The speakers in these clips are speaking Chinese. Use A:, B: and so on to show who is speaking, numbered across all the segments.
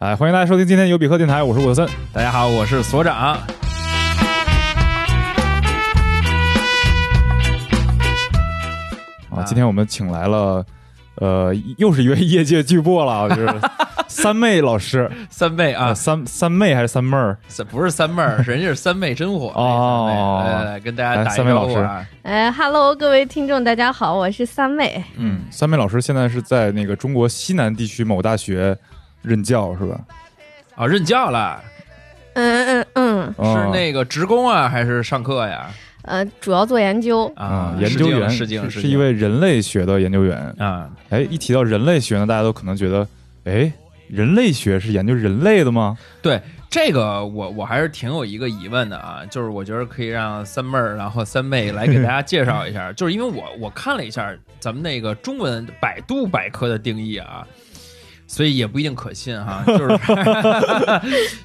A: 哎，欢迎大家收听今天的尤比克电台，我是沃森。
B: 大家好，我是所长。
A: 啊，今天我们请来了，呃，又是一位业界巨擘了，就是 三妹老师呃
B: 三妹啊，
A: 三三妹还是三妹儿？
B: 三不是三妹 儿，人家是三妹真火。
A: 呃哦
B: 那三妹来来来，跟大家
A: 来
B: 打一
A: 三妹
B: 招
A: 老
B: 呼
A: 师
B: 啊。
C: 哎哈喽，各位听众，大家好，我是三妹。
B: 嗯，
A: 三妹老师现在是在那个中国西南地区某大学任教是吧？
B: 啊，任教了，
C: 嗯嗯嗯，
B: 是
A: 哦
B: 那个职工啊，还是上课呀？
C: 呃，主要做研究。
B: 啊，
A: 嗯研究员
B: 是敬
A: 是
B: 是
A: 是一位人类学的研究员。
B: 啊，
A: 哎，一提到人类学呢，大家都可能觉得，哎，人类学是研究人类的吗？
B: 对这个我我还是挺有一个疑问的啊，就是我觉得可以让三妹儿，然后三妹来给大家介绍 一下，就是因为我我看了一下咱们那个中文百度百科的定义啊。所以也不一定可信 哈，就是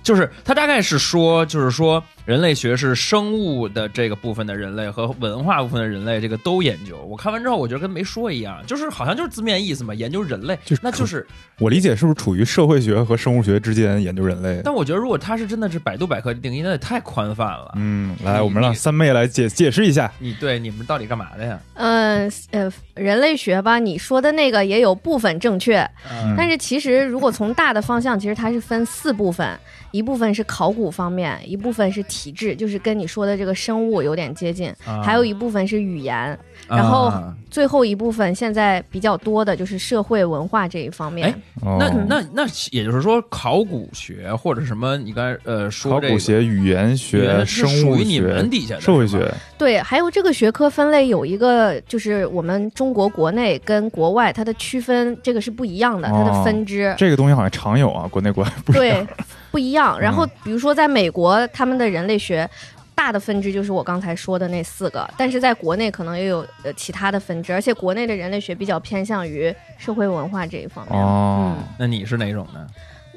B: 就是 它大概是说，就是说人类学是生物的这个部分的人类和文化部分的人类这个都研究。我看完之后，我觉得跟没说一样，就是好像就是字面意思嘛，研究人类，
A: 就是
B: 那就是
A: 我理解是不是处于社会学和生物学之间研究人类？
B: 但我觉得，如果它是真的是百度百科的定义，那也太宽泛了。
A: 嗯，来，我们让
B: 你
A: 三妹来解解释一下。
B: 你对你们到底干嘛的呀？
C: 嗯呃，人类学吧，你说的那个也有部分正确，
B: 嗯
C: 但是其实如果从大的方向，其实它是分四部分，一部分是考古方面，一部分是体制，就是跟你说的这个生物有点接近，
B: 啊
C: 还有一部分是语言，然后
B: 啊
C: 最后一部分现在比较多的就是社会文化这一方面。
B: 哎
A: 哦
B: 那那那，也就是说，考古学或者什么，你刚才呃
A: 考
B: 说这
A: 古
B: 个
A: 学、语言学、
B: 原
A: 生
B: 是属
A: 物
B: 于你
A: 学
B: 们、底下的
A: 社会
B: 是吗
A: 学，
C: 对，还有这个学科分类有一个，就是我们中国国内跟国外它的区分，这个是不一样的，它
A: 哦
C: 的分支、
A: 这个东西好像常有啊，国内国外不是。
C: 对不一样。然
B: 嗯
C: 后比如说在美国，他们的人类学大的分支就是我刚才说的那四个，但是在国内可能也有呃其他的分支，而且国内的人类学比较偏向于社会文化这一方面。
A: 哦，
B: 那你是哪种呢？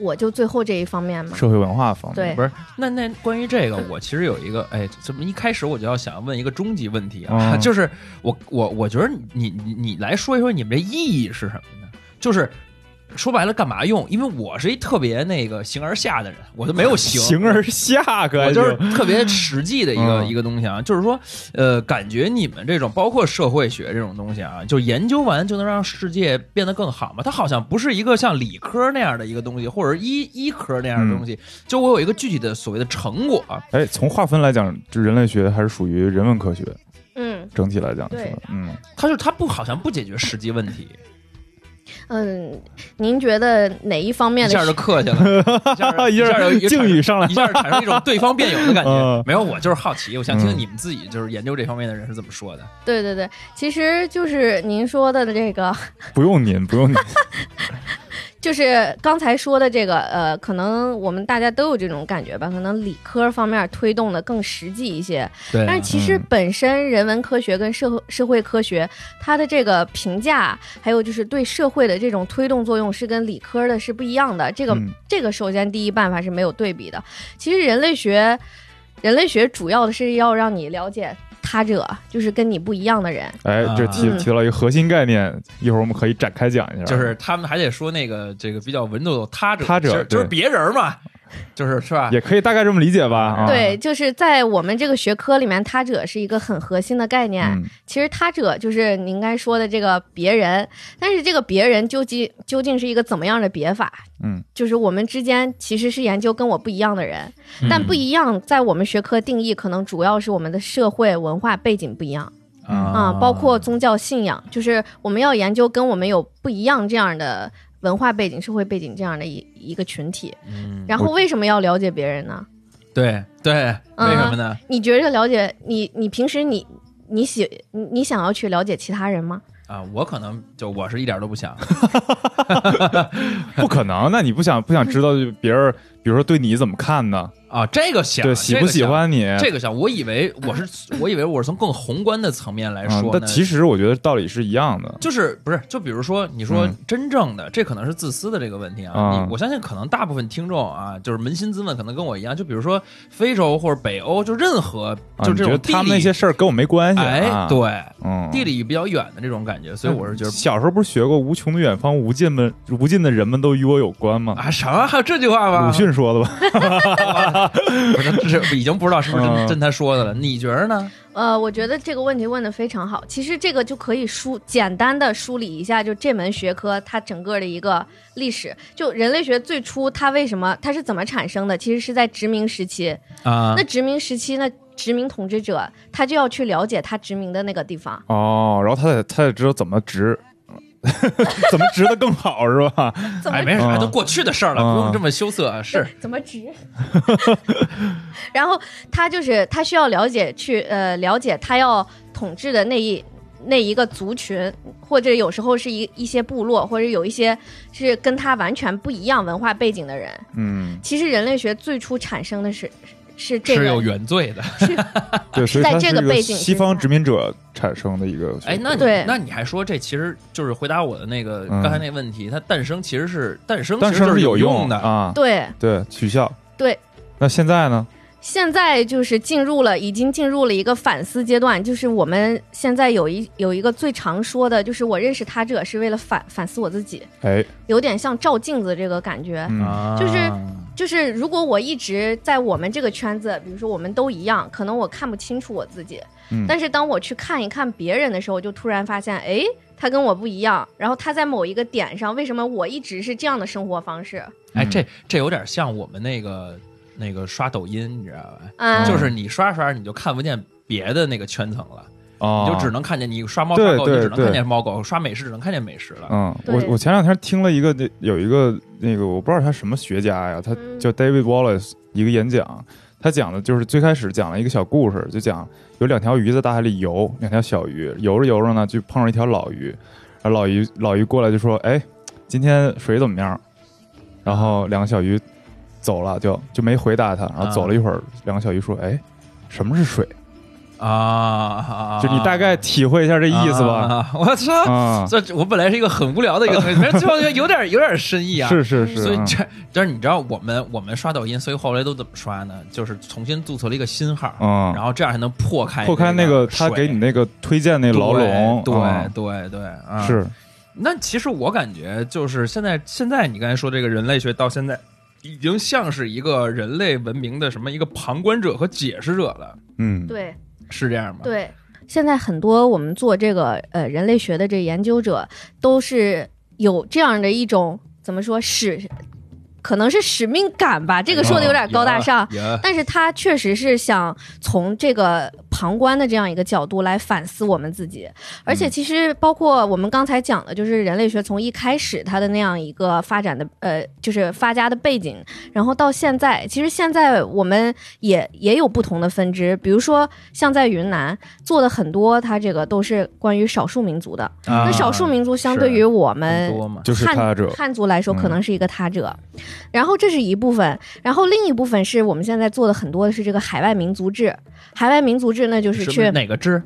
C: 我就最后这一方面嘛，
A: 社会文化方面。
C: 对
B: 不是，那那关于这个，我其实有一个，哎，怎么一开始我就要想问一个终极问题啊？
A: 嗯
B: 就是我我我觉得你你你来说一说你们这意义是什么呢？就是。说白了，干嘛用？因为我是一特别那个形而下的人，我都没有形，
A: 形而下，可
B: 我
A: 还
B: 就是特别实际的一个、
A: 嗯
B: 一个东西啊，就是说，呃，感觉你们这种包括社会学这种东西啊，就研究完就能让世界变得更好吗？它好像不是一个像理科那样的一个东西，或者医医科那样的东西。就我有一个具体的所谓的成果，啊
A: 哎，从划分来讲，就人类学还是属于人文科学，
C: 嗯
A: 整体来讲是
C: 对
A: 吧？嗯，
B: 它就它不好像不解决实际问 题，
C: 嗯，您觉得哪一方面
B: 一
C: 的
B: 下就客 气了，一下
A: 啊
B: 就一下就
A: 下
B: 一下
A: 敬语上来
B: 一下就产生一种对方辩友的 感觉
A: 嗯。
B: 没有，我就是好奇，我想听
A: 嗯
B: 听你们自己就是研究这方面的人是怎么说的。
C: 对对对，其实就是您说的这个，
A: 不用您，不 用您，
C: 就是刚才说的这个，呃，可能我们大家都有这种感觉吧，可能理科方面推动的更实际一些，
B: 对
C: 但是其实
A: 嗯
C: 本身人文科学跟社会社会科学，它的这个评价，还有就是对社会的这种推动作用是跟理科的是不一样的。这个、
A: 嗯
C: 这个首先第一办法是没有对比的。其实人类学，人类学主要的是要让你了解他者，就是跟你不一样的人。
A: 哎，这提
C: 嗯
A: 提到一个核心概念，一会儿我们可以展开讲一下。
B: 就是他们还得说那个这个比较文绉绉他者，
A: 嗯他者
B: 就是就是
A: 对
B: 别人嘛，就是是吧？
A: 也可以大概这么理解吧？啊，
C: 对，就是在我们这个学科里面，他者是一个很核心的概念。
A: 嗯，
C: 其实他者就是您刚才说的这个别人，但是这个别人究竟究竟是一个怎么样的别法？
A: 嗯，
C: 就是我们之间其实是研究跟我不一样的人，
B: 嗯
C: 嗯但不一样，在我们学科定义可能主要是我们的社会文化背景不一样啊、包括宗教信仰，就是我们要研究跟我们有不一样这样的文化背景、社会背景这样的一一个群体。
B: 嗯
C: 然后为什么要了解别人呢？
B: 对对，
C: 嗯
B: 为什么呢？
C: 你觉得了解你，你平时你你喜你你想要去了解其他人吗？
B: 啊，我可能就我是一点都不想，
A: 不可能。那你不想不想知道就别人比如说对你怎么看呢？
B: 啊，这个想
A: 对，喜不喜？欢你？
B: 这个想这个想，我以为我是，我以为我是从更宏观的层面来
A: 嗯
B: 说，
A: 但
B: 呢。
A: 其实我觉得道理是一样的。
B: 就是不是？就比如说，你说
A: 嗯
B: 真正的，这可能是自私的这个问题啊。
A: 啊
B: 你我相信，可能大部分听众啊，就是扪心自问，可能跟我一样。就比如说非洲或者北欧，就任何
A: 啊，
B: 就
A: 你
B: 这
A: 觉
B: 种
A: 得
B: 地
A: 他们那
B: 理
A: 些事儿跟我没关系、啊？
B: 哎，，对，
A: 嗯，哎
B: 地理比较远的这种感觉，所以我是觉得
A: 小时候不是学过“无穷的远方，无尽的无尽的人们都与我有关”吗？
B: 啊，啥还有这句话吗？
A: 鲁迅说的 吧？
B: 不是，这是已经不知道是不是真、
A: 嗯
B: 真他说的了。你觉得呢？
C: 呃，我觉得这个问题问的非常好。其实这个就可以梳简单的梳理一下，就这门学科它整个的一个历史。就人类学最初它为什么它是怎么产生的？其实是在殖民时期。
B: 啊
C: 那殖民时期呢，殖民统治者他就要去了解他殖民的那个地方。
A: 哦，然后他得他得知道怎么值， 怎么值的更好是吧？
C: 怎么
B: 哎，没啥，
A: 嗯
B: 都过去的事儿了，
A: 嗯
B: 不用这么羞涩啊。是，
C: 怎么值？然后他就是他需要了解去呃了解他要统治的那一那一个族群，或者有时候是一一些部落，或者有一些是跟他完全不一样文化背景的人。
A: 嗯，
C: 其实人类学最初产生的是是这
B: 是有
C: 个，
B: 原罪的。
A: 对，所以
C: 啊在
A: 它
C: 这
A: 是
C: 个
A: 一
C: 背景
A: 西
C: 之
A: 方
C: 下
A: 殖民者产生的一个学科。
B: 哎，那你
C: 对
B: 那你还说这其实就是回答我的那个
A: 嗯
B: 刚才那问题，它诞生其实是诞生，
A: 但
B: 其实就是
A: 有
B: 用的。
A: 啊，
C: 对
A: 对，取笑。
C: 对，
A: 那现在呢？
C: 现在就是进入了，已经进入了一个反思阶段。就是我们现在有一有一个最常说的，就是我认识他者是为了反反思我自己，
A: 哎，
C: 有点像照镜子这个感觉。
A: 嗯，
B: 啊
C: 就是就是如果我一直在我们这个圈子，比如说我们都一样，可能我看不清楚我自己。
A: 嗯
C: 但是当我去看一看别人的时候，我就突然发现，哎，他跟我不一样。然后他在某一个点上，为什么我一直是这样的生活方式？
B: 哎，
A: 嗯
B: 这这有点像我们那个那个刷抖音，你知道吧？
C: 嗯，
B: 就是你刷着刷着你就看不见别的那个圈层了，
A: 哦，
B: 你就只能看见你刷猫
A: 对
B: 刷狗，你
A: 对
B: 只能
A: 对
B: 看见猫狗；刷美食只能看见美食了。
A: 嗯，
C: 对
A: 我我前两天听了一个那有一个那个我不知道他什么学家呀，他
C: 嗯
A: 叫 David Wallace 一个演讲，他讲的就是最开始讲了一个小故事，就讲有两条鱼在大海里游，两条小鱼游着游着呢就碰上一条老鱼，然后老鱼老鱼过来就说：“哎，今天水怎么样？”然后两个小鱼走了，就就没回答他，然后走了一会儿，两个小鱼说：“哎，什么是水
B: 啊？”，
A: 就你大概体会一下这
B: 这
A: 意思吧。
B: 我操！
A: 啊，
B: 这我本来是一个很无聊的一个东西，但是最后就有点有点深意啊。
A: 是是是，
B: 所以
A: 嗯
B: 这，但是你知道我们我们刷抖音，所以后来都怎么刷呢？就是重新注册了一个新号，
A: 嗯
B: 然后这样才能破开
A: 破开那
B: 个
A: 个他给你那个推荐那
B: 那
A: 牢笼，
B: 对
A: 啊
B: 对对，
C: 嗯
B: 啊
A: 是
B: 那其实我感觉就是现在，现在你刚才说这个人类学到现在，已经像是一个人类文明的什么一个旁观者和解释者了，
A: 嗯，
C: 对
B: 是这样吗？，
C: 对。现在很多我们做这个呃人类学的这研究者，都是有这样的一种怎么说使，可能是使命感吧。这个说的有点
B: 啊
C: 高大上，
B: 也也
C: 但是他确实是想从这个旁观的这样一个角度来反思我们自己，而
B: 嗯
C: 且其实包括我们刚才讲的，就是人类学从一开始它的那样一个发展的呃，就是发家的背景，然后到现在，其实现在我们也也有不同的分支，比如说像在云南做的很多，它这个都是关于少数民族的。
B: 啊
C: 那少数民族相对
B: 是
C: 于我们
B: 更多嘛，
A: 就是
C: 汉
A: 他者，嗯
C: 汉族来说可能是一个他者，然后这是一部分，然后另一部分是我们现在做的很多的是这个海外民族志，海外民族志那就是
B: 什么
C: 去
B: 哪个支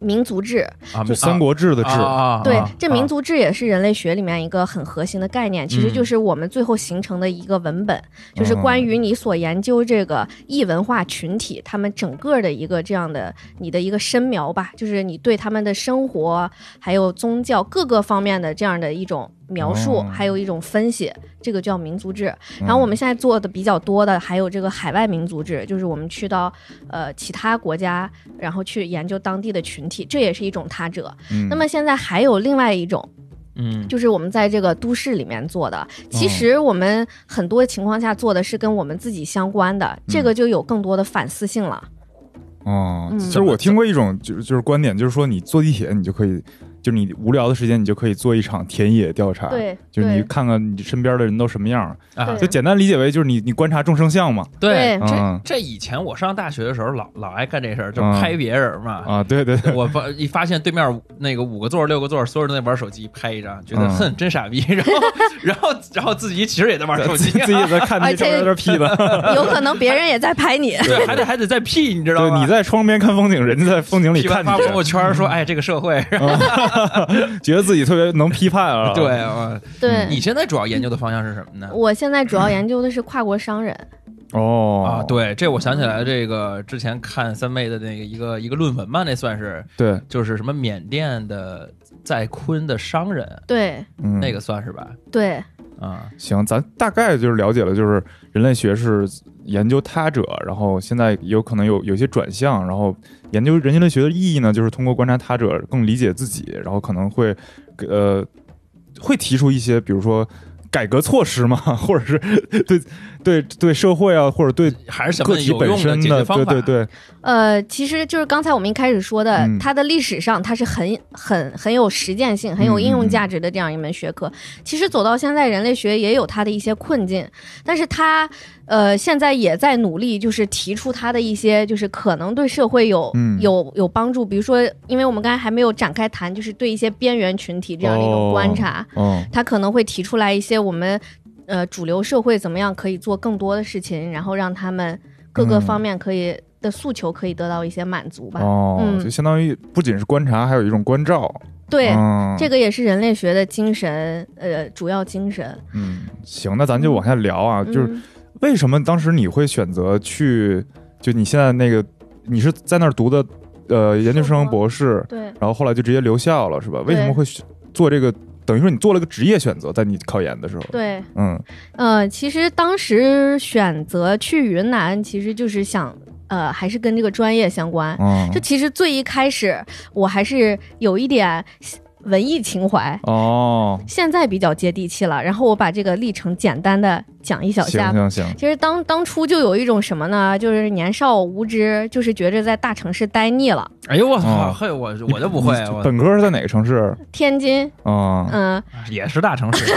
C: 民族志，
B: 啊？
A: 就三国志的志，
B: 啊，
C: 对，这民
B: 民
C: 族志也是人类学里面一个很核心的概念，其实
B: 嗯哦
C: 就是我们最后形成的一个文本，就是关于你所研究这个异文化群体，他们整个的一个这样的你的一个深描吧，就是你对他们的生活、还有宗教各个方面的这样的一种描述，
A: 哦
C: 还有一种分析，这个叫民族志。
B: 嗯
A: 嗯
C: 然后我们现在做的比较多的还有这个海外民族志，就是我们去到呃其他国家，然后去研究当地的群体，这也是一种他者。
A: 嗯
C: 那么现在还有另外一种，
B: 嗯
C: 就是我们在这个都市里面做的。其实我们很多情况下做的是跟我们自己相关的，
A: 嗯
C: 这个就有更多的反思性了。
A: 哦，
C: 嗯
A: 其实我听过一种就是就是观点，就是说你坐地铁你就可以就是你无聊的时间，你就可以做一场田野调查，
C: 对，
A: 啊就是你
C: 对
A: 看看你身边的人都什么样儿，
B: 啊
C: 对
A: 就简单理解为就是你你观察众生相嘛，
B: 对，
C: 对
B: 这
A: 嗯
B: 这以前我上大学的时候老老爱干这事儿，就
A: 嗯
B: 拍别人嘛。
A: 啊，对 对对，
B: 我发一发现对面五那个五个座儿六个座儿，所有人都在玩手机，拍一张，觉得
A: 嗯
B: 哼真傻逼， 然后然后然后自己其实也在玩手机，。
A: 自己也在看那
C: 而且
A: 照片儿 P 的，
C: 有可能别人也在拍你
A: 嗯
B: 对，还得还得再 P，你知道
A: 对，
B: 吗？
A: 你在窗边看风景，人家在风景里
B: 批
A: 看
B: 完
A: 你嗯
B: 发，朋友圈说，哎，这个社会，
A: 觉得自己特别能批判啊，
B: 对，啊
C: 对
B: 你，现在主要研究的方向是什么呢？
C: 我现在主
A: 嗯
C: 要研究的是跨国商人，
A: 哦
B: 啊，对，这我想起来，这个之前看三妹的那个一个一个论文吧，那算是
A: 对，
B: 就是什么缅甸的在昆的商人，
C: 对
A: 嗯，
B: 那个算是吧？
C: 对
B: 啊，
A: 行，咱大概就是了解了，就是人类学是研究他者，然后现在有可能有有一些转向，然后研究人类学的意义呢，就是通过观察他者更理解自己，然后可能会呃 会提出一些，比如说。改革措施嘛， 或者是对对对社会啊，或者对
B: 还是什
A: 个
B: 么
A: 体
B: 有
A: 本
B: 用的
A: 身
B: 解决方
A: 对
B: 法？
A: 对对，
C: 呃，其实就是刚才我们一开始说的，
A: 嗯
C: 它的历史上它是很很很有实践性、很有应
A: 嗯嗯
C: 用
A: 嗯
C: 价值的这样一门学科。其实走到现在，人类学也有它的一些困境，但是它呃现在也在努力，就是提出它的一些就是可能对社会有、
A: 嗯
C: 有有帮助，比如说，因为我们刚才还没有展开谈，就是对一些边缘群体这样的一种观察，
A: 嗯
C: 他可能会提出来一些我们呃主流社会怎么样可以做更多的事情，然后让他们各个
A: 嗯
C: 方面可以、的诉求可以得到一些满足吧。
A: 哦，
C: 嗯
A: 就相当于不仅是观察，还有一种关照。
C: 对。
A: 嗯、
C: 这个也是人类学的精神，呃，主要精神。
A: 嗯，行，那咱就往下聊啊，就是
C: 嗯
A: 为什么当时你会选择去？就你现在那个，你是在那儿读的呃研究生
C: 硕博
A: 博士，
C: 对，
A: 然后后来就直接留校了，是吧？为什么会选做这个？等于说你做了个职业选择，在你考研的时候。，
C: 对，
A: 嗯
C: 呃，其实当时选择去云南，其实就是想，呃，还是跟这个专业相关。
A: 嗯
C: 就其实最一开始，我还是有一点文艺情怀，
A: 哦，
C: 现在比较接地气了。然后我把这个历程简单的讲一小
A: 行啊
C: 下吧。
A: 行行，
C: 其实当当初就有一种什么呢？就是年少无知，就是觉着在大城市待腻了。
B: 哎呦我操，
A: 哦
B: 嘿，我我就不会，
A: 你
B: 我
A: 本科是在哪个城市？
C: 天津，
A: 嗯，
C: 嗯，
B: 也是大城市，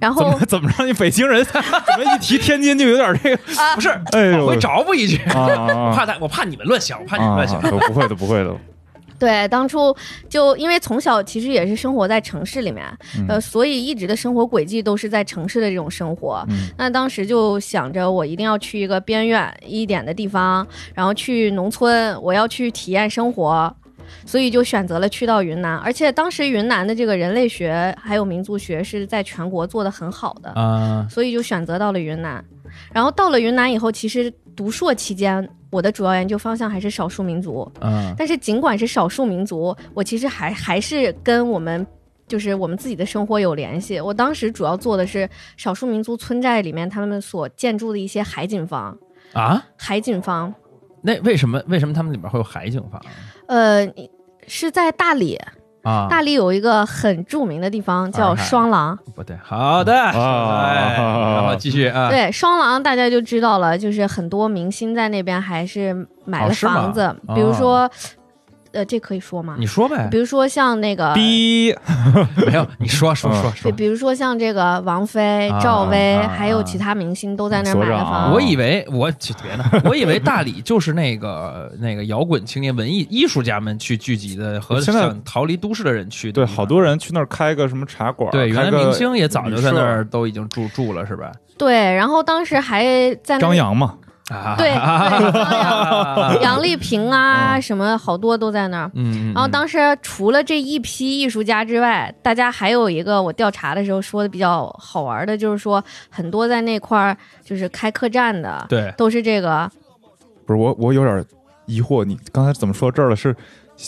C: 然
A: 怎
C: 后
A: 么 怎么让你北京人怎么一提天津就有点这个？
B: 不是
A: 哎呦，
B: 往回找补一句。
A: 啊啊
B: 我
A: 啊
B: 怕他，我怕你们乱想，我怕你们
A: 啊！
B: 乱想。
A: 啊不会的，不会的，
C: 对当初就因为从小其实也是生活在城市里面，
A: 嗯
C: 呃，所以一直的生活轨迹都是在城市的这种生活。
A: 嗯
C: 那当时就想着我一定要去一个边远一点的地方，然后去农村，我要去体验生活，所以就选择了去到云南。而且当时云南的这个人类学还有民族学是在全国做得很好的，
B: 啊，
C: 所以就选择到了云南。然后到了云南以后，其实读硕期间，我的主要研究方向还是少数民族。
B: 嗯，
C: 但是尽管是少数民族，我其实还还是跟我们。就是我们自己的生活有联系。我当时主要做的是少数民族村寨里面他们所建筑的一些海景房，
B: 啊，
C: 海景房，
B: 那为什么为什么他们里面会有海景房
C: 呃，是在大理，
B: 啊？
C: 大理有一个很著名的地方
B: 洱
C: 叫
B: 海
C: 双廊，
B: 不对，好的，
A: 啊
B: 哎然后继续啊，
C: 对，双廊大家就知道了，就是很多明星在那边还是买
B: 哦
C: 了
B: 是吗
C: 房子，比如说，呃，这可以说吗？
B: 你说呗
C: 比，如说像那个，
A: 逼
B: 没有，你说说
A: 嗯
B: 说
C: 对，
B: 说。
C: 比如说像这个王菲、
B: 啊
C: 赵薇，
B: 啊啊
C: 还有其他明星都在那儿
A: 所
C: 买
B: 啊
C: 了
A: 长
C: 房。
B: 我以为我去别呢，我以为大理就是那个那个摇滚青年、文艺艺术家们去聚集的，和
A: 现在
B: 想逃离都市的人去的
A: 对，
B: 地方
A: 好多人去那儿开个什么茶馆儿，
B: 对，原来
A: 开个
B: 明星也早就在
A: 旅
B: 那儿
A: 社。
B: 都已经住住了，是吧？
C: 对，然后当时还在那
A: 张
C: 里
A: 扬嘛，
B: 啊，
C: 对对张扬
B: 啊，
C: 杨丽萍啊，
A: 嗯
C: 什么好多都在那儿。
B: 嗯，
C: 然后当时除了这一批艺术家之外，大家还有一个我调查的时候说的比较好玩的，就是说很多在那块儿就是开客栈的，
B: 对
C: 都是这个
A: 不是我，我有点疑惑，你刚才怎么说到这儿了？是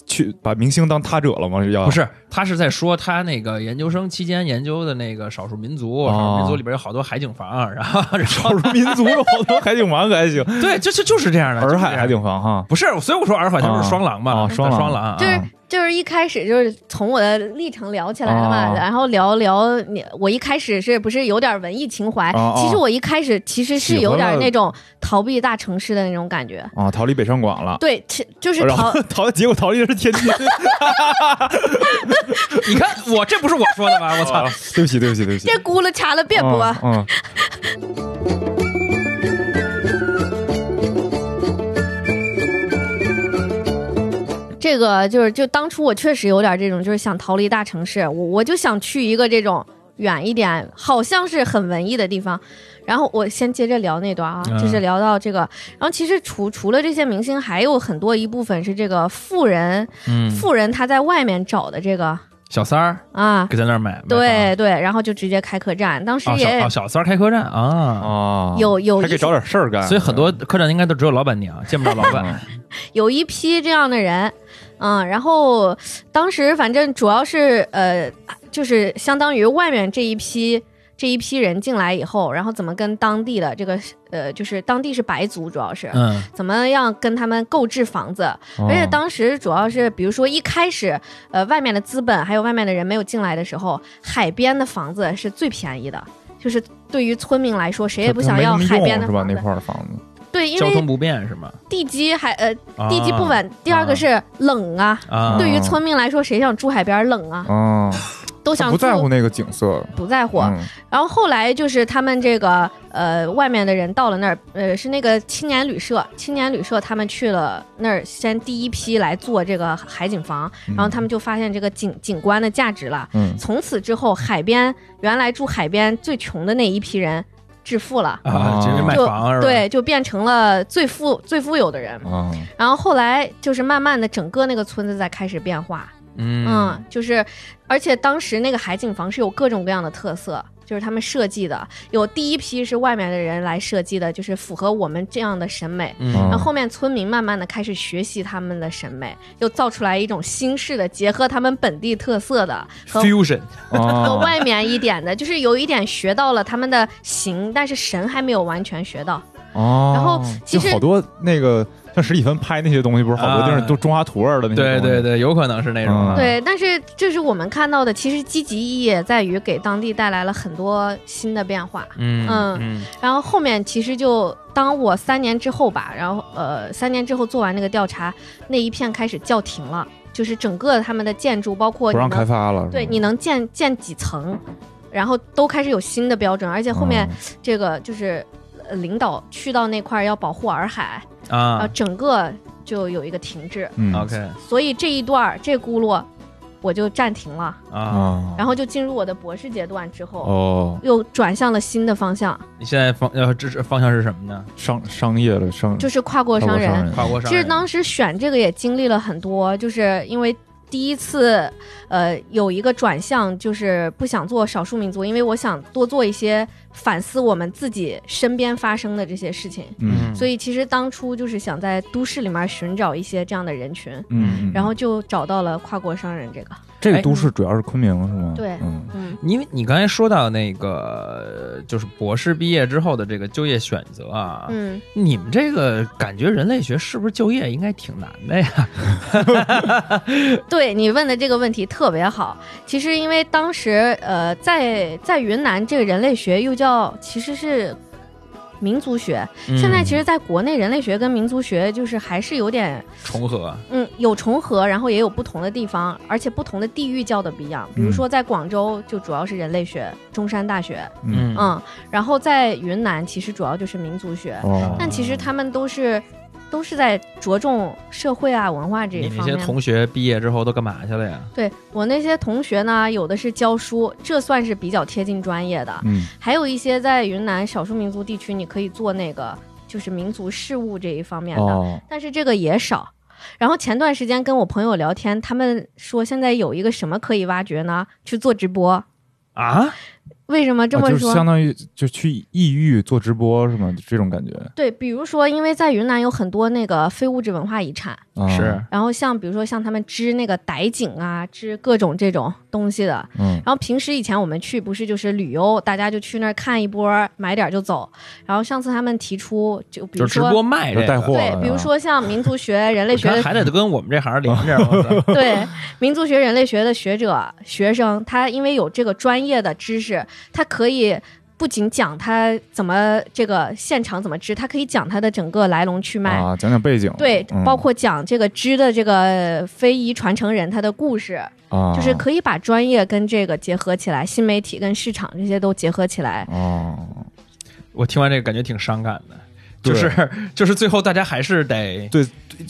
A: 去把明星当他者了吗？要
B: 不是他是在说他那个研究生期间研究的那个少数民族，
A: 哦
B: 少数民族里边有好多海景房，然后然后
A: 少数民族有好多海景房可还 行，
B: 对，就是就是这样的，
A: 洱海
B: 就是这样
A: 海景房哈，
B: 不是，所以我说洱海它不
A: 啊
B: 是双廊嘛，
A: 啊双
B: 廊
A: 廊
B: 双廊啊
C: 就是就是一开始就是从我的历程聊起来的嘛，
A: 哦
C: 然后聊聊你，我一开始是不是有点文艺情怀？
A: 哦哦
C: 其实我一开始啊其实是
A: 喜欢
C: 有点
A: 了
C: 那种逃避大城市的那种感觉。
A: 啊，逃离北上广了。
C: 对，其就是
A: 然
C: 逃
A: 后逃，结果逃离的是天津。
D: 你看我这不是我说的吗？我操
A: 啊！对不起，对不起，对不起
C: 这。咕噜掐了别播。
A: 嗯嗯，
C: 这个就是就当初我确实有点这种，就是想逃离大城市，我我就想去一个这种远一点，好像是很文艺的地方。然后我先接着聊那段啊，
D: 嗯
C: 就是聊到这个。然后其实除除了这些明星，还有很多一部分是这个富人，
D: 嗯，
C: 富人他在外面找的这个
D: 小三儿
C: 啊，
D: 给在那儿买，
C: 对对，然后就直接开客栈。当时
B: 哦
D: 买房啊，
C: 也
D: 小啊小三儿开客栈啊，
A: 啊，
C: 有有
A: 还可
C: 一
A: 以找点事儿干。嗯
D: 所以很多客栈应该都只有老板娘，见不着老
A: 哦
D: 板。
C: 有一批这样的人，嗯，然后当时反正主要是呃，就是相当于外面这一批这一批人进来以后，然后怎么跟当地的这个呃，就是当地是白族，主要是。
D: 嗯，
C: 怎么样跟他们购置房子？
A: 哦嗯
C: 而且当时主要是，比如说一开始，呃，外面的资本还有外面的人没有进来的时候，海边的房子是最便宜的，就是对于村民来说，谁也不想要海边的
A: 是吧？
C: 房
A: 嗯那
C: 子。
A: 块儿的房子
C: 对，因
D: 交
C: 为
D: 通不便是吗？
C: 地基还呃地基不
D: 啊
C: 稳，第二个是冷啊。
D: 啊，
C: 对于村民来说，谁想住海边冷啊？
A: 啊，
C: 都
A: 他
C: 想
A: 不在
C: 住
A: 乎那个景色。
C: 不在乎。
A: 嗯
C: 然后后来就是他们这个呃，外面的人到了那儿，呃，是那个青年旅社，青年旅社他们去了那儿，先第一批来做这个海景房，
A: 嗯
C: 然后他们就发现这个景景观的价值了。
A: 嗯，
C: 从此之后，海边原来住海边最穷的那一批人致富了，
D: 啊，直接买
C: 就
D: 房是吧？
C: 对，就变成了最富最富有的人。
A: 啊，
C: 然后后来就是慢慢的，整个那个村子在开始变化，
D: 嗯
C: 嗯，就是，而且当时那个海景房是有各种各样的特色，就是他们设计的，有第一批是外面的人来设计的，就是符合我们这样的审美。
A: 嗯
C: 然后后面村民慢慢的开始学习他们的审美，又造出来一种新式的，结合他们本地特色的和
D: ，fusion
C: 和
A: 啊，
C: 外面一点的，就是有一点学到了他们的形，但是神还没有完全学到。
A: 哦
C: 然后其实
A: 就好多那个像史蒂芬拍那些东西，不是好多地
D: 啊
A: 方都中华图儿的那些
D: 对
A: 东西
D: 对对，有可能是那种
A: 嗯
D: 啊
C: 对，但是这是我们看到的，其实积极意义也在于给当地带来了很多新的变化。
D: 嗯
C: 嗯
D: 嗯
C: 然后后面其实就当我三年之后吧，然后呃三年之后做完那个调查，那一片开始叫停了，就是整个他们的建筑，包括
A: 不
C: 你
A: 让开嗯
C: 能
A: 发了。是吧
C: 对你能建建几层，然后都开始有新的标准，而且后面
A: 嗯
C: 这个就是、呃领导去到那块儿要保护洱海，然后
D: 啊
C: 整个就有一个停滞，
A: 嗯
D: ，OK
C: 所以这一段儿这轱辘我就暂停了，
D: 啊，
A: 啊，
C: 然后就进入我的博士阶段之后，
A: 哦，
C: 又转向了新的方向，
D: 你现在方呃这是方向是什么呢？
A: 商商业了，商
C: 就是跨过
A: 跨国
C: 商人。
A: 人
D: 跨国商
C: 其
D: 人
C: 实当时选这个也经历了很多，就是因为第一次，呃，有一个转向，就是不想做少数民族，因为我想多做一些反思我们自己身边发生的这些事情。
A: 嗯
C: 所以其实当初就是想在都市里面寻找一些这样的人群，
A: 嗯，
C: 然后就找到了跨国商人这个。
A: 这
D: 哎
A: 个都市主要是昆明是吗？
C: 对
A: 嗯
C: 嗯，
D: 因为你刚才说到那个呃就是博士毕业之后的这个就业选择啊，
C: 嗯，
D: 你们这个感觉人类学是不是就业应该挺难的呀？
C: 对你问的这个问题特别好。其实因为当时呃，在在云南这个人类学又叫其实是民族学，
B: 嗯
C: 现
D: 嗯
C: 在其实在国内人类学跟民族学就是还是有点，
D: 重合
C: 嗯，有重合，然后也有不同的地方，而且不同的地域教的不一样。比如说在广州就主要是人类学，中山大学，
A: 嗯
C: 嗯，然后在云南其实主要就是民族学，
A: 哦，
C: 但其实他们都是都是在着重社会啊文化这一
D: 你那
C: 方
D: 些
C: 面。
D: 同学毕业之后都干嘛去了呀？
C: 对我那些同学呢，有的是教书，这算是比较贴近专业的，
A: 嗯
C: 还有一些在云南少数民族地区，你可以做那个就是民族事务这一方面的。
A: 哦
C: 但是这个也少。然后前段时间跟我朋友聊天，他们说现在有一个什么可以挖掘呢？去做直播。
D: 啊，
C: 为什么这
A: 啊
C: 么
A: 就是
C: 说？
A: 相当于就去异域做直播是吗？这种感觉
C: 对，比如说，因为在云南有很多那个非物质文化遗产，
A: 啊
B: 是，
C: 然后像比如说像他们织那个傣锦啊，织各种这种东西的。
A: 嗯
C: 然后平时以前我们去不是就是旅游，大家就去那儿看一波，买点儿就走。然后上次他们提出，就比
B: 就
C: 如
B: 直
C: 说
B: 播卖
A: 就
B: 这个
A: 带货啊，
C: 哎对，比如说像民族学、人类
B: 我
C: 学
B: 觉得
C: 的
B: 还得跟我们这行连着，我操
C: 对民族学、人类学的学者、学生，他因为有这个专业的知识，他可以不仅讲他怎么这个现场怎么织，他可以讲他的整个来龙去脉。
A: 啊，讲讲背景，
C: 对，
A: 嗯
C: 包括讲这个织的这个非遗传承人他的故事，
A: 啊，
C: 就是可以把专业跟这个结合起来，新媒体跟市场这些都结合起来。
A: 哦，
B: 我听完这个感觉挺伤感的，
A: 对
B: 就是就是最后大家还 是得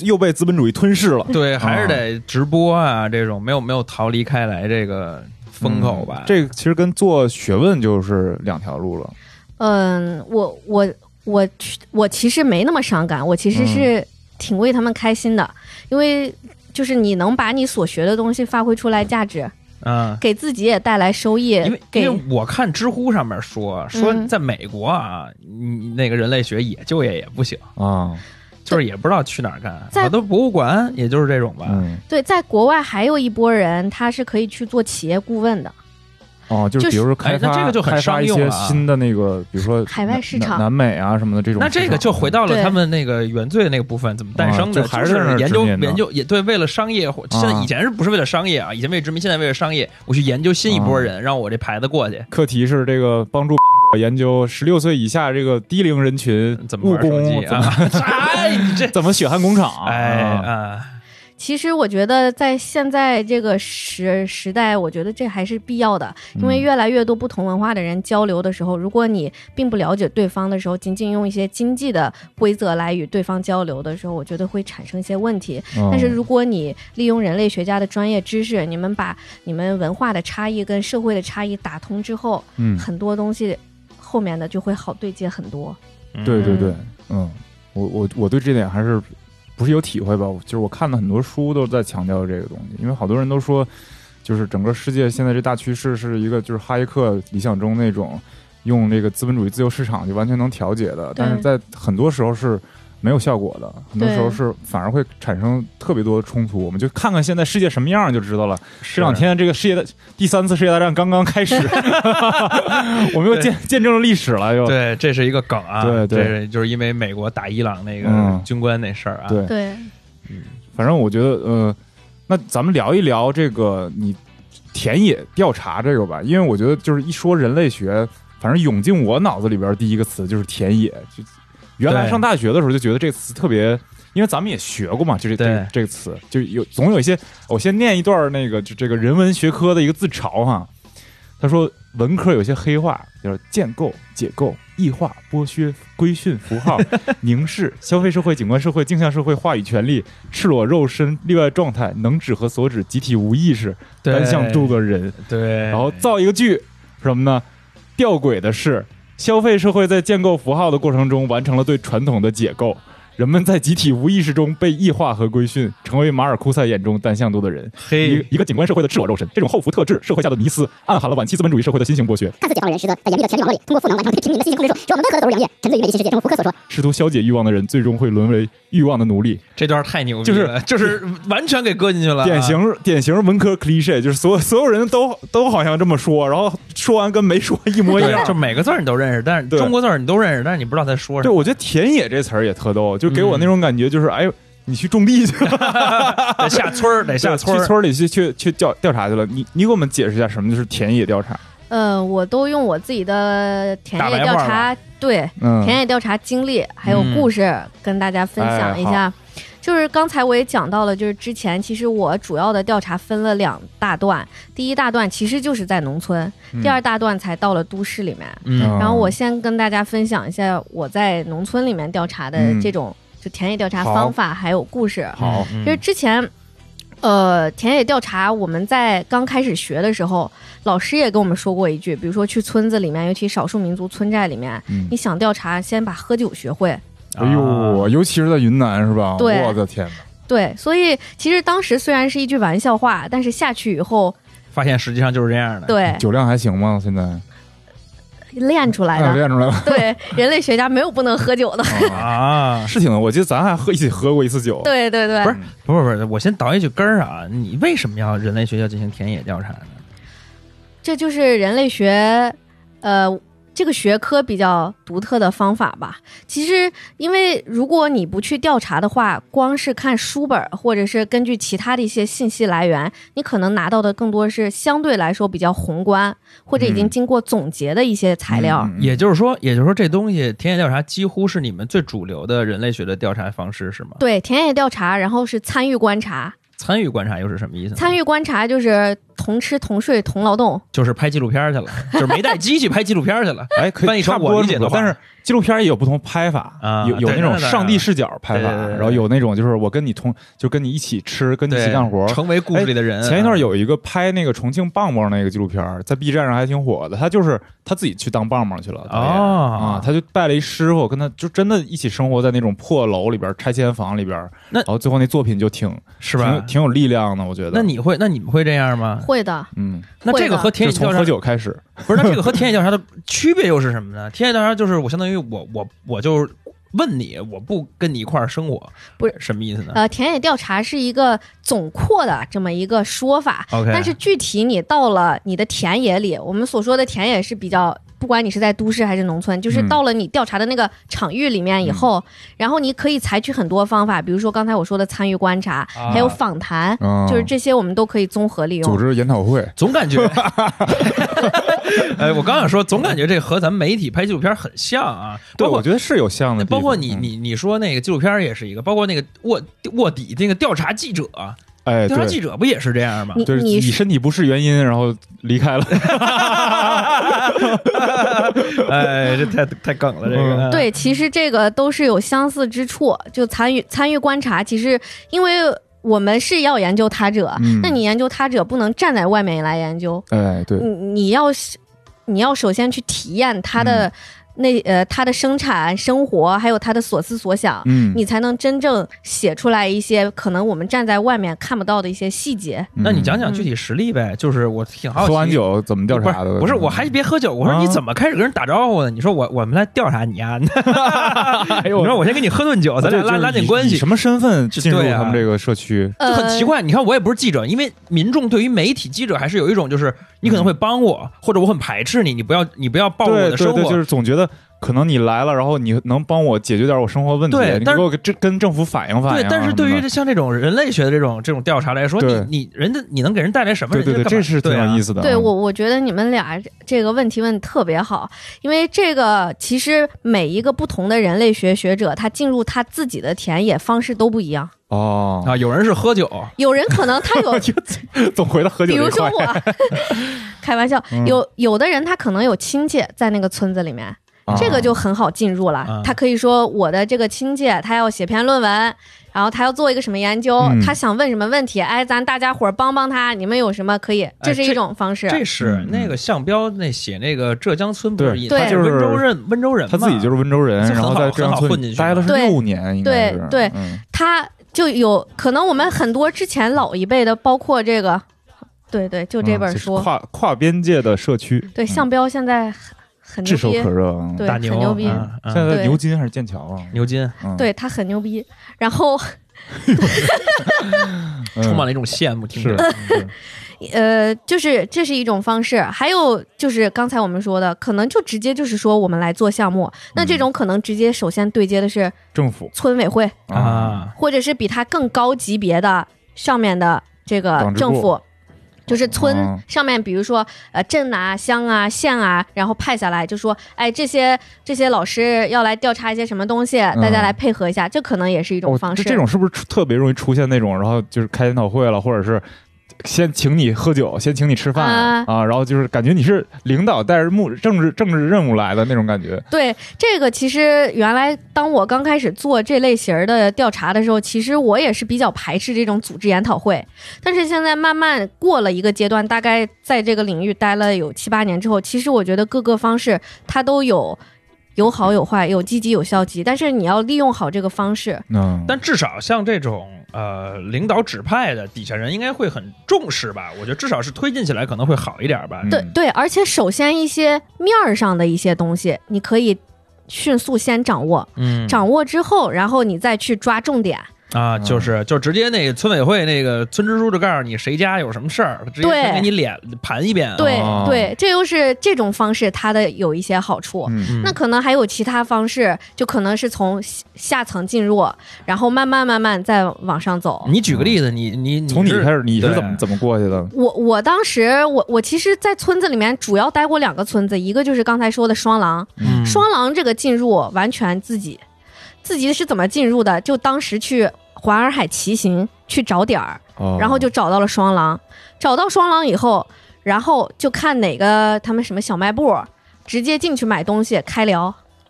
E: 又被资本主义吞噬了。
A: 嗯
B: 对，还是得直播啊，这种没有没有逃离开来这个风口吧
A: 嗯。这个其实跟做学问就是两条路了，
C: 嗯，我我我去我其实没那么伤感，我其
B: 嗯
C: 实是挺为他们开心的，因为就是你能把你所学的东西发挥出来价值，
B: 嗯，
C: 给自己也带来收益
B: 因为，因
C: 给
B: 为我看知乎上面说说
C: 嗯
B: 在美国啊，你那个人类学也就业也不行，
A: 啊，
B: 就是也不知道去哪儿干，
C: 在
B: 好多博物馆也就是这种吧。
A: 嗯，
C: 对，在国外还有一波人，他是可以去做企业顾问的。
A: 哦，就是
C: 就
A: 比
C: 是
A: 如说开
B: 哎那
A: 发，
B: 这个就很
A: 开发
B: 商
A: 一
B: 用
A: 些
B: 了啊
A: 新的那个，比如说
C: 海外
A: 南
C: 市
A: 南
C: 场
A: 南美啊什么的这种市
B: 那
A: 场，
B: 这个就回到了
C: 对
B: 他们那个原罪那个部分，怎么诞生的？
A: 啊就还
B: 就是
A: 那儿
B: 研究
A: 殖民的
B: 研究也对，为了商业或，现在
A: 啊
B: 以前是不是为了商业啊？以前为殖民，现在为了商业，我去研究新一波
A: 啊
B: 人，让我这牌子过去。
A: 课题是这个帮助 研究十六岁以下这个低龄人群
B: 怎么
A: 务
B: 玩手
A: 工
B: 机
A: 怎
B: 啊
A: 么？
B: 哎，你这
A: 怎么血汗工厂，
B: 哎
A: 啊
B: 啊，
C: 其实我觉得在现在这个时时代，我觉得这还是必要的，因为
A: 嗯
C: 越来越多不同文化的人交流的时候，如果你并不了解对方的时候，仅仅用一些经济的规则来与对方交流的时候，我觉得会产生一些问题。
A: 嗯
C: 但是如果你利用人类学家的专业知识，你们把你们文化的差异跟社会的差异打通之后，
A: 嗯，
C: 很多东西后面的就会好对接很多。
A: 对对
C: 嗯
A: 对，嗯，我我我对这点还是不是有体会吧？我就是我看的很多书都在强调这个东西，因为好多人都说，就是整个世界现在这大趋势是一个就是哈耶克理想中那种用这个资本主义自由市场就完全能调节的，但是在很多时候是。没有效果的，很多时候
C: 对
A: 是反而会产生特别多的冲突。我们就看看现在世界什么样就知道了。这
B: 这
A: 两天这个世界的第三次世界大战刚刚开始， 我们又见见证了历史了又。
B: 对，这是一个梗啊，
A: 对对
B: 这是就是因为美国打伊朗那个
A: 嗯
B: 军官那事儿啊，
A: 对
C: 对，
A: 反正我觉得，呃，那咱们聊一聊这个你田野调查这个吧，因为我觉得就是一说人类学，反正涌进我脑子里边第一个词就是田野。就原来
B: 对
A: 上大学的时候就觉得这个词特别，因为咱们也学过嘛，就这这
B: 对
A: 个这个词就有总有一些。我先念一段那个就这个人文学科的一个自嘲哈，他说文科有些黑话，就是建构、解构、异化、剥削、规训、符 号、凝视、消费社会、景观社会、镜像社会、话语权利、赤裸肉身、例外状态、能指和所指、集体无意识、
B: 对
A: 单向度个人，
B: 对，
A: 然后造一个句，什么呢？吊诡的是，消费社会在建构符号的过程中完成了对传统的解构，人们在集体无意识中被异化和规训，成为马尔库塞眼中单向度的人，一个
B: 嘿，
A: 一个景观社会的赤裸肉身。这种后福特质社会下的迷思，暗含了晚期资本主义社会的新型剥削，
F: 看似解放人士的，在严密的权力网络里，通过赋能完成对平民的信息控制术，使我们温和的走入良夜，沉醉于美丽新世界，正如福柯所说。
A: 试图消解欲望的人，最终会沦为欲望的奴隶。
B: 这段太牛逼了， 就是完全给搁进去了啊，
A: 典型典型文科 cliche，就是所有所有人都都好像这么说，然后说完跟没说一模一
B: 对，
A: 样
B: 就。每个字儿你都认识，但是
A: 对
B: 中国字儿你都认识，但是你不知道在说什
A: 对，
B: 么，
A: 我觉得“田野”这词儿也特逗，就给我
B: 嗯
A: 那种感觉，就是、哎呦，你去种地去 了，
B: 得下村儿，得下村
A: 去
B: 儿，
A: 村里去去去调调查去了。你你给我们解释一下什么就是田野调查？
C: 呃，我都用我自己的田
B: 大
C: 野
B: 白
C: 调
B: 话
C: 查，对，
A: 嗯，
C: 田野调查经历还有故事、跟大家分
A: 哎
C: 享一下。就是刚才我也讲到了，就是之前其实我主要的调查分了两大段，第一大段其实就是在农村，
A: 嗯
C: 第二大段才到了都市里面。
B: 嗯
A: 嗯
C: 然后我先跟大家分享一下我在农村里面调查的这种、就田野调查
A: 嗯好
C: 方法还有故事。
A: 好，
B: 嗯
C: 就是之前，呃，田野调查我们在刚开始学的时候，老师也跟我们说过一句，比如说去村子里面，尤其少数民族村寨里面，
A: 嗯
C: 你想调查，先把喝酒学会。
A: 哎
B: 啊
A: 呦，尤其是在云南是吧？
C: 对
A: 我的天哪！
C: 对，所以其实当时虽然是一句玩笑话，但是下去以后，
A: 哎
B: 发现实际上就是这样的，
C: 对，
A: 酒量还行吗？现在
C: 练出来
A: 哎
C: 的。
A: 练哦出来了
C: 对，人类学家没有不能喝酒的。
B: 啊，
A: 是挺的。我记得咱还喝一起喝过一次酒，
C: 对对对
A: 哦
B: 不，是不是不是，我先倒一句根儿啊，你为什么要人类学校进行田野调查呢？
C: 这就是人类学，呃，这个学科比较独特的方法吧。其实，因为如果你不去调查的话，光是看书本儿或者是根据其他的一些信息来源，你可能拿到的更多是相对来说比较宏观或者已经
A: 嗯
C: 经过总结的一些材料。
A: 嗯
B: 也就是说，也就是说，这东西田野调查几乎是你们最主流的人类学的调查方式，是吗？
C: 对，田野调查，然后是参与观察。
B: 参与观察又是什么
A: 嗯
B: 意思呢？
C: 参与观察就是同吃同睡同劳动，
B: 就是拍纪录片儿去了，就是没带机去拍纪录片儿去了。
A: 哎，可
B: 翻
A: 以
B: 译成
A: 差不
B: 我
A: 多
B: 理解
A: 这么
B: 的
A: 说
B: 话
A: 但是纪录片儿也有不同拍法，
B: 啊
A: 有有
B: 对
A: 那种
B: 那当然
A: 上帝视角拍法，
B: 对对对对对
A: 然后有那种就是我跟你同，就跟你一起吃，跟你 一起
B: 对
A: 干活。哎
B: 成为故事里的人。
A: 前一段有一个拍那个重庆棒棒那个纪录片儿，在 B 站上还挺火的，他就是他自己去当棒棒去了。导演啊
B: 哦，，
A: 他就拜了一师傅，跟他就真的一起生活在那种破楼里边儿、拆迁房里边儿，
B: 那
A: 然后最后那作品就挺
B: 是吧
A: 挺？挺有力量的，我觉得。
B: 那你会，那你们会这样吗？
C: 会的。
A: 嗯，
B: 那这个和田
A: 就
B: 野
A: 从
B: 调查
A: 喝酒开始，
B: 不是，那这个和田野调查的区别又是什么呢？田野调查就是我相当于我我我就问你，我不跟你一块儿生活，
C: 不是
B: 什么意思
A: 嗯
B: 呢
C: 呃，田野调查是一个总括的这么一个说法，
A: 啊
B: ？OK，
C: 呃但是具体你到了你的田野里，我们所说的田野是比较，不管你是在都市还是农村，就是
A: 嗯
C: 到了你调查的那个场域里面以后，然后你可以采取很多方法，比如说刚才我说的参与观察，
B: 啊
C: 还有访谈，
A: 嗯，
C: 就是这些我们都可以综合利
A: 组
C: 用。
A: 织研讨会，
B: 总感 觉，哎，我刚想说，总感觉这和咱们媒体拍纪录片很像啊，
A: 对，
B: 包括
A: 我觉得是有像的地方，
B: 包括你
A: 嗯
B: 你你说那个纪录片也是一个，包括那个卧卧底那个调查记者，啊
A: 哎，
B: 调查
A: 对，
B: 记者不也是这样吗？
C: 你
A: 就是以
C: 你是
A: 身体不适原因，然后离开了。
B: 哎，这太太梗了，这
A: 嗯
B: 个啊
C: 对，其实这个都是有相似之处，就参与参与观察，其实因为我们是要研究他者，
A: 嗯
C: 那你研究他者不能站在外面来研究，
A: 哎，对，
C: 你你要是你要首先去体验它的、那呃它的生产生活，还有它的所思所想，
A: 嗯，
C: 你才能真正写出来一些可能我们站在外面看不到的一些细节。
B: 那你讲讲
C: 嗯
B: 具体实例呗，就是我挺好奇。
A: 喝完酒怎么调查的？
B: 不是，不是我还别喝酒。我说
A: 啊
B: 你怎么开始跟人打招呼的？你说我我们来调查你啊？你
A: 哎呦
B: 说我先跟你喝顿哦酒，咱
A: 对
B: 俩
A: 就
B: 拉
A: 是
B: 拉近
A: 以
B: 关
A: 以
B: 系，
A: 什么身份进入
B: 对啊
A: 他们这个社区？
B: 就
C: 呃，
B: 很奇怪。你看我也不是记者，因为民众对于媒体记者还是有一种就是你可能会帮我，或者我很排斥你，你不要你不要暴露我
A: 嗯对
B: 的
A: 对
B: 生
A: 对，就
B: 活。
A: 是总觉得可能你来了，然后你能帮我解决点我生活问题，
B: 对
A: 你
B: 但
A: 给
B: 是
A: 我跟跟政府反映反
B: 对
A: 映啊什么的。，
B: 但是对于这像这种人类学的这种这种调查来说，
A: 对
B: 你你人家你能给人带来什么？
A: 对对对，这是挺有意
B: 思。
A: 思的啊。
C: 对我，我觉得你们俩这个问题问得特别好，因为这个其实每一个不同的人类学学者，他进入他自己的田野方式都不一样。
A: 哦，
B: 啊，有人是喝酒，
C: 有人可能他有
A: 总回到喝酒
C: 比
A: 这
C: 如
A: 一
C: 说
A: 块。嗯
C: 我， 开玩笑，有有的人他可能有亲戚在那个村子里面，
A: 啊
C: 这个就很好进入了。
B: 啊
C: 他可以说我的这个亲戚他要写篇论文，然后他要做一个什么研究，
A: 嗯
C: 他想问什么问题，哎，咱大家伙儿帮帮他，你们有什么可
A: 哎
C: 以？这是一种方式。
B: 这是
A: 嗯
B: 那个项标那写那个浙江村不是
A: 对
B: 也
C: 对
B: 他就是温州人，温州人嘛
A: 他自己就是温州人，
B: 这很
A: 然
B: 好
A: 后在浙江
B: 很好混
A: 村
B: 进去
A: 待了是
C: 对
A: 六年，应该
C: 对
A: 是
C: 对
A: 嗯
C: 他就有可能我们很多之前老一辈的，包括这个，对对，就这
A: 嗯
C: 本
A: 就是
C: 书，
A: 跨跨边界的社区，
C: 对
A: 嗯
C: 项标现在很很
A: 炙
C: 牛
A: 手
C: 逼，
A: 可热。嗯
C: 对，
B: 大
C: 很
B: 牛
C: 牛逼。
B: 啊啊
A: 现在在
C: 对
A: 牛津还是剑桥啊？
B: 牛津
A: 嗯，
C: 对他很牛逼，然后
A: 嗯
B: 充满了一种羡慕，听
A: 是
B: 着。
A: 是
C: 呃，就是这是一种方式，还有就是刚才我们说的，可能就直接就是说我们来做项目，那
A: 嗯
C: 这种可能直接首先对接的是
A: 政府
C: 村委会，
A: 嗯
B: 啊，
C: 或者是比它更高级别的上面的这个
A: 党支部
C: 政府，就是村
A: 嗯
C: 上面，比如说呃镇啊、乡啊、县啊，然后派下来就说，哎，这些这些老师要来调查一些什么东西，大家来配合一下，这可能也是一种
A: 嗯哦
C: 方式。
A: 这这种是不是出特别容易出现那种，然后就是开研讨会了，或者是先请你喝酒，先请你吃饭
C: 啊
A: 然后就是感觉你是领导带着目政治政治任务来的那种感觉。
C: 对这个，其实原来当我刚开始做这类型儿的调查的时候，其实我也是比较排斥这种组织研讨会。但是现在慢慢过了一个阶段，大概在这个领域待了有七八年之后，其实我觉得各个方式它都有有好有坏，有积极有消极，但是你要利用好这个方式。
A: 嗯，
B: 但至少像这种呃领导指派的，底下人应该会很重视吧？我觉得至少是推进起来可能会好一点吧。
C: 对对，而且首先一些面儿上的一些东西，你可以迅速先掌握，
B: 嗯，
C: 掌握之后，然后你再去抓重点。
A: 嗯
B: 啊，就是就直接那个村委会那个村支书就告诉你谁家有什么事儿，直接
C: 对
B: 先给你脸盘一遍啊。
C: 对
A: 哦
C: 对，这又是这种方式它的有一些好处。
A: 嗯
B: 嗯
C: 那可能还有其他方式，就可能是从下下层进入，然后慢慢慢慢再往上走。
A: 嗯
B: 你举个例子，你你你
A: 从你
B: 是
A: 开始，你是
B: 对
A: 怎么怎么过去的？
C: 我我当时我我其实，在村子里面主要待过两个村子，一个就是刚才说的双廊，
B: 嗯
C: 双廊这个进入完全自己，自己是怎么进入的？就当时去环洱海骑行去找点儿，
A: 哦
C: 然后就找到了双廊，找到双廊以后，然后就看哪个他们什么小卖部，直接进去买东西开聊。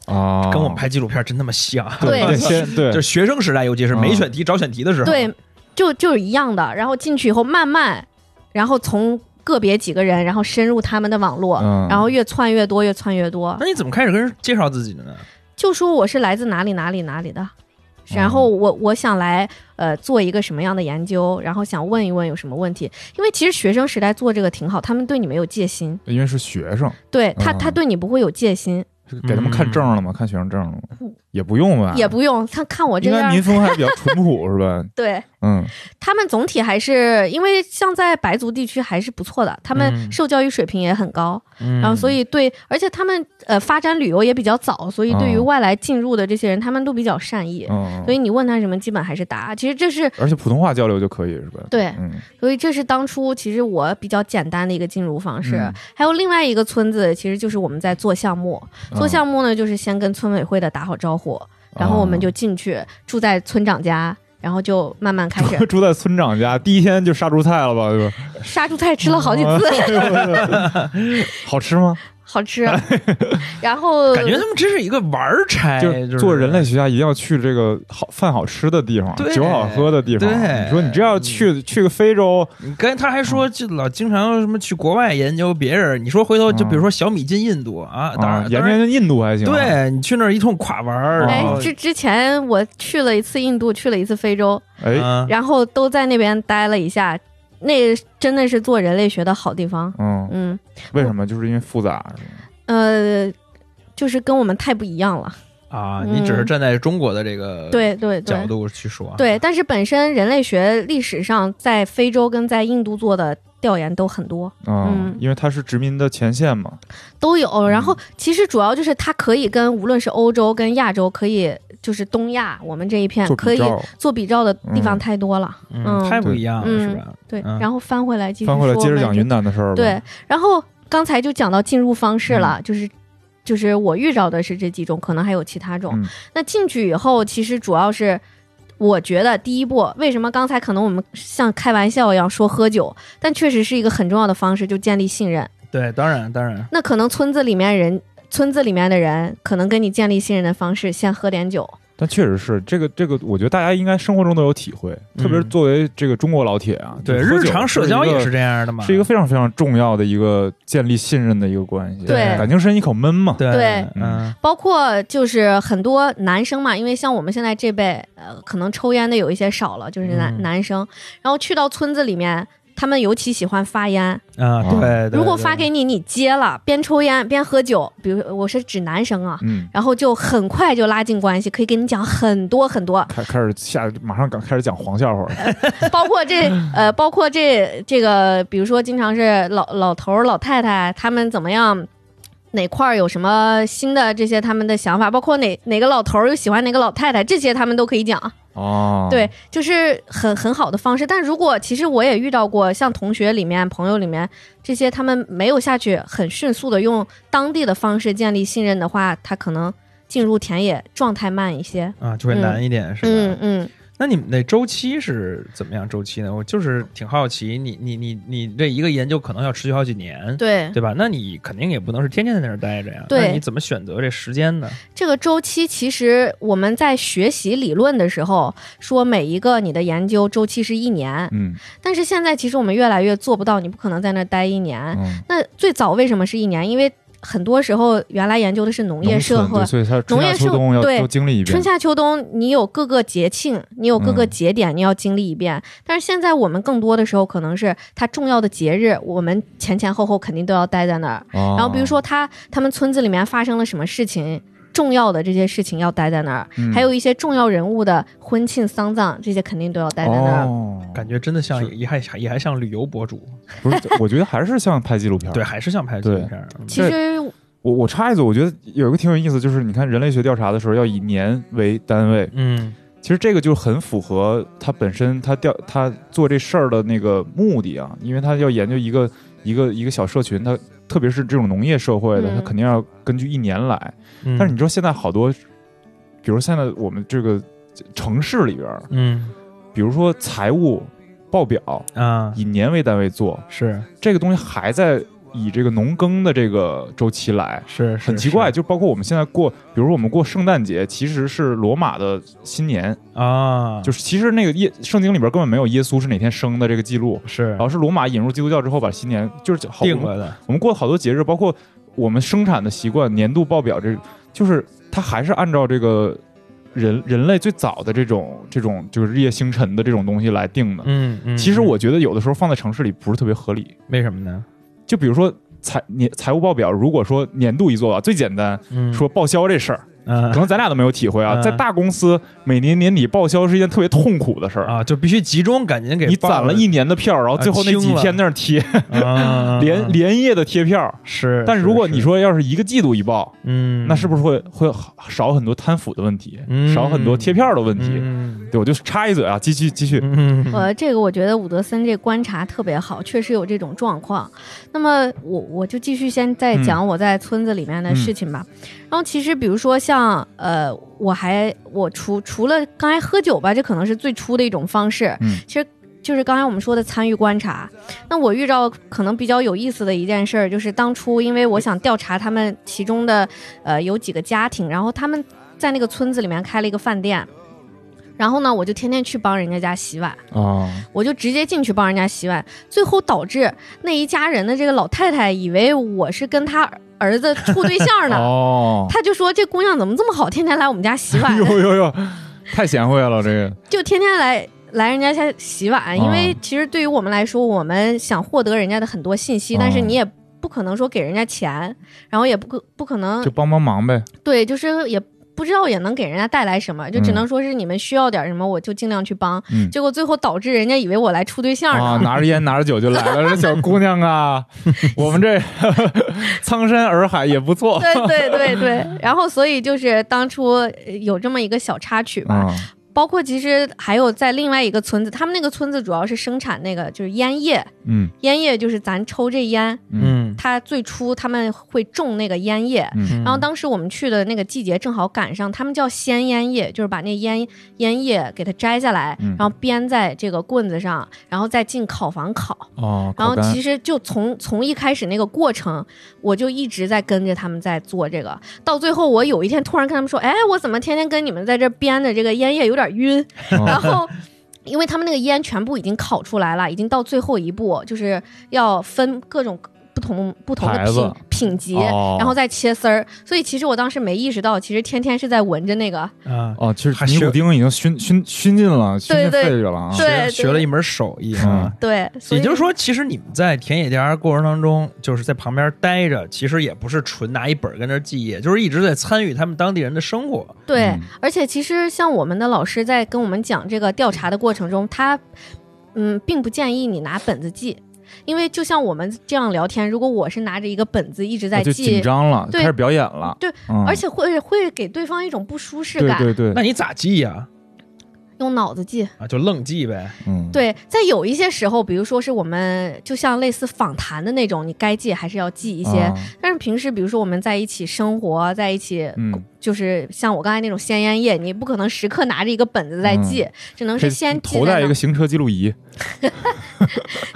A: 啊，
B: 跟我们拍纪录片真他妈像。
C: 对
A: 对先对
B: 就学生时代，尤其是
A: 哦
B: 没选题、找选题的
A: 啊
B: 时候，
C: 对，就就是一样的。然后进去以后，慢慢，然后从个别几个人，然后深入他们的网络，
A: 嗯
C: 然后越窜越多，越窜越多
B: 那。你怎么开始跟人介绍自己的呢？
C: 就说我是来自哪里哪里哪里的，
A: 嗯
C: 然后我我想来呃做一个什么样的研究，然后想问一问有什么问题，因为其实学生时代做这个挺好，他们对你没有戒心，
A: 因为是学生，
C: 对他、
A: 嗯
C: 他对你不会有戒心，
A: 是给他们
B: 嗯
A: 看证了吗？看学生证了吗？也不用吧，
C: 嗯也不用他看我这
A: 应该
C: 样
A: 民，风 还比较淳朴是吧？
C: 对
A: 嗯，
C: 他们总体还是因为像在白族地区还是不错的，他
B: 嗯
C: 们受教育水平也很高。
A: 嗯
C: 然后所以对，而且他们呃发展旅游也比较早，所以对于
A: 哦
C: 外来进入的这些人，他们都比较善意，
A: 嗯，
C: 所
A: 以
C: 以你问他什么，基本还是答。其实这是
A: 而且普通话交流就可以是吧？
C: 对，
A: 嗯
C: 所以这是当初其实我比较简单的一个进入方式。
B: 嗯
C: 还有另外一个村子，其实就是我们在做项目，
B: 嗯
C: 做项目呢就是先跟村委会的打好招呼，然后我
B: 哦
C: 们就进去住在村长家。然后就慢慢 开始
A: 住在村长家，第一天就杀猪菜了吧？对吧？
C: 杀猪菜，吃了好几次，
B: 哦
A: 好吃吗？
C: 好 吃。然后
B: 感觉他们真是一个玩儿差，
A: 呃就
B: 哎就是
A: 是做人类学家一定要去这个好饭好吃的地方
B: 对，
A: 酒好喝的地方。
B: 对嗯
A: 你说你这要去去个非洲，
B: 你跟他还说，就老经常什么去国外研究别人，你说回头就
A: 嗯
B: 比如说小米进印度啊，当
A: 啊
B: 然，
A: 研
B: 当
A: 究
B: 然
A: 研究印度还行啊。
B: 对你去那儿一通垮玩儿，
A: 哦
B: 然
C: 哎
B: 后，
C: 之之前我去了一次印度，去了一次非洲，
A: 哎，
B: 嗯
C: 然后都在那边待了一下，那真的是做人类学的好地方。
A: 嗯，
C: 嗯，
A: 为什么？就是因为复杂，是吗
C: 呃，就是跟我们太不一样了。
B: 啊，
C: 嗯
B: 你只是站在中国的这个
C: 对对
B: 角
C: 对
B: 度去说，啊
A: 啊
C: 对，但是本身人类学历史上在非洲跟在印度做的调研都很多，
A: 嗯
C: 嗯，
A: 因为它是殖民的前线嘛。
C: 都有。
A: 嗯
C: 然后其实主要就是它可以跟无论是欧洲跟亚洲，可以就是东亚我们这一片
A: 做
C: 哎可
A: 比
C: 以
A: 照，
C: 做比较的地方
A: 嗯
C: 太多了。
B: 嗯，
C: 嗯
B: 太不一样了，
C: 嗯
B: 是吧？
C: 对，
B: 嗯
C: 然后翻回来继续
A: 翻回来
C: 说
A: 接着
C: 我们
A: 讲
C: 这
A: 云南的事儿吧。
C: 对，，然后刚才就讲到进入方式了，就是就是我遇到的是这几种，可能还有其他种。
A: 嗯
C: 那进去以后，其实主要是。我觉得第一步，为什么刚才可能我们像开玩笑一样说喝酒，但确实是一个很重要的方式，就建立信任。
B: 对，当然当然，
C: 那可能村子里面人，村子里面的人可能跟你建立信任的方式，先喝点酒。
A: 但确实是这个这个，我觉得大家应该生活中都有体会，
B: 嗯
A: 特别是作为这个中国老铁啊，
B: 对，
A: 就是喝
B: 日
A: 酒
B: 常社
A: 一
B: 交也
A: 个
B: 是这样的嘛，
A: 是一个非常非常重要的一个建立信任的一个关系。
B: 对
A: 感情深一口闷嘛。
B: 对
C: 对
B: 嗯
C: 包括就是很多男生嘛，因为像我们现在这辈，呃，可能抽烟的有一些少了，就是男、
B: 嗯
C: 男生，然后去到村子里面，他们尤其喜欢发烟。
B: 啊，
A: 啊
B: 对对，对
C: 如果发给你，你接了，边抽烟边喝酒，比如我是指男生啊，
A: 嗯，，
C: 然后就很快就拉近关系，可以跟你讲很多很多
A: 开开始下马上刚开始讲黄笑话了，
C: 包括这呃，包括这这个，比如说经常是老老头儿老太太他们怎么样。哪块儿有什么新的这些他们的想法，包括哪哪个老头儿又喜欢哪个老太太，这些他们都可以讲。
A: 哦，
C: 对，就是很很好的方式。但如果其实我也遇到过，像同学里面、朋友里面这些，他们没有下去很迅速的用当地的方式建立信任的话，他可能进入田野状态慢一些。
B: 啊，就会难一点，是吧？
C: 嗯嗯，
B: 那你们那周期是怎么样周期呢？我就是挺好奇，你你你你这一个研究可能要持续好几年，
C: 对，
B: 吧？那你肯定也不能是天天在那儿待着呀。
C: 对
B: 那你怎么选择这时间呢？
C: 这个周期其实我们在学习理论的时候说，每一个你的研究周期是一年，
A: 嗯
C: 但是现在其实我们越来越做不到，你不可能在那儿待一年。
A: 嗯
C: 那最早为什么是一年？因为很多时候原来研究的是农业
A: 农
C: 社
A: 村
C: 会
A: 对，所以它春
C: 农业
A: 夏秋
C: 社
A: 冬要
C: 对
A: 都经历一遍
C: 春。夏秋冬，你有各个节庆，你有各个
A: 嗯
C: 节点，你要经历一遍。但是现在我们更多的时候可能是它重要的节日，我们前前后后肯定都要待在那儿。
A: 然
C: 然后比如说他他们村子里面发生了什么事情，重要的这些事情要待在那儿，
A: 嗯
C: 还有一些重要人物的婚庆丧葬，这些肯定都要待在那儿。
A: 哦，
D: 感觉真的像也还也还像旅游博主，
A: 不是，我觉得还是像拍纪录片儿。
D: 对，还是像拍纪录
A: 啊对
D: 片儿。嗯
C: 其实
A: 我我插一嘴，我觉得有一个挺有意思，就是你看人类学调查的时候要以年为单位，
D: 嗯，
A: 其实这个就很符合他本身他调他做这事儿的那个目的啊，因为他要研究一个一个一个小社群，他特别是这种农业社会的，
C: 嗯
A: 他肯定要根据一年来。
D: 但
B: 嗯
A: 但是你知道现在好多，比如现在我们这个城市里边儿，
D: 嗯
A: 比如说财务报表
D: 啊
A: 以年为单位做，
D: 是
A: 这个东西还在以这个农耕的这个周期来。
D: 是
A: 很奇怪，就包括我们现在过，比如说我们过圣诞节，其实是罗马的新年，
D: 啊，
A: 就是其实那个耶圣经里边根本没有耶稣是哪天生的这个记录，
D: 是
A: 然后是罗马引入基督教之后把新年就是好
D: 定了的，
A: 我们过了好多节日，包括我们生产的习惯、年度报表，这就是它还是按照这个人人类最早的这种这种就是日夜星辰的这种东西来定的。
D: 嗯嗯。
A: 其实
D: 嗯
A: 我觉得有的时候放在城市里不是特别合理，
D: 为什么呢？
A: 就比如说财年财务报表，如果说年度一做啊，最简单
D: 嗯
A: 说报销这 事儿，
B: 啊
D: 嗯
A: 可能咱俩都没有体会啊。
D: 嗯
A: 在大公司，每年年底报销是一件特别痛苦的事儿。
D: 啊，就必须集中赶紧给
A: 你
D: 报
A: 攒了一年的票，然后最后那几天那儿贴，
D: 啊
A: 连连夜的贴票。
D: 是，
A: 但
D: 是
A: 如果
D: 是
A: 你说要是一个季度一报，
D: 嗯，
A: 那是不是会会好少很多贪腐的问题，
D: 嗯
A: 少很多贴票的问题？
D: 嗯
A: 对，我就插一嘴啊，继续继续。
D: 嗯
C: 呃，这个我觉得伍德森这观察特别好，确实有这种状况。那么我我就继续先再讲我在村子里面的事情吧。然后其实比如说像呃，我还我除除了刚才喝酒吧，这可能是最初的一种方式。
A: 嗯
C: 其实。就是刚才我们说的参与观察，那我遇到可能比较有意思的一件事儿，就是当初因为我想调查他们其中的呃有几个家庭，然后他们在那个村子里面开了一个饭店，然后呢，我就天天去帮人家家洗碗，
D: 嗯
A: 啊，
C: 我就直接进去帮人家洗碗，最后导致那一家人的这个老太太以为我是跟她儿子处对象 呢，
A: 哦，
C: 她就说这姑娘怎么这么好，天天来我们家洗 碗，
A: 哎呦呦呦，太贤惠了这个。
C: 就天天来。来人家家洗
A: 哦
C: 碗，因为其实对于我们来说，我们想获得人家的很多信息，
A: 哦
C: 但是你也不可能说给人家钱，然后也不可不可能
A: 就帮帮忙呗，
C: 对，就是也不知道也能给人家带来什么，就只
A: 嗯
C: 能说是你们需要点什么，我就尽量去帮。
A: 嗯
C: 结果最后导致人家以为我来处对象
A: 啊，
C: 了。
A: 拿着烟拿着酒就来了，这小姑娘 啊，我们这 苍山洱海也不错
C: 对对对对，然后所以就是当初呃有这么一个小插曲吧，
A: 啊，
C: 包括其实还有在另外一个村子，他们那个村子主要是生产那个就是烟叶，
A: 嗯
C: 烟叶就是咱抽这烟，
A: 嗯
C: 它最初他们会种那个烟叶，
A: 嗯，
C: 然后当时我们去的那个季节正好赶上，他们叫鲜烟叶，就是把那烟烟叶给它摘下来，
A: 嗯
C: 然后编在这个棍子上，然后再进烤房烤。
A: 哦，
C: 然后
A: 口干
C: 其实就从从一开始那个过程，我就一直在跟着他们在做这个，到最后我有一天突然跟他们说，哎，我怎么天天跟你们在这编的这个烟叶有点晕，
A: 哦
C: 然后。因为他们那个烟全部已经烤出来了，已经到最后一步，就是要分各种不同不同的
A: 牌子
C: 品品级，
A: 哦
C: 然后再切丝儿。所以其实我当时没意识到，其实天天是在闻着那个，
D: 啊，
A: 哦，其实
D: 还
A: 尼
D: 学
A: 古丁已经熏熏熏进了，熏进
C: 对对
A: 肺里了啊。
C: 对
D: 学学了一门手艺啊。
C: 对，所以
D: 也就是说，其实你们在田野调查过程当中，就是在旁边待着，其实也不是纯拿一本儿跟那儿记忆，就是一直在参与他们当地人的生活。
C: 对，
A: 嗯
C: 而且其实像我们的老师在跟我们讲这个调查的过程中，他嗯，并不建议你拿本子记，因为就像我们这样聊天，如果我是拿着一个本子一直在
A: 哦啊就
C: 记
A: 紧，张了，
C: 对
A: 开始表演了。
C: 对
A: 嗯，
C: 而且会会给对方一种不舒适
A: 对
C: 感，
A: 对对，
D: 那你咋记呀？
C: 用脑子记。
D: 啊，就愣记呗。
A: 嗯，
C: 对，在有一些时候，比如说是我们就像类似访谈的那种，你该记还是要记一些。
A: 啊
C: 但是平时，比如说我们在一起生活，在一起，
A: 嗯
C: 就是像我刚才那种鲜烟叶，你不可能时刻拿着一个本子在记，只
A: 嗯
C: 能
A: 可
C: 是
A: 以
C: 先记
A: 头戴
C: 那
A: 一个行车记录仪。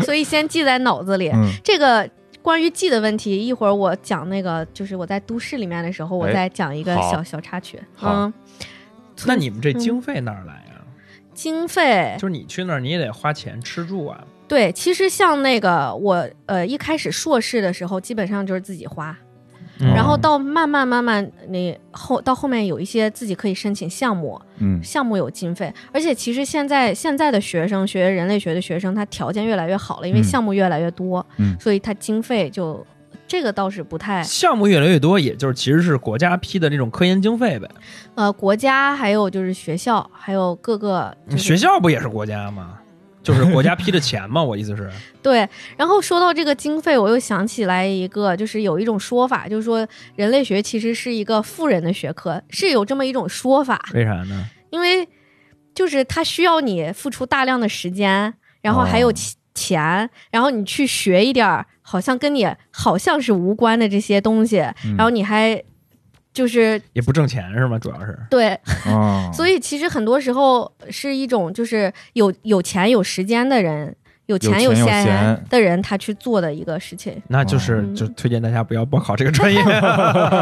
C: 所以先记在脑子里。
A: 嗯，
C: 这个关于记的问题，一会儿我讲那个，就是我在都市里面的时候，我
A: 哎
C: 再讲一个
A: 好
C: 小、小插曲。
A: 好
C: 嗯，
D: 那你们这
C: 嗯
D: 经费哪儿来呀？
C: 经费
D: 就是你去那儿，你也得花钱吃住啊。
C: 对，其实像那个我呃一开始硕士的时候，基本上就是自己花。
B: 嗯
C: 然后到慢慢慢慢，你后到后面有一些自己可以申请项目，
A: 嗯
C: 项目有经费，而且其实现在现在的学生学人类学的学生，他条件越来越好了，因为
A: 嗯
C: 项目越来越多，
A: 嗯
C: 所以他经费就这个倒是不太
B: 项目越来越多，也就是其实是国家批的那种科研经费呗。
C: 呃，国家还有就是学校，还有各个就
B: 嗯
C: 是
B: 学校不也是国家吗？就是国家批的钱嘛，我意思是，
C: 对，然后说到这个经费，我又想起来一个，就是有一种说法，就是说人类学其实是一个富人的学科，是有这么一种说法，
B: 为啥呢？
C: 因为就是它需要你付出大量的时间，然后还有
B: 哦
C: 其钱，然后你去学一点儿好像跟你好像是无关的这些东西，
B: 嗯
A: 嗯
C: 然后你还就是
B: 也不挣钱是吗？主要是
C: 对，
A: 啊，
B: 嗯
C: 所以其实很多时候是一种就是有有钱有时间的人。有钱
A: 有钱有
C: 闲
A: 闲
C: 的人，他去做的一个事情，
B: 那
A: 哦
B: 就是、
C: 嗯
B: 就推荐大家不要报考这个专业。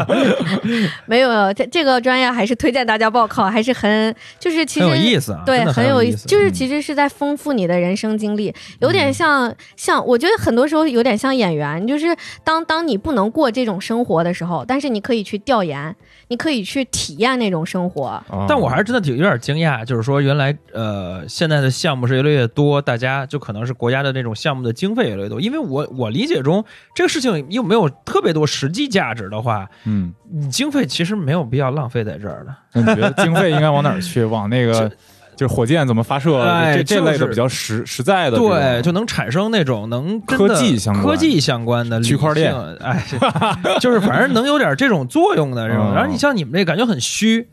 C: 没有没有，这这个专业还是推荐大家报考，还是很就是 其
B: 很有
C: 实
B: 意思啊，
C: 对
B: 真的很
C: 有
B: 意
C: 意
B: 思，嗯
C: 就是其实是在丰富你的人生经历，有点像像我觉得很多时候有点像演员，就是当当你不能过这种生活的时候，但是你可以去调研，你可以去体验那种生活，
A: 啊，
B: 但我还是真的挺有点惊讶，就是说原来呃现在的项目是越来越多，大家就可能是国家的那种项目的经费越来越多，因为我我理解中这个事情又没有特别多实际价值的话，
A: 嗯，
B: 你经费其实没有必要浪费在这儿的。
A: 那你觉得经费应该往哪儿去？往那个就是火箭怎么发射，
B: 哎
A: 这这
B: 就是
A: 类的比较实实在的这种，
B: 对，就能产生那种能真的
A: 科技相关
B: 科技相关的理性
A: 区块链，
B: 哎， 就是反正能有点这种作用的这种。
A: 嗯
B: 然后你像你们这感觉很虚，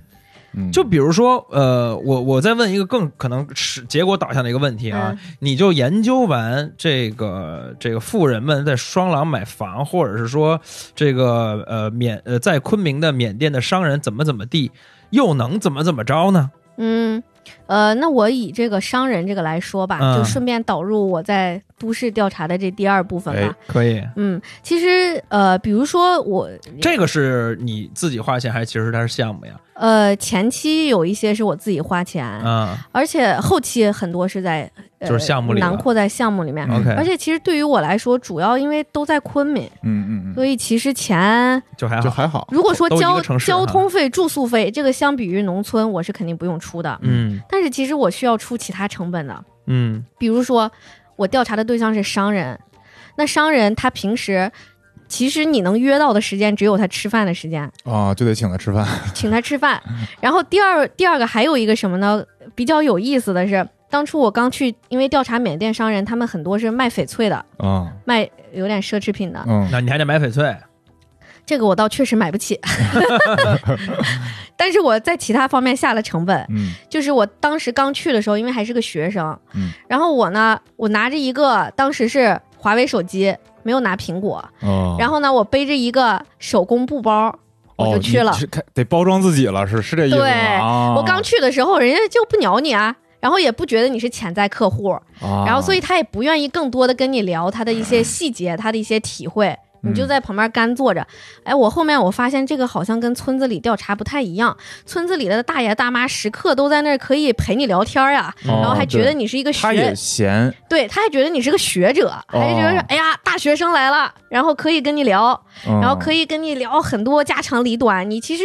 A: 嗯
B: 就比如说呃，我我再问一个更可能是结果导向的一个问题
C: 嗯
B: 啊，你就研究完这个这个富人们在双廊买房，或者是说这个呃缅呃在昆明的缅甸的商人怎么怎么地，又能怎么怎么着呢？
C: 嗯。呃，那我以这个商人这个来说吧，
B: 嗯
C: 就顺便导入我在都市调查的这第二部分吧。
A: 哎
B: 可以。
C: 嗯，其实呃，比如说我
B: 这个是你自己花钱，还是其实它是项目呀？
C: 呃，前期有一些是我自己花钱，
B: 啊、
C: 而且后期很多是在、呃、
B: 就是项目里了嗯
C: 囊括在项目里面。
B: OK
C: 嗯而且其实对于我来说，主要因为都在昆明，
A: 嗯嗯
C: 所以其实钱
B: 就还
A: 嗯，就
B: 好。
A: 还好，
C: 如果说
B: 都一个
C: 交
B: 城市
C: 交
B: 哈
C: 通费、住宿费，这个相比于农村，我是肯定不用出的。
B: 嗯
C: 但是其实我需要出其他成本的，
B: 嗯
C: 比如说我调查的对象是商人，那商人他平时。其实你能约到的时间只有他吃饭的时间，
A: 啊，就得请他吃 饭，
C: 请他吃饭。然后第二第二个还有一个什么呢？比较有意思的是，当初我刚去，因为调查缅甸商人，他们很多是卖翡翠的，
A: 啊，
C: 卖有点奢侈品的，
A: 嗯，
B: 那你还得买翡翠，
C: 这个我倒确实买不起。但是我在其他方面下了成本，
A: 嗯
C: 就是我当时刚去的时候，因为还是个学生，
A: 嗯
C: 然后我呢，我拿着一个当时是华为手机，没有拿苹果，
A: 哦，
C: 然后呢，我背着一个手工布包，我就
A: 哦，
C: 去了。
A: 你是看得包装自己了，是是这意思吗？
C: 对
A: 啊
C: 我刚，去的时候，人家就不鸟你啊，然后也不觉得你是潜在客户，
A: 啊
C: 然后所以他也不愿意更多的跟你聊他的一些细节，他的一些体会。你就
A: 嗯
C: 在旁边干坐着，哎，我后面我发现这个好像跟村子里调查不太一样，村子里的大爷大妈时刻都在那儿可以陪你聊天儿呀，
A: 哦
C: 然后还觉得
A: 对
C: 你是一个
A: 他也
C: 学，
A: 闲，
C: 对他还觉得你是个学者，还觉得说
A: 哦
C: 哎呀大学生来了，然后可以跟你聊，
A: 然
C: 然后可以跟你聊很多家长里短，你其实，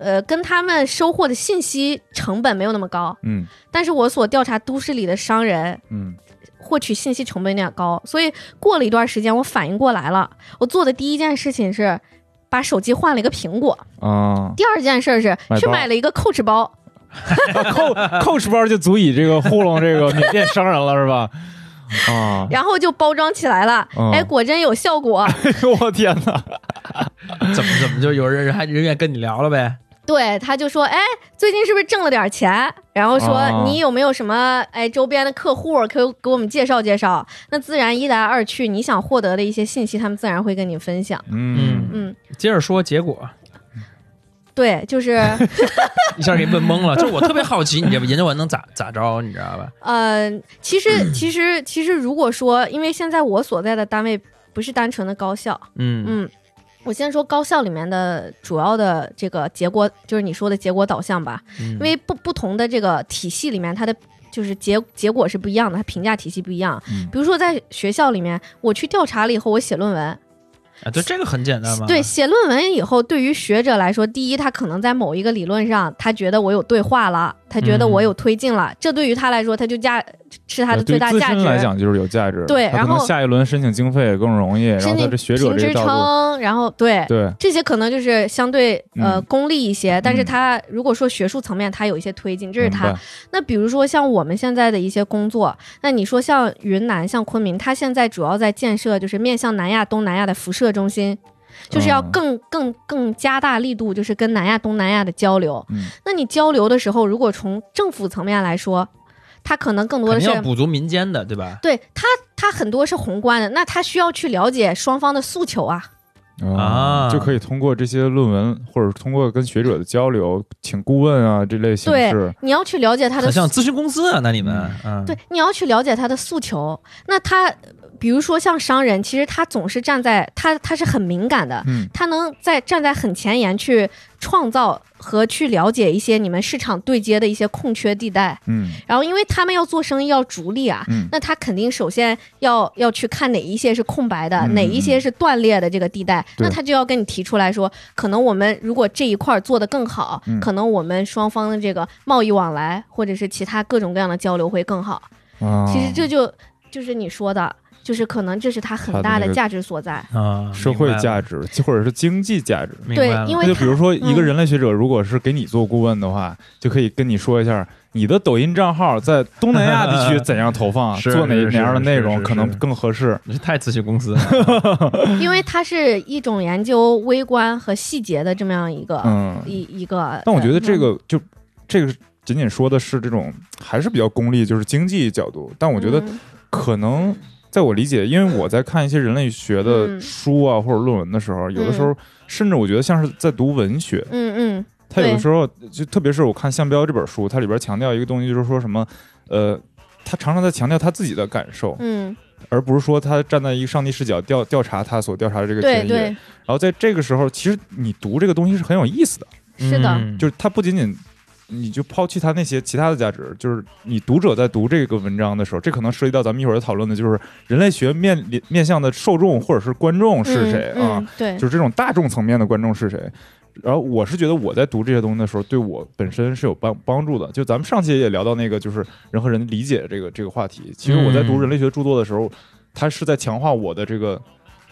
C: 呃，跟他们收获的信息成本没有那么高，
A: 嗯
C: 但是我所调查都市里的商人
A: 嗯
C: 获取信息成本有点高，所以过了一段时间，我反应过来了，我做的第一件事情是。把手机换了一个苹果，
A: 啊
C: 第二件事是
A: 买
C: 去
A: 包
C: 买了一个 Coach 包，
A: ，Coach 包就足以这个糊弄这个缅甸商人了，是吧？啊，
C: 然后就包装起来了。
A: 嗯
C: 哎，果真有效果。
A: 我天哪！
B: 嗯怎么怎么就有人人还人愿意跟你聊了呗？
C: 对，他就说，哎，最近是不是挣了点钱？然后说、
A: 哦
C: 你有没有什么哎周边的客户可以给我们介绍介绍？那自然一来二去，你想获得的一些信息，他们自然会跟你分享。
A: 嗯，
C: 嗯，
B: 接着说结果，
C: 对，就是
B: 一下给你问懵 了。就是我特别好奇，你这研究完能咋咋着，你知道吧？
C: 呃，其实其实其实，如果说因为现在我所在的单位不是单纯的高校，
B: 嗯
C: 嗯。我先说高校里面的主要的这个结果，就是你说的结果导向吧，
B: 嗯
C: 因为不不同的这个体系里面，它的就是结结果是不一样的，它评价体系不一样。
A: 嗯
C: 比如说在学校里面，我去调查了以后，我写论文，
D: 啊，对，这个很简单嘛。
C: 对，写论文以后，对于学者来说，第一，他可能在某一个理论上，他觉得我有对话了，他觉得我有推进了，这对于他来说，他就价是他的
A: 对
C: 最
A: 于
C: 大
A: 自
C: 价
A: 身
C: 值。啊
A: 来讲就是有价值。
C: 对
A: 他可
C: 然
A: 能
C: 后
A: 下一轮申请经费更容易，然后
C: 申
A: 他
C: 请
A: 这学者
C: 评
A: 这一
C: 职
A: 道路，
C: 称，然后对
A: 对，
C: 这些可能就是相对呃
A: 嗯
C: 功利一些，但
A: 嗯
C: 是他如果说学术层面，他有一些推进，这是
A: 明
C: 他
A: 白。
C: 那比如说像我们现在的一些工作，那你说像云南、像昆明，它现在主要在建设就是面向南亚、东南亚的辐射中心，就是要
A: 嗯
C: 更、更更加大力度，就是跟南亚、东南亚的交流。
A: 嗯
C: 那你交流的时候，如果从政府层面来说，它可能更多
D: 肯
C: 的是
D: 定要补足民间的，对吧？
C: 对它它很多是宏观的，那它需要去了解双方的诉求啊。
A: 哦
D: 啊
A: 就可以通过这些论文，或者通过跟学者的交流，请顾问啊这类形式
C: 对，，你要去了解它的
D: 很像咨询公司啊，那你们，嗯，
C: 对，你要去了解他的诉求。那他，比如说像商人，其实他总是站在他他是很敏感的，
A: 嗯
C: 他能在站在很前沿去创造和去了解一些你们市场对接的一些空缺地带。
A: 嗯
C: 然后，因为他们要做生意要逐利啊，
A: 嗯
C: 那他肯定首先要要去看哪一些是空白的，
A: 嗯
C: 哪一些是断裂的这个地带，
A: 对
C: 那他就要跟你提出来说，可能我们如果这一块儿做得更好，
A: 嗯
C: 可能我们双方的这个贸易往来或者是其他各种各样的交流会更好。
A: 啊，
C: 其实这就就是你说的，就是可能这是它很大
A: 它的那
C: 的
A: 个
C: 价值所在。
D: 啊，
A: 社会价
D: 值，
A: 值或者是经济价值。
D: 明
C: 对
D: 白了，
C: 因为
A: 那就比如
C: 它
A: 说，一个
C: 嗯
A: 人类学者如果是给你做顾问的话，就可以跟你说一下你的抖音账号在东南亚 地区怎样投放，
D: 是
A: 做哪
D: 是
A: 哪样的
D: 是
A: 内
D: 是
A: 容
D: 是
A: 可能
D: 是
A: 更合适。
D: 你是太咨询公司了，
C: 因为它是一种研究微观和细节的这么样一个、
A: 嗯，
C: 一一个。
A: 但我觉得这
C: 呃，
A: 个就这个仅仅说的是这种还是比较功利，就是经济角度。但我觉得
C: 嗯
A: 可能在我理解，因为我在看一些人类学的
C: 嗯
A: 书啊、或者论文的时候，有的时候甚至我觉得像是在读文学。
C: 嗯嗯
A: 它有的
C: 对
A: 时候就特别是我看《项标》这本书，它里边强调一个东西，就是说什么，呃，他常常在强调他自己的感受，
C: 嗯，
A: 而不是说他站在一个上帝视角调调查他所调查的这个
C: 嗯对
A: 田野。
C: 对
A: 然，后在这个时候，其实你读这个东西是很有意思的。
C: 是的，
D: 嗯
A: 就是它不仅仅你就抛弃它那些其他的价值，就是你读者在读这个文章的时候，这可能涉及到咱们一会儿要讨论的，就是人类学面临面向的受众或者是观众是谁
C: 嗯
A: 啊，
C: 嗯、对，
A: 就是这种大众层面的观众是谁。然后我是觉得我在读这些东西的时候，对我本身是有帮帮助的。就咱们上期也聊到那个，就是人和人理解这个这个话题。其实我在读
D: 嗯
A: 人类学著作的时候，它是在强化我的这个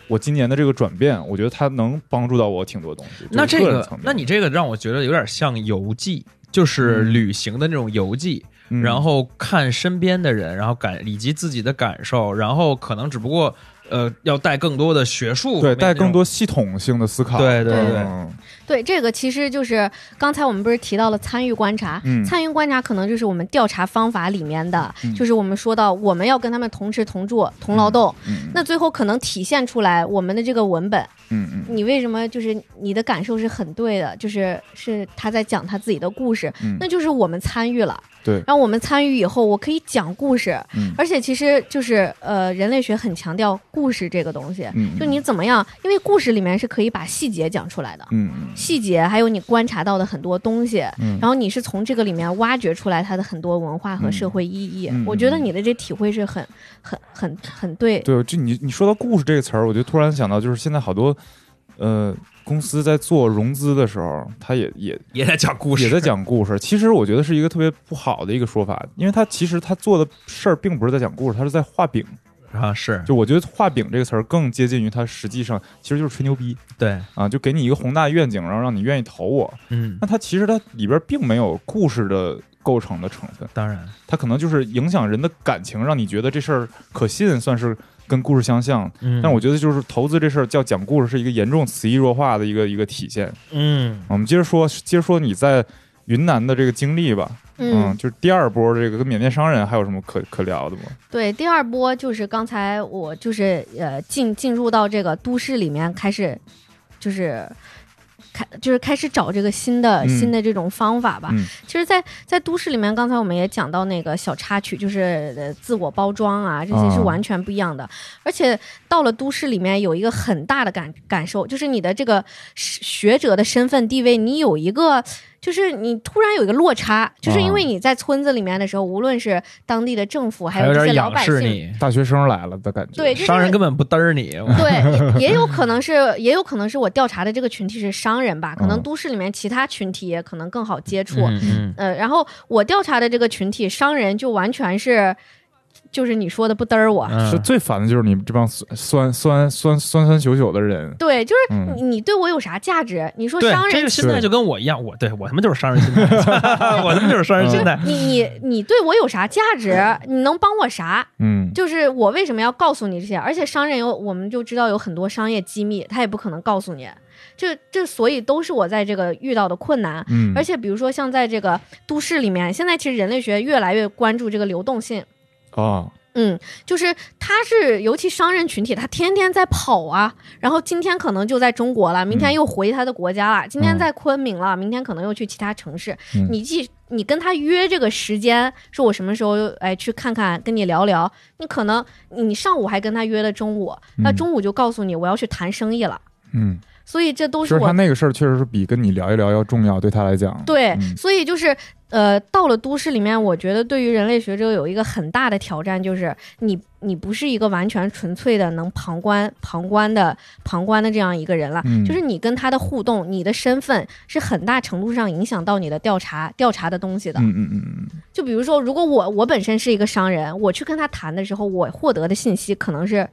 A: 我今年的这个转变。我觉得它能帮助到我挺多东西。
D: 那
A: 就是
D: 这
A: 人
D: 个
A: 层面，
D: 那你这个让我觉得有点像游记，就是
A: 嗯
D: 旅行的那种游记，
A: 嗯
D: 然后看身边的人，然后感以及自己的感受，然后可能只不过呃要带更多的学术，
A: 对，带更。多系统性的思考。
D: 对对对
A: 嗯
C: 对这个其实就是刚才我们不是提到了参与观察，
A: 嗯
C: 参与观察可能就是我们调查方法里面的，
A: 嗯
C: 就是我们说到我们要跟他们同吃同住同劳动，
A: 嗯
C: 那最后可能体现出来我们的这个文本。
A: 嗯嗯
C: 你为什么就是你的感受是很对的，就是是他在讲他自己的故事，
A: 嗯
C: 那就是我们参与了。
A: 对
C: 然后我们参与以后，我可以讲故事，
A: 嗯
C: 而且其实就是呃，人类学很强调故事这个东西，
A: 嗯，
C: 就你怎么样，因为故事里面是可以把细节讲出来的，
A: 嗯嗯
C: 细节还有你观察到的很多东西，
A: 嗯，
C: 然后你是从这个里面挖掘出来它的很多文化和社会意义。
A: 嗯嗯
C: 我觉得你的这体会是很很很很对，
A: 对，就你你说到故事这个词儿，我就突然想到，就是现在好多呃公司在做融资的时候，他也也
D: 也在讲故事，
A: 也在讲故事。其实我觉得是一个特别不好的一个说法，因为他其实他做的事儿并不是在讲故事，他是在画饼。
D: 啊，是
A: 就我觉得“画饼”这个词儿更接近于他实际上其实就是吹牛逼
D: 对，
A: 啊，就给你一个宏大愿景，然后让你愿意投我。
D: 嗯，
A: 那它其实它里边并没有故事的构成的成分。
D: 当然，
A: 它可能就是影响人的感情，让你觉得这事儿可信，算是跟故事相像。
D: 嗯，
A: 但我觉得就是投资这事儿叫讲故事，是一个严重词义弱化的一个一个体现。
D: 嗯，
A: 我们接着说，接着说你在云南的这个经历吧。
C: 嗯
A: 就是第二波这个跟缅甸商人还有什么可可聊的吗？
C: 对，第二波就是刚才我就是呃进进入到这个都市里面开始，就是开就是开始找这个新的、
A: 嗯
C: 新的这种方法吧。
A: 嗯
C: 其实在，在都市里面，刚才我们也讲到那个小插曲，就是呃自我包装啊，这些是
A: 啊
C: 完全不一样的。而且到了都市里面，有一个很大的感感受，就是你的这个学学者的身份地位，你有一个。就是你突然有一个落差，就是
A: 哦
C: 因为你在村子里面的时候，无论是当地的政府，还
D: 还有
C: 这些
D: 点
C: 老
D: 仰
C: 百
D: 视
C: 姓，
D: 你，
A: 大学生来了的感觉。
C: 对，这
D: 商
C: 就
D: 人
C: 是嗯
D: 根本不嘚儿你。
C: 对，也也有可能是，也有可能是我调查的这个群体是商人吧，可能
A: 嗯
C: 都市里面其他群体也可能更好接触。
D: 嗯，
C: 呃，然后我调查的这个群体商人就完全是，就是你说的不嘚儿我。
D: 嗯
A: 是最烦的就是你们这帮酸酸酸酸酸酸朽朽的人，
C: 对，就是
A: 嗯
C: 你你对我有啥价值？你说
D: 对
C: 商，
D: 这
C: 人
D: 个心态就跟我一样，我对我他妈就是商人 心态，我他妈就是商人心态。
C: 你你你对我有啥价值？你能帮我啥？
A: 嗯，
C: 就是我为什么要告诉你这些？而且商人有，我们就知道有很多商业机密，他也不可能告诉你。这这，所以都是我在这个遇到的困难。
A: 嗯，
C: 而且比如说像在这个都市里面，现在其实人类学越来越关注这个流动性。
A: 啊，
C: 嗯，就是它是，尤其商人群体，他天天在跑啊，然后今天可能就在中国了，明
A: 嗯
C: 天又回他的国家了，今天在昆明了，明天可能又去其他城市。
A: 嗯
C: 你既你跟他约这个时间，说我什么时候哎去看看，跟你聊聊，你可能你上午还跟他约了中午，那
A: 嗯
C: 中午就告诉你我要去谈生意了，
A: 嗯，
C: 所以这都
A: 就是是
C: 我
A: 他那个事儿确实是比跟你聊一聊要重要，对他来讲，
C: 对，
A: 嗯
C: 所以就是呃，到了都市里面，我觉得对于人类学者有一个很大的挑战，就是你你不是一个完全纯粹的能旁观旁观的旁观的这样一个人了。
A: 嗯
C: 就是你跟他的互动，你的身份是很大程度上影响到你的调查调查的东西的。
A: 嗯嗯嗯嗯，
C: 就比如说，如果我我本身是一个商人，我去跟他谈的时候，我获得的信息可能是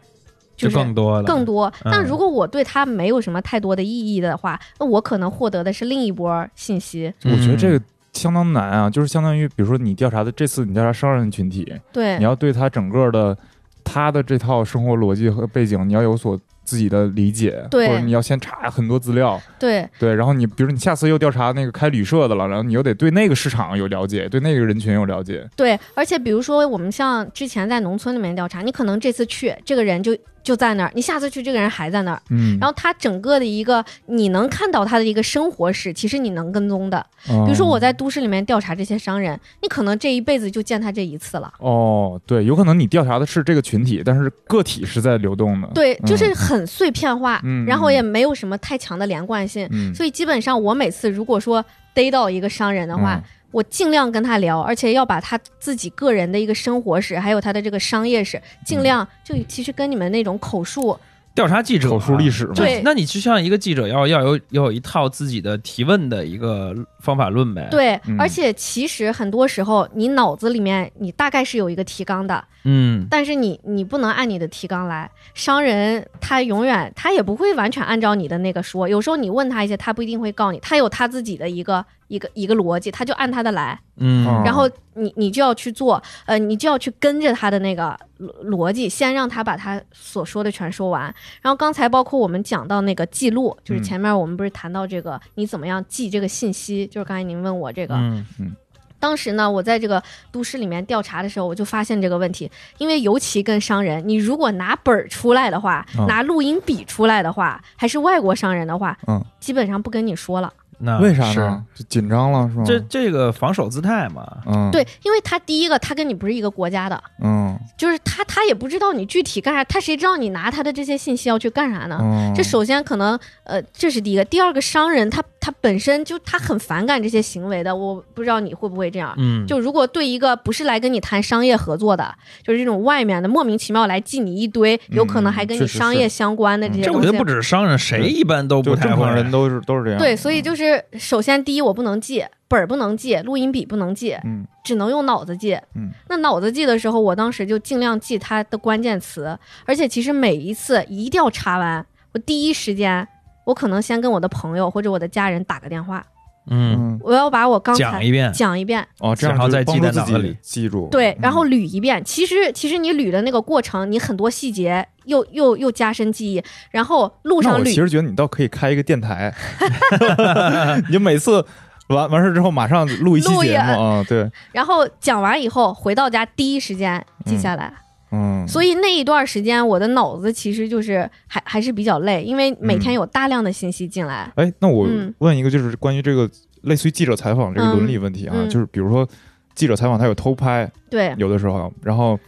D: 就是更多了，
C: 更多。
D: 嗯
C: 但如果我对他没有什么太多的意义的话，那我可能获得的是另一波信息。
A: 我觉得这个相当难啊，就是相当于比如说你调查的这次你调查商人群体，
C: 对，
A: 你要对他整个的他的这套生活逻辑和背景，你要有所自己的理解，
C: 对
A: 或者你要先查很多资料，
C: 对，
A: 对，然后你比如你下次又调查那个开旅社的了，然后你又得对那个市场有了解，对那个人群有了解，
C: 对，而且比如说我们像之前在农村里面调查，你可能这次去这个人就就在那儿，你下次去这个人还在那儿，
A: 嗯，
C: 然后他整个的一个你能看到他的一个生活史，其实你能跟踪的。
A: 哦
C: 比如说我在都市里面调查这些商人，你可能这一辈子就见他这一次了。
A: 哦，对，有可能你调查的是这个群体，但是个体是在流动的，
C: 对，就
A: 嗯
C: 是很碎片化，
A: 嗯
C: 然后也没有什么太强的连贯性，
A: 嗯，
C: 所以基本上我每次如果说逮到一个商人的话，
A: 嗯
C: 我尽量跟他聊，而且要把他自己个人的一个生活史，还有他的这个商业史，尽量就其实跟你们那种口述，
D: 调查记者啊
A: 口述历史嘛，
C: 对
D: 那你就像一个记者要要有要有一套自己的提问的一个方法论呗。，
C: 对，
A: 嗯
C: 而且其实很多时候你脑子里面你大概是有一个提纲的，
D: 嗯，
C: 但是你你不能按你的提纲来，商人他永远他也不会完全按照你的那个说，有时候你问他一些，他不一定会告你，他有他自己的一个一个一个逻辑，他就按他的来，
D: 嗯
A: 哦
C: 然后你你就要去做，呃，你就要去跟着他的那个逻逻辑，先让他把他所说的全说完。然后刚才包括我们讲到那个记录，就是
A: 嗯
C: 前面我们不是谈到这个、你怎么样记这个信息，就是刚才您问我这个，
D: 嗯
C: 当时呢，我在这个都市里面调查的时候，我就发现这个问题，因为尤其跟商人，你如果拿本儿出来的话，
A: 嗯
C: 拿录音笔出来的话，还是外国商人的话，
A: 嗯
C: 基本上不跟你说了。
D: 那
A: 为啥
D: 嗯
A: 呢？就紧张嗯了是吗？
D: 是？这这个防守姿态嘛，
A: 嗯，，
C: 对，因为他第一个，他跟你不是一个国家的，
A: 嗯，
C: 就是他他也不知道你具体干啥，他谁知道你拿他的这些信息要去干啥呢？
A: 嗯
C: 啊这首先可能，呃，这是第一个。第二个，商人他他本身就他很反感这些行为的，我不知道你会不会这样。
D: 嗯，
C: 就如果对一个不是来跟你谈商业合作的，就是这种外面的莫名其妙来记你一堆，有可
D: 嗯
C: 能还跟
A: 确
C: 你
A: 实是
C: 商业相关的这些
D: 这
C: 东
D: 我
C: 西。
D: 觉得不只啊是商人，谁一般都
A: 嗯就
D: 不太
A: 正
D: 会
A: 常人都是都是这样，
C: 对，
D: 嗯
C: 所以就是首先第一，我不能记本儿，不能记录音笔，不能记，
A: 嗯
C: 只能用脑子记。
A: 嗯，
C: 那脑子记的时候，我当时就尽量记它的关键词，而且其实每一次一定要查完，我第一时间，我可能先跟我的朋友或者我的家人打个电话，
D: 嗯
A: 嗯，
C: 我要把我刚才
D: 讲一遍，
C: 讲一遍，
A: 哦，这样
D: 然后
A: 就
D: 再
A: 帮
D: 记
A: 助
D: 在
A: 自
D: 脑子里
A: 己记住，
C: 对，然后
A: 嗯
C: 捋一遍。其实其实你捋的那个过程，你很多细节又又又加深记忆，然后路
A: 那
C: 上
A: 我其
C: 捋。
A: 实觉得你倒可以开一个电 台，你就每次完完事之后马上录一期
C: 录一
A: 节目啊， 对，
C: 然后讲完以后回到家，第一时间记下来。
A: 嗯，
C: 所以那一段时间，我的脑子其实就是还还是比较累，因为每
A: 嗯
C: 天有大量的信息进来。
A: 哎，那我
C: 嗯
A: 问一个，就是关于这个类似于记者采访这个伦理问题啊，
C: 嗯嗯
A: 就是比如说记者采访他有偷拍，
C: 对
A: 有的时候，然后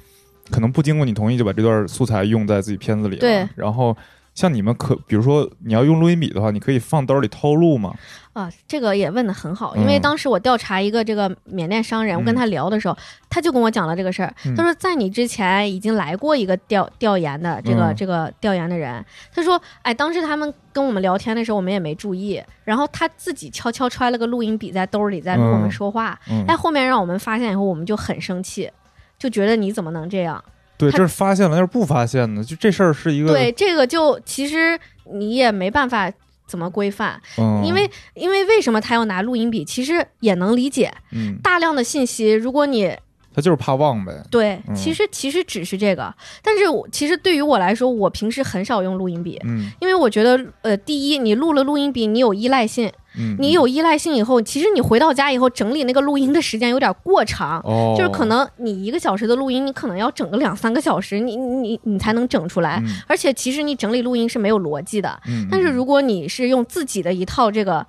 A: 可能不经过你同意就把这段素材用在自己片子里了，
C: 对
A: 然后像你们可，比如说你要用录音笔的话，你可以放兜里掏录吗？
C: 啊，这个也问的很好，因为
A: 嗯
C: 当时我调查一个这个缅甸商人，我跟
A: 嗯
C: 他聊的时候，他就跟我讲了这个事儿。
A: 嗯
C: 他说，在你之前已经来过一个调调研的这个、
A: 嗯
C: 这个调研的人，他说，哎，当时他们跟我们聊天的时候，我们也没注意，然后他自己悄悄揣了个录音笔在兜里，在跟我们
A: 嗯
C: 说话。
A: 嗯，
C: 但后面让我们发现以后，我们就很生气，就觉得你怎么能这样？
A: 对，
C: 他
A: 这是发现了，要是不发现呢？就这事儿是一个
C: 对，这个就其实你也没办法怎么规范，
A: 嗯，
C: 因为因为为什么他要拿录音笔，其实也能理解。
A: 嗯，
C: 大量的信息，如果你
A: 他就是怕忘呗。
C: 对，
A: 嗯
C: 其实其实只是这个，但是我其实对于我来说，我平时很少用录音笔，
A: 嗯
C: 因为我觉得，呃，第一，你录了录音笔，你有依赖性，
A: 嗯，
C: 你有依赖性以后，其实你回到家以后整理那个录音的时间有点过长。
A: 哦，
C: 就是可能你一个小时的录音，你可能要整个两三个小时，你你你你才能整出来。
A: 嗯，
C: 而且其实你整理录音是没有逻辑的，
A: 嗯，
C: 哎但是如果你是用自己的一套这个，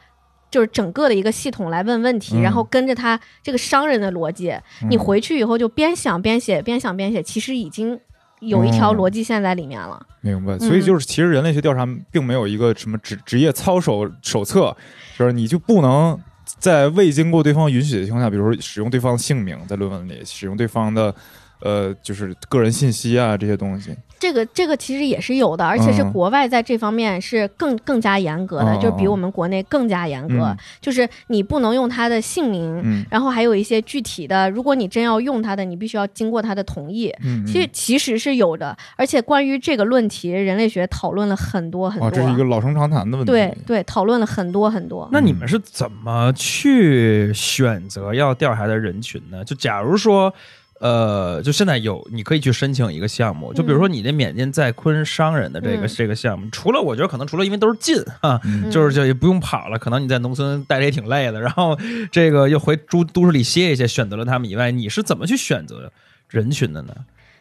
C: 就是整个的一个系统来问问题，
A: 嗯
C: 然后跟着他这个商人的逻辑，
A: 嗯
C: 你回去以后就边想边写，边想边写，其实已经有一条逻辑线在里面了。
A: 嗯明白，
C: 嗯
A: 所以就是其实人类学调查并没有一个什么职职业操守手册，就是你就不能在未经过对方允许的情况下，比如说使用对方的姓名在论文里，使用对方的呃就是个人信息啊这些东西。
C: 这个这个其实也是有的，而且是
A: 嗯
C: 国外在这方面是更更加严格的，
A: 哦
C: 就是比我们国内更加严格，
A: 嗯
C: 就是你不能用他的姓名，
A: 嗯
C: 然后还有一些具体的，如果你真要用他的，你必须要经过他的同意。
A: 嗯，
C: 其实其实是有的，而且关于这个论题，人类学讨论了很多很
A: 哇，
C: 多。
A: 哦
C: 啊
A: 这是一个老生常谈的问题。
C: 对对，讨论了很多很多。
B: 那
A: 嗯
B: 你们是怎么去选择要调查的人群呢？就假如说，呃，就现在有你可以去申请一个项目，就比如说你那缅甸在昆商人的这个、
C: 嗯
B: 这个项目，除了我觉得可能除了因为都是近啊，
A: 嗯
B: 就是就也不用跑了，可能你在农村待着也挺累的，然后这个又回都都市里歇一歇，选择了他们以外，你是怎么去选择人群的呢？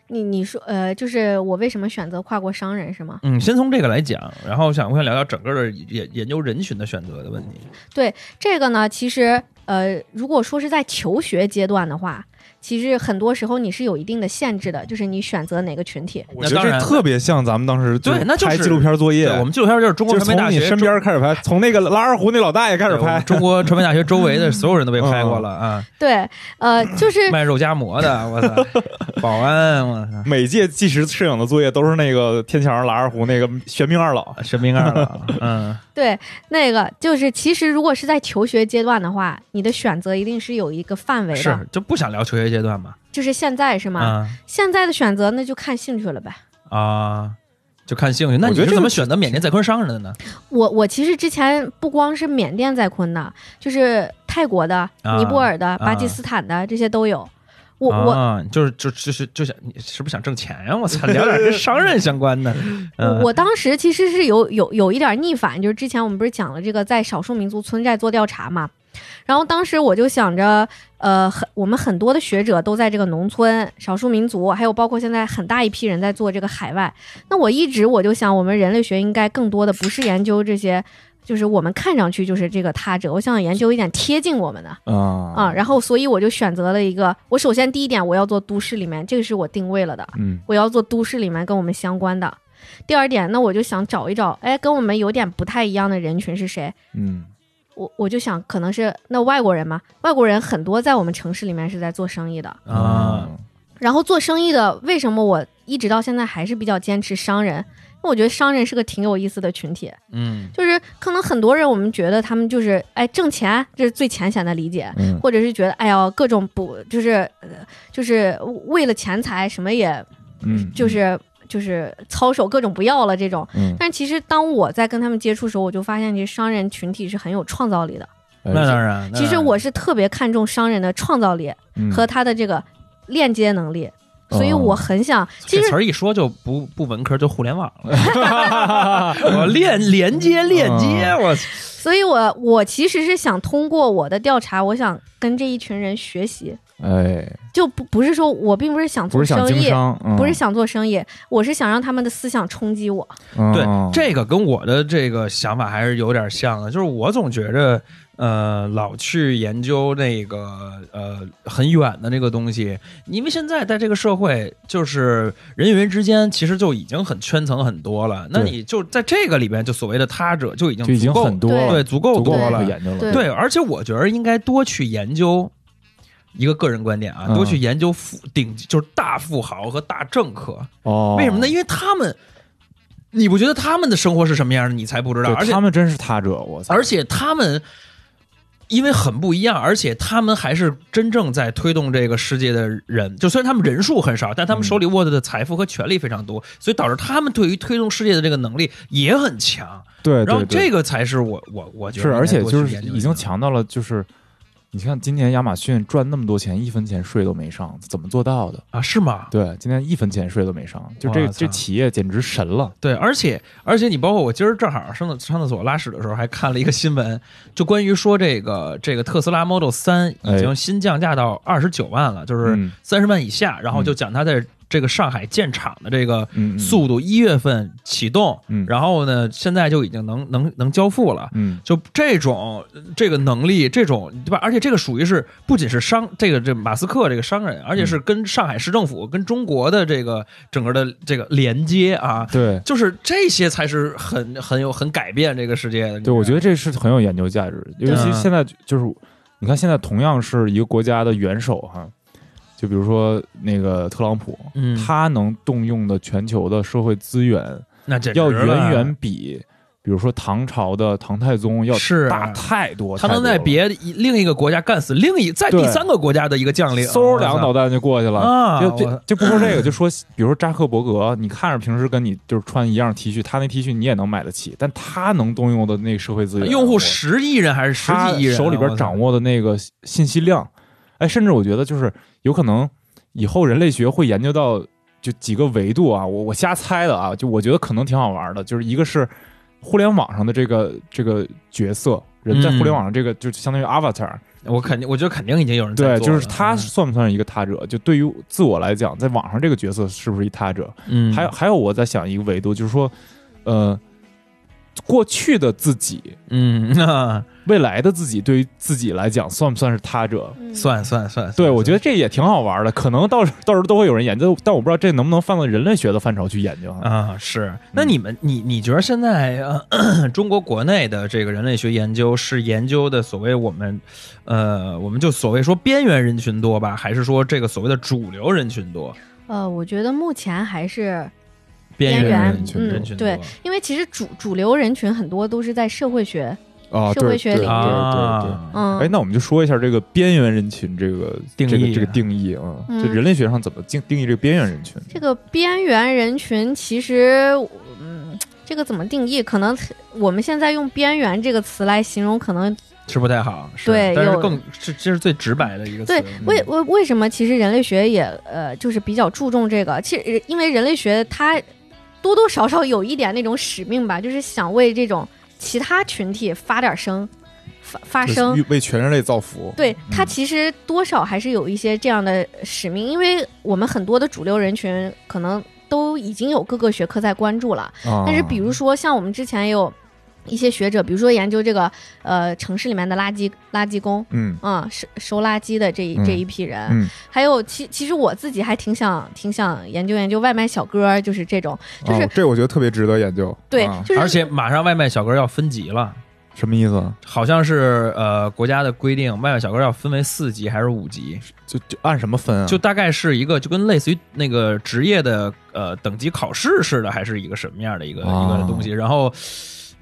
C: 你你说呃，就是我为什么选择跨国商人是吗？
B: 嗯，先从这个来讲，然后想我想聊聊整个的研研究人群的选择的问题。
C: 这个呢，其实呃，如果说是在求学阶段的话，其实很多时候你是有一定的限制的，就是你选择哪个群体。
A: 我觉得
B: 那当
A: 这
B: 然
A: 特别像咱们当时
B: 对那就是
A: 拍纪录片作业，
B: 对，我们就像就是中国
A: 就是
B: 传媒
A: 从
B: 大
A: 你
B: 学
A: 身边开始拍，从那个拉二胡那老大爷开始
B: 对我们
A: 拍。嗯
B: 中国传媒大学周围的所有人都被拍过了啊，
C: 对，呃，就是
B: 卖肉夹馍的，我操，保安，我操，
A: 每届纪实摄影的作业都是那个天桥上拉二胡那个玄冥二老，
B: 神兵二老， 嗯，
C: 对那个就是，其实如果是在求学阶段的话，你的选择一定是有一个范围的，
B: 是就不想聊求学阶段嘛，
C: 就是现在是
A: 嗯
C: 吗？
B: 啊
C: 现在的选择那就看兴趣了呗。
B: 啊，就看兴趣。那
A: 我
B: 你
A: 觉得
B: 是
A: 这
B: 怎
A: 个
B: 么选择缅甸在昆商人的呢？
C: 我我其实之前不光是缅甸在昆的，就是泰国的、
B: 啊
C: 尼泊尔的、巴基斯坦的这些都有。我我
B: 啊就是就就是就想你是不是想挣钱呀？我操，聊点跟商人相关的，
C: 我
B: 嗯
C: 我当时其实是有有有一点逆反，就是之前我们不是讲了这个在少数民族村寨做调查嘛，然后当时我就想着，呃，很我们很多的学者都在这个农村、少数民族，还有包括现在很大一批人在做这个海外。那我一直我就想，我们人类学应该更多的不是研究这些，就是我们看上去就是这个他者，我想研究一点贴近我们的。
A: 啊
C: 啊，然后所以我就选择了一个，我首先第一点我要做都市里面，这个是我定位了的，
A: 嗯，
C: 我要做都市里面跟我们相关的。第二点，那我就想找一找，哎，跟我们有点不太一样的人群是谁？
A: 嗯
C: 我我就想可能是那外国人嘛，外国人很多在我们城市里面是在做生意的，
B: 啊，
C: 然后做生意的为什么我一直到现在还是比较坚持商人？因为我觉得商人是个挺有意思的群体，
B: 嗯
C: 就是可能很多人我们觉得他们就是哎挣钱，这是最浅显的理解，
A: 嗯
C: 或者是觉得哎呀各种不就是呃就是为了钱财什么也
A: 嗯，
C: 就是就是操守各种不要了这种。
A: 嗯
C: 但其实当我在跟他们接触的时候，我就发现其实商人群体是很有创造力的。
A: 哎
B: 那当然。那
C: 其实
B: 当然
C: 我是特别看重商人的创造力
A: 嗯哦
C: 和他的这个链接能力。所以我很想，其
B: 这词
C: 实
B: 儿一说就不不文科，就互联网了。 我链连接链接，
A: 嗯
B: 我操
C: 所以我我其实是想通过我的调查，我想跟这一群人学习，
A: 哎，
C: 就不不是说我并不是想
A: 不
C: 做
A: 是想
C: 生
A: 经
C: 意，
A: 商，嗯
C: 不是想做生意，我是想让他们的思想冲击我。
A: 嗯
B: 对，这个跟我的这个想法还是有点像的，就是我总觉着，呃，老去研究那个呃很远的那个东西，因为现在在这个社会，就是人与人之间其实就已经很圈层很多了。那
A: 对
B: 你就在这个里边，就所谓的他者就已经
A: 就已经
B: 足够
A: 很多
C: 对
A: 了
B: 对，，足够
A: 足够
B: 多
A: 可
B: 了。
A: 研究了。
C: 对
B: 对，而且我觉得应该多去研究。一个个人观点啊，
A: 嗯
B: 多去研究富顶就是大富豪和大政客，
A: 哦，
B: 为什么呢？因为他们，你不觉得他们的生活是什么样的，你才不知道。
A: 对
B: 啊而且
A: 他们真是他者，我操！
B: 而且他们因为很不一样，而且他们还是真正在推动这个世界的人。就虽然他们人数很少，但他
A: 嗯
B: 们手里握着的财富和权力非常多，所以导致他们对于推动世界的这个能力也很强。
A: 对
B: 然后
A: 对对
B: 这，个才是我我我觉得
A: 是而且
B: 应该多
A: 就
B: 去
A: 是
B: 研究一下
A: 已经强到了，就是你看今年亚马逊赚那么多钱，一分钱税都没上，怎么做到的？
B: 啊，是吗？
A: 对，今年一分钱税都没上，就这
B: 哇塞
A: 这企业简直神了。
B: 对，而且而且你包括我今儿正好上厕上厕所拉屎的时候，还看了一个新闻，就关于说这个这个特斯拉 Model 三已经新降价到二十九万了，就是
A: 哎嗯
B: 三十万以下，然后就讲它在这个上海建厂的这个
A: 嗯，嗯
B: 速度，一月份启动，
A: 嗯
B: 然后呢现在就已经能能能交付了。
A: 嗯
B: 就这种这个能力，这种对吧？而且这个属于是不仅是商这个这马斯克这个商人，而且是
A: 嗯
B: 跟上海市政府、跟中国的这个整个的这个连接啊，
A: 对
B: 就是这些才是很很有很改变这个世界的。
A: 对，我觉
B: 得
A: 得这是很有研究价值，尤其
B: 嗯
A: 现在就是你看现在同样是一个国家的元首哈，就比如说那个特朗普，
B: 嗯
A: 他能动用的全球的社会资源
B: 那简直
A: 要
B: 了
A: 远远比。比如说唐朝的唐太宗要
B: 是啊
A: 大太多，
B: 他
A: 太
B: 能
A: 多
B: 在
A: 了
B: 别的一另一个国家干死另一在第
A: 对
B: 三个国家的一个将领，
A: 嗖
B: 我
A: 两个
B: 操
A: 导弹就过去了。
B: 哦啊！
A: 就
B: 我
A: 就就不说这个，就说比如说扎克伯格，你看着平时跟你就是穿一样 T 恤，他那 T 恤你也能买得起，但他能动用的那个社会资源，
B: 用户
A: 我
B: 十亿人还是十
A: 他
B: 几亿人啊，
A: 手里边掌握的那个信息量，哎，甚至我觉得就是有可能以后人类学会研究到就几个维度啊，我我瞎猜的啊，就我觉得可能挺好玩的，就是一个是互联网上的这个这个角色，人在
B: 嗯
A: 互联网上这个、就相当于 avatar，
B: 我操，我肯定，我觉得肯定已经有人
A: 对，
B: 在做嗯
A: 就
B: 了
A: 是他算不算是一个他者？就对于自我来讲，在网上这个角色是不是一他者？
B: 嗯，
A: 还有还有，我在想一个维度，就是说，呃，过去的自己、
B: 嗯， 那
A: 未来的自己，对于自己来讲，算不算是他者？
C: 嗯
B: 算算算，
A: 对，
B: 算
A: 我觉得这也挺好玩的，可能到时到时候都会有人研究，但我不知道这能不能放到人类学的范畴去研究啊。嗯
B: 啊是。那你们，你你觉得现在呃 咳中国国内的这个人类学研究是研究的所谓我们，呃，我们就所谓说边缘人群多吧，还是说这个所谓的主流人群多？
C: 呃，我觉得目前还是
B: 边
C: 边
B: 缘
C: 缘
B: 人群
C: 嗯
B: 人群多
C: 对因为其实主主流人群很多都是在社会学，
A: 啊
C: 社会学领
A: 对
C: 域
A: 对。
B: 啊，
C: 嗯，
A: 哎，那我们就说一下这个边缘人群这个
B: 定
A: 这
B: 义
A: 个这个
B: 啊
A: 定义啊，
C: 嗯
A: 就人类学上怎么定定义这个边缘人群？
C: 这个边缘人群其实，嗯，这个怎么定义？可能我们现在用“边缘”这个词来形容，可
A: 嗯
C: 能
B: 是不太好，是
C: 对
B: 但是
C: 有
B: 更这这是最直白的一个词，嗯
C: 对为为为什么？其实人类学也呃，就是比较注重这个。其实因为人类学它多多少少有一点那种使命吧，就是想为这种其他群体发点声，发发声。
G: 为全人类造福。
A: 嗯
C: 对它其实多少还是有一些这样的使命，因为我们很多的主流人群可能都已经有各个学科在关注了。
A: 啊
C: 但是比如说像我们之前也有一些学者，比如说研究这个呃城市里面的垃圾垃圾工。
A: 嗯
C: 啊、收收垃圾的这一、
A: 嗯
C: 这一批人，
A: 嗯
C: 还有其其实我自己还挺想挺想研究研究外卖小哥，就是这种，就是、
G: 哦、这我觉得特别值得研究。
C: 对，
A: 哦
G: 啊
C: 就是
B: 而且马上外卖小哥要分级了。
A: 什么意思啊？
B: 好像是呃国家的规定，外卖小哥要分为四级还是五级？
A: 就就按什么分啊？
B: 就大概是一个就跟类似于那个职业的呃等级考试似的，还是一个什么样的一个、
A: 啊
B: 一个东西？然后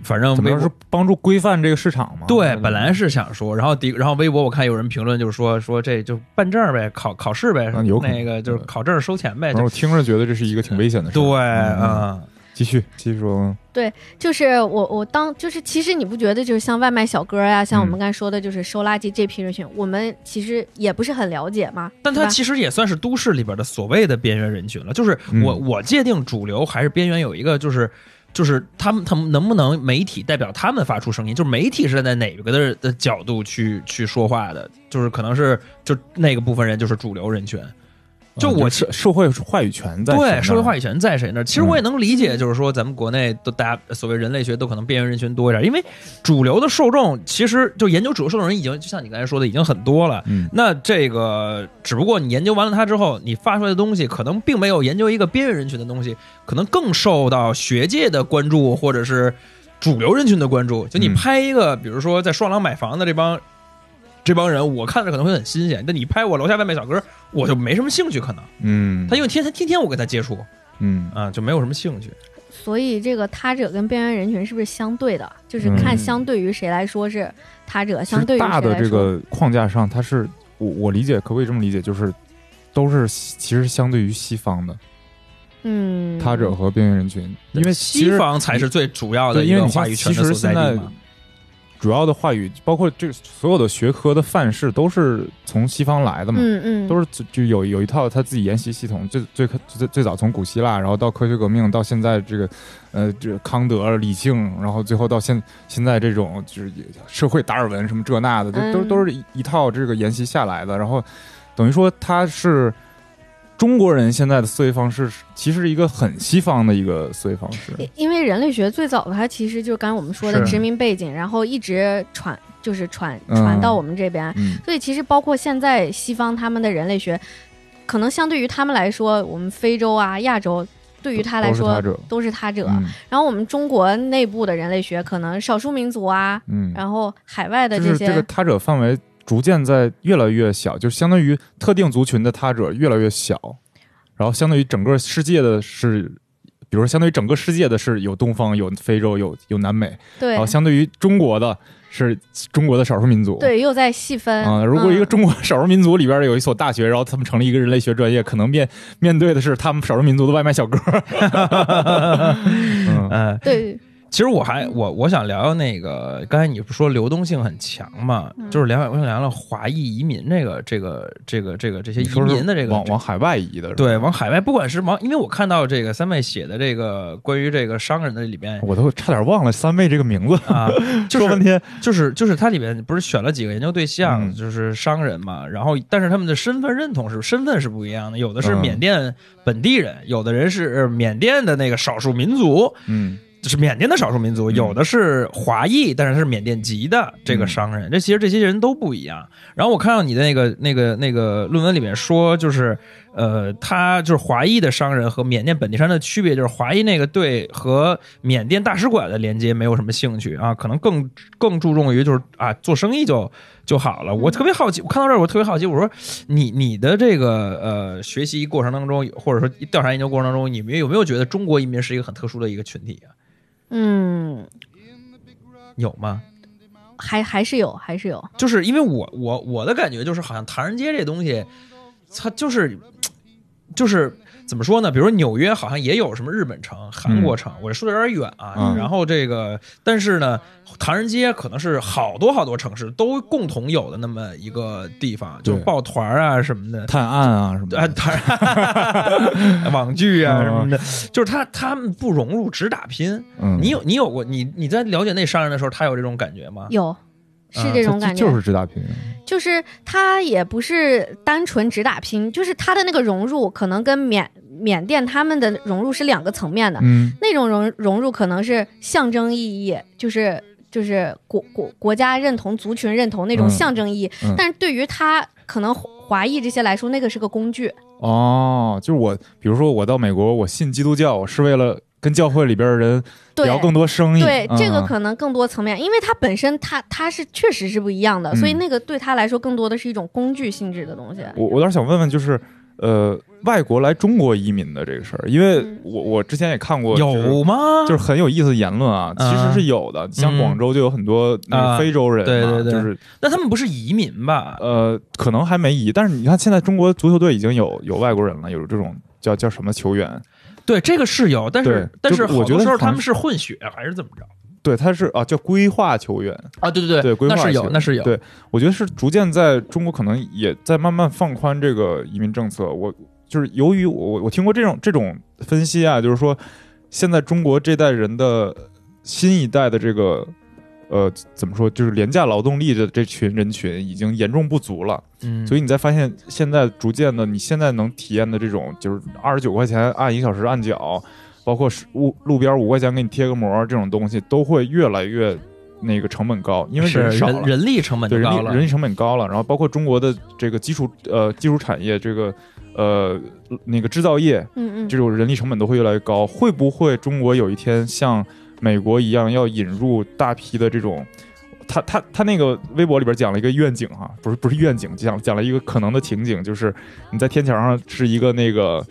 B: 反正
A: 怎么
B: 微
A: 着是
B: 博
A: 帮助规范这个市场吗？
B: 对，本来是想说，然后第然后微博我看有人评论就是说说这就办证儿呗，考考试呗，
A: 啊有可能哦
B: 那个就是考证儿收钱呗。
A: 然后
B: 就
A: 我听着觉得这是一个挺危险的事。
B: 对，
A: 嗯，
B: 嗯，
A: 继续继续说。
C: 就是我我当就是其实你不觉得就是像外卖小哥呀、像我
A: 嗯
C: 们刚才说的，就是收垃圾这批人群，我们其实也不是很了解嘛，
B: 但它
C: 对吧
B: 其实也算是都市里边的所谓的边缘人群了。就是我、
A: 嗯
B: 我界定主流还是边缘有一个就是。就是他们，他们能不能媒体代表他们发出声音？就是媒体是站在哪个的的角度去去说话的？就是可能是就那个部分人就是主流人群，就我
A: 啊社社会话语权哦在
B: 对社会话
A: 语
B: 语权在谁那儿？其实我也能理解，就是说咱们国内都大家所谓人类学都可能边缘人群多一点，因为主流的受众其实就研究主流受众人已经就像你刚才说的已经很多了。
A: 嗯
B: 那这个只不过你研究完了它之后，你发出来的东西可能并没有研究一个边缘人群的东西，可能更受到学界的关注或者是主流人群的关注。就你
A: 嗯
B: 拍一个，比如说在双廊买房的这帮。这帮人我看着可能会很新鲜，但你拍我楼下外卖小哥，我就没什么兴趣，可能。
A: 嗯，
B: 他因为天天天天我跟他接触
A: 嗯
B: 啊，就没有什么兴趣。
C: 所以这个他者跟边缘人群是不是相对的？就是
A: 嗯
C: 看相对于谁来说是他者，
A: 其实
C: 相对于谁
A: 大
C: 来
A: 的
C: 说
A: 这个框架上，它是我我理解可不可以这么理解，就是都是西其实相对于西方的
C: 嗯，
A: 他者和边缘人群，因为其
B: 西
A: 实
B: 方才是最主要的
A: 对，
B: 一
A: 因为
B: 个
A: 你
B: 话
A: 像
B: 语
A: 其
B: 权的
A: 实
B: 所在
A: 现
B: 地
A: 在
B: 嘛。
A: 主要的话语，包括这所有的学科的范式，都是从西方来的嘛，
C: 嗯嗯，
A: 都是就就有有一套他自己研习系统，最最最最早从古希腊，然后到科学革命，到现在这个呃这康德、理性，然后最后到现现在这种就是社会达尔文什么这那的，都都
C: 嗯
A: 都是一一套这个研习下来的。然后等于说他是中国人现在的思维方式是，其实是一个很西方的一个思维方式。
C: 因因为人类学最早的它其实就是刚才我们说的
B: 是
C: 殖民背景，然后一直传就是传
A: 嗯
C: 传到我们这边，
A: 嗯，
C: 所以其实包括现在西方他们的人类学，可能相对于他们来说，我们非洲啊、亚洲，对于他来
A: 都是
C: 说
A: 他者
C: 都是他者。
A: 嗯
C: 然后我们中国内部的人类学，可能少数民族啊，
A: 嗯，
C: 然后海外的
A: 就是
C: 些，
A: 这个他者范围逐渐在越来越小，就相当于特定族群的他者越来越小，然后相当于整个世界的是，比如说相当于整个世界的是有东方、有非洲、有有南美，
C: 对
A: 然后相对于中国的是中国的少数民族。
C: 对又在细分
A: 啊、如果一个
C: 嗯
A: 中国少数民族里边有一所大学，然后他们成立一个人类学专业，可能面面对的是他们少数民族的外卖小哥。嗯
B: 嗯，
C: 对
B: 其实我还我我想聊聊那个，刚才你不是说流动性很强嘛，
C: 嗯
B: 就是聊我想聊聊华裔移民这个这个这个这个这些
A: 你
B: 移
A: 说是
B: 民的这个
A: 往往海外移的，
B: 对，往海外，不管是往，因为我看到这个三妹写的这个关于这个商人的里边
A: 我都差点忘了三妹这个名字，
B: 啊，就
A: 说
B: 是
A: 半天。
B: 就是就是它里边不是选了几个研究对象，
A: 嗯
B: 就是商人嘛，然后但是他们的身份认同是身份是不一样的，有的是
A: 嗯
B: 缅甸本地人，有的人是缅甸的那个少数民族，
A: 嗯，
B: 就是缅甸的少数民族，
A: 嗯
B: 有的是华裔，但是他是缅甸籍的这个商人，这其实这些人都不一样。然后我看到你的那个那个那个论文里面说，就是呃，他就是华裔的商人和缅甸本地商人的区别，就是华裔那个对和缅甸大使馆的连接没有什么兴趣啊，可能更更注重于就是啊做生意就就好了。我特别好奇，我看到这儿我特别好奇，我说你你的这个呃学习过程当中，或者说调查研究过程当中，你们有没有觉得中国移民是一个很特殊的一个群体啊？
C: 嗯，
B: 有吗？
C: 还还是有还是有，
A: 啊
B: 就是因为我我我的感觉就是，好像唐人街这东西，它就是就是怎么说呢？比如纽约好像也有什么日本城、韩国城，我说的有点远啊。
A: 嗯
B: 然后这个，但是呢，唐人街可能是好多好多城市都共同有的那么一个地方，就是
A: 对
B: 抱团啊什么的。
A: 探案啊什么
B: 啊，
A: 的。
B: 当然，网剧啊
A: 嗯
B: 什么的，就是他他们不融入，只打拼。
A: 嗯，
B: 你有你有过你你在了解那商人的时候，他有这种感觉吗？
C: 有。是
B: 啊
C: 这种
A: 就
C: 感觉，
A: 就是只打拼，
C: 就是他也不是单纯只打拼，就是他的那个融入可能跟缅缅甸他们的融入是两个层面的。
A: 嗯
C: 那种融融入可能是象征意义，就是就是国国国家认同、族群认同那种
A: 嗯
C: 象征意义。
A: 嗯
C: 但是对于他可能华裔这些来说，那个是个工具。
A: 哦，就是我，比如说我到美国，我信基督教，我是为了跟教会里边的人
C: 对
A: 聊更多生意。
C: 对，
A: 嗯
C: 这个可能更多层面，因为它本身它它是确实是不一样的，
A: 嗯
C: 所以那个对他来说更多的是一种工具性质的东西。
A: 我我有点想问问，就是呃，外国来中国移民的这个事儿，因为
C: 嗯
A: 我我之前也看过，就是
B: 有吗？
A: 就是很有意思的言论啊，其
B: 啊
A: 实是有的，像
B: 嗯
A: 广州就有很多那
B: 啊
A: 个非洲人嘛，
B: 对对对
A: 就是
B: 那他们不是移民吧？
A: 呃，可能还没移，但是你看现在中国足球队已经有有外国人了，有这种叫叫什么球员，
B: 对，这个是有，但是
A: 对
B: 但是
A: 就
B: 好
A: 我觉
B: 多
A: 得
B: 时候
A: 好像
B: 他们是混血还是怎么着？
A: 对，他是啊，叫规划球员。
B: 啊，对对
A: 对规划
B: 那是有，
A: 性
B: 那是有。
A: 对我觉得是逐渐在中国可能也在慢慢放宽这个移民政策。我就是由于我我我听过这种这种分析啊，就是说现在中国这代人的新一代的这个呃，怎么说，就是廉价劳动力的这群人群已经严重不足了。
B: 嗯，
A: 所以你才发现，现在逐渐的，你现在能体验的这种，就是二十九块钱按一小时按脚，包括是路路边五块钱给你贴个膜这种东西，都会越来越那个成本高，因为
B: 是
A: 人少了
B: 人。人力成本
A: 对
B: 就
A: 人
B: 高
A: 力
B: 了，
A: 人力成本高了，然后包括中国的这个基础呃基础产业这个呃那个制造业
C: 嗯嗯
A: 这种人力成本都会越来越高。会不会中国有一天像美国一样要引入大批的这种？他他他那个微博里边讲了一个愿景哈、不是不是愿景，讲讲了一个可能的情景，就是你在天桥上是一个那个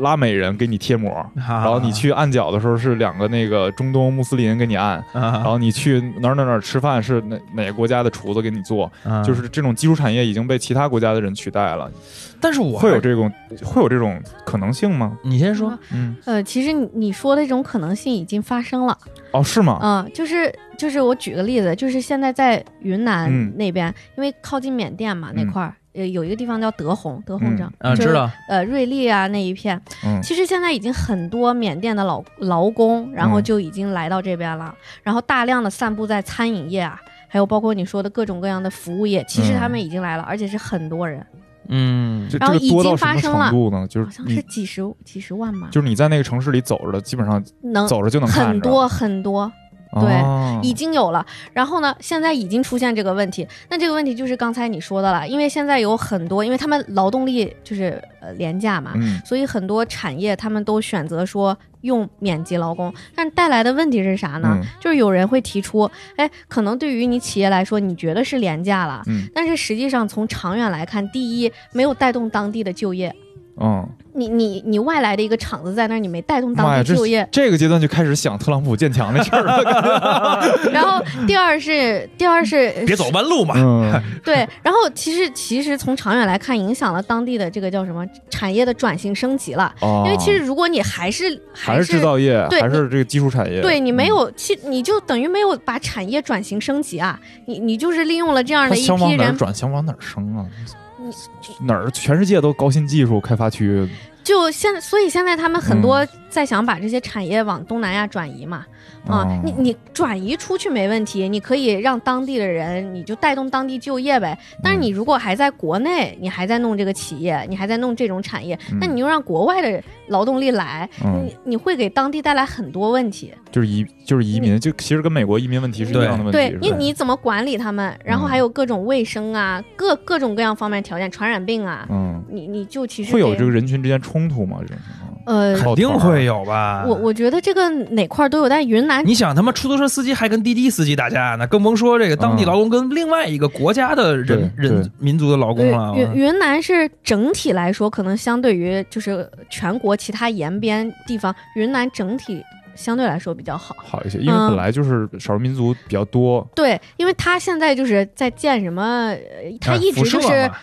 A: 拉美人给你贴膜，
B: 然
A: 然后你去按脚的时候是两个那个中东穆斯林给你按，然
B: 啊，
A: 后你去哪儿哪儿哪儿吃饭是哪哪个国家的厨子给你做，
B: 啊
A: 就，是这种基础产业已经被其他国家的人取代了，
B: 但是我
A: 会有这种会有这种可能性吗？
B: 你先说，
A: 嗯，
C: 呃，其实你你说的这种可能性已经发生了，
A: 哦，是吗？
C: 嗯、就是就是我举个例子，就是现在在云
A: 嗯
C: 南那边，因为靠近缅甸嘛那
A: 嗯
C: 块儿，呃，有一个地方叫德宏，德宏镇，
B: 啊，
C: 就是
B: 知道，
C: 呃瑞丽啊那一片，
A: 嗯
C: 其实现在已经很多缅甸的劳劳工，然后
A: 嗯
C: 就已经来到这边了，然后大量的散布在餐饮业啊，还有包括你说的各种各样的服务业，其实
A: 嗯
C: 他们已经来了，而且是很多人，
B: 嗯，
A: 这
C: 然后
A: 这个
C: 已
A: 多到
C: 经
A: 什
C: 发
A: 么
C: 生了
A: 程度呢？就
C: 好
A: 是
C: 像
A: 你
C: 是几十几十万吧，
A: 就是你在那个城市里走着的，基本上
C: 能
A: 走着就能看着
C: 嗯
A: 啊
C: 很多很多对
A: 哦
C: 已经有了。然后呢，现在已经出现这个问题，那这个问题就是刚才你说的了，因为现在有很多，因为他们劳动力就是呃廉价嘛，
A: 嗯
C: 所以很多产业他们都选择说用免级劳工，但带来的问题是啥呢？
A: 嗯
C: 就是有人会提出，哎，可能对于你企业来说，你觉得是廉价了，
A: 嗯
C: 但是实际上从长远来看，第一，没有带动当地的就业。
A: 嗯，
C: 你你你外来的一个厂子在那儿，你没带动当
A: 妈呀，
C: 地
A: 这
C: 就业。
A: 这个阶段就开始想特朗普建墙那事儿了。
C: 然后第二是第二是
B: 别走弯路嘛，
A: 嗯
C: 对，然后其实其实从长远来看，影响了当地的这个叫什么产业的转型升级了。
A: 哦，
C: 因为其实如果你还是
A: 还
C: 还
A: 是制造业，
C: 对
A: 还是这个基础产业，
C: 对你
A: 嗯。
C: 没有，其你就等于没有把产业转型升级啊，你你就是利用了这样
A: 他
C: 的一
A: 想嗯
C: 批
A: 往哪儿
C: 人，
A: 转，想往哪儿升啊
C: 你？
A: 哪儿全世界都高新技术开发区，
C: 就现所以现在他们
A: 嗯
C: 很多在想把这些产业往东南亚转移嘛，啊
A: 哦，
C: 你你转移出去没问题，你可以让当地的人，你就带动当地就业呗。
A: 嗯
C: 但是你如果还在国内，你还在弄这个企业，你还在弄这种产业，那
A: 嗯
C: 你又让国外的劳动力来，
A: 嗯，
C: 你你会给当地带来很多问题。
A: 就是移就是移民，就其实跟美国移民问题是一
B: 对
A: 样的问题。
C: 对
A: 是吧嗯
C: 你你怎么管理他们？然后还有各种卫生啊，各各种各样方面条件，传染病啊，
A: 嗯，
C: 你你就其实
A: 会有
C: 给
A: 这个人群之间冲突吗？这种情况？
C: 呃，
A: 好
B: 肯定
A: 团儿
B: 会有吧？
C: 我我觉得这个哪块儿都有，但云南
B: 你想他妈出租车司机还跟滴滴司机打架呢，更甭说这个当地
A: 嗯
B: 劳工跟另外一个国家的人
A: 对
B: 人
A: 对
B: 民族的劳工啊
A: 啊
B: 了。
C: 云云云南是整体来说，可能相对于就是全国其他沿边地方，云南整体相对来说比较好。
A: 好一些，因为
C: 嗯
A: 本来就是少数民族比较多，
C: 对，因为它现在就是在建什么，呃
A: 哎
C: 它一直就
B: 啊辐
C: 是、
B: 射嘛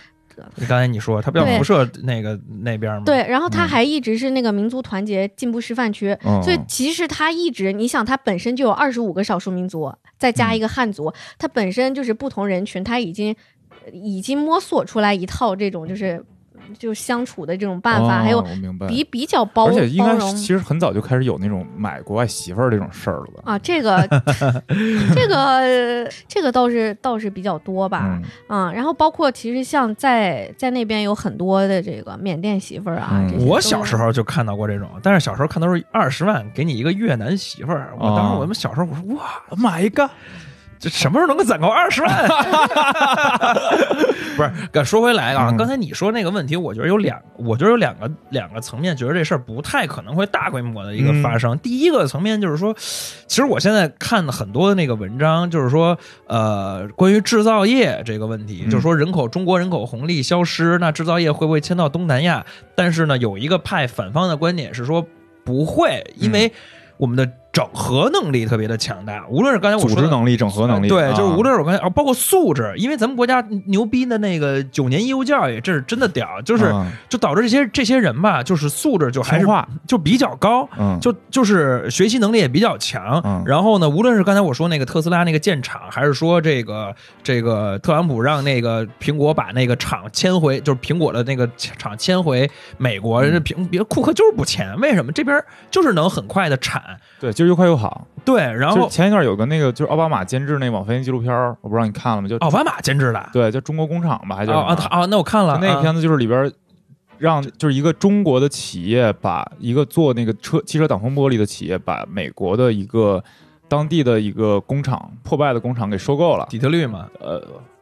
B: 刚才你说他不要
C: 对
B: 辐射那个那边吗？
C: 对，然后它
A: 嗯
C: 还一直是那个民族团结进步示范区，
A: 嗯，
C: 所以其实它一直，你想它本身就有二十五个少数民族，再加
A: 嗯
C: 一个汉族，它本身就是不同人群，它已经已经摸索出来一套这种就是就是相处的这种办法，
A: 哦
C: 还有
A: 我明白，
C: 比比较包
A: 而且应
C: 包
A: 该是
C: 容
A: 其实很早就开始有那种买国外媳妇儿这种事儿了吧？
C: 啊，这个这个这个倒是倒是比较多吧，
A: 嗯，
C: 嗯，然后包括其实像在在那边有很多的这个缅甸媳妇儿啊
A: 嗯，
C: 这些
B: 我
C: 都
B: 小
C: 有
B: 时候就看到过这种，但是小时候看都是二十万给你一个越南媳妇儿。我当时
A: 哦
B: 我他妈小时候我说哇，，Oh
A: 买一个，
B: 这什么时候能够攒够二十万？啊 不是，刚说回来啊，
A: 嗯
B: 刚才你说那个问题，我觉得有两，我觉得有两个两个层面，觉得这事儿不太可能会大规模的一个发生。第一个层面就是说，其实我现在看了很多的那个文章，就是说，呃，关于制造业这个问题，
A: 嗯
B: 就是说人口中国人口红利消失，那制造业会不会迁到东南亚？但是呢，有一个派反方的观点是说不会，因
A: 嗯
B: 为我们的整合能力特别的强大，无论是刚才我
A: 组
B: 说
A: 织
B: 的
A: 能力、整合能力，
B: 对，就是
A: 啊
B: 无论是我刚才啊，包括素质，因为咱们国家牛逼的那个九年义务教育，这是真的屌，就是、
A: 嗯
B: 就导致这些这些人吧，就是素质就还是
A: 听话，
B: 就比较高。
A: 嗯，
B: 就就是学习能力也比较强，
A: 嗯
B: 然后呢，无论是刚才我说那个特斯拉那个建厂，还是说这个这个特朗普让那个苹果把那个厂迁回，就是苹果的那个厂迁
A: 嗯
B: 回美国，人家苹别库克就是不迁，为什么？这边就是能很快的产，
A: 对，就实又快又好。
B: 对，然
A: 就是
B: 后
A: 前一段有个那个就是奥巴马监制那网飞纪录片儿，我不知道你看了吗？就
B: 奥巴马监制的啊
A: 对，叫《中国工厂》吧，还叫什
B: 啊
A: 么
B: 他啊，那我看了
A: 就那个
B: 啊
A: 片子就是里边儿让就是一个中国的企业把一个做那个车汽车挡风玻璃的企业把美国的一个当地的一个工厂破败的工厂给收购了，
B: 底特律嘛，
A: 呃，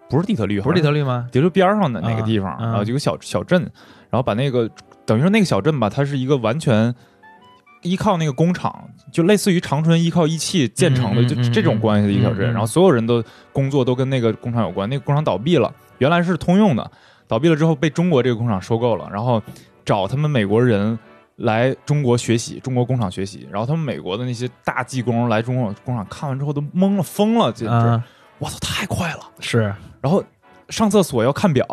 A: 不是底特律，
B: 不是底特律吗？
A: 底特律边儿上的那个地方，
B: 啊啊
A: 然后有个小小镇，然后把那个等于说那个小镇吧，它是一个完全依靠那个工厂，就类似于长春依靠一汽建成的，
B: 嗯嗯
A: 就
B: 嗯
A: 这种关系的一个小镇。
B: 嗯嗯
A: 然后所有人都工作都跟那个工厂有关，那个工厂倒闭了，原来是通用的，倒闭了之后被中国这个工厂收购了，然后找他们美国人。来中国学习，中国工厂学习，然后他们美国的那些大技工来中国工厂看完之后都懵了，疯了，简直！
B: 啊，
A: 我操，太快了！
B: 是
A: 然后上厕所要看表，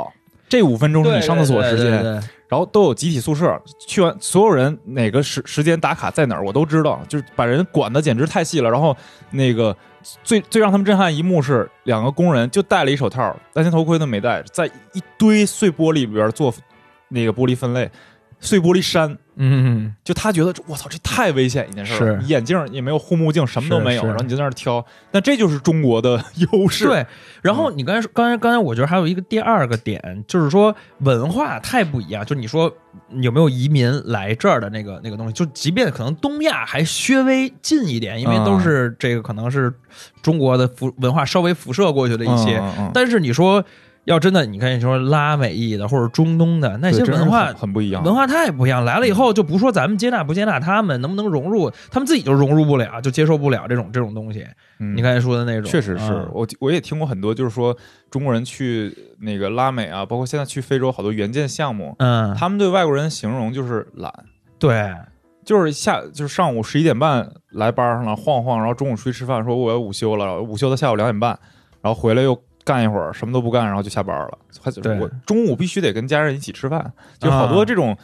A: 这五分钟是你上厕所时
B: 对对
A: 间，
B: 对对
A: 然后都有集体宿舍，去完所有人哪个时时间打卡在哪儿我都知道，就是把人管的简直太细了。然后那个最最让他们震撼一幕是，两个工人就戴了一手套，单肩头盔都没戴，在一堆碎玻璃里边做那个玻璃分类，碎玻璃山。
B: 嗯，嗯
A: 就他觉得我操，这太危险一件事儿了，
B: 是
A: 你眼镜也没有护目镜，什么都
B: 是
A: 没有，
B: 是
A: 然后你就在那儿挑，那这就是中国的 优势。
B: 对。然后你刚才说，刚才刚才我觉得还有一个第二个点，就是说文化太不一样。就你说有没有移民来这儿的那个那个东西？就即便可能东亚还略微近一点，因为都是这个可能是中国的辐文化稍微辐射过去的一些，
A: 嗯嗯嗯
B: 但是你说要真的，你看你说拉美裔的或者中东的那些
A: 对真是
B: 文化
A: 很。很不一样，
B: 文化太不一样，来了以后就不说咱们接纳不接纳他们，能不能融入，他们自己就融入不了，就接受不了这种这种东西。
A: 嗯
B: 你刚才说的那种，
A: 确实是、
B: 嗯
A: 我我也听过很多，就是说中国人去那个拉美啊，包括现在去非洲好多援建项目，
B: 嗯，
A: 他们对外国人形容就是懒，
B: 对，
A: 就是下就是上午十一点半来班上了晃晃，然后中午出去吃饭，说我要午休了，然后午休到下午两点半，然后回来又干一会儿，什么都不干，然后就下班了。还
B: 对
A: 我中午必须得跟家人一起吃饭，就好多
B: 啊
A: 这种，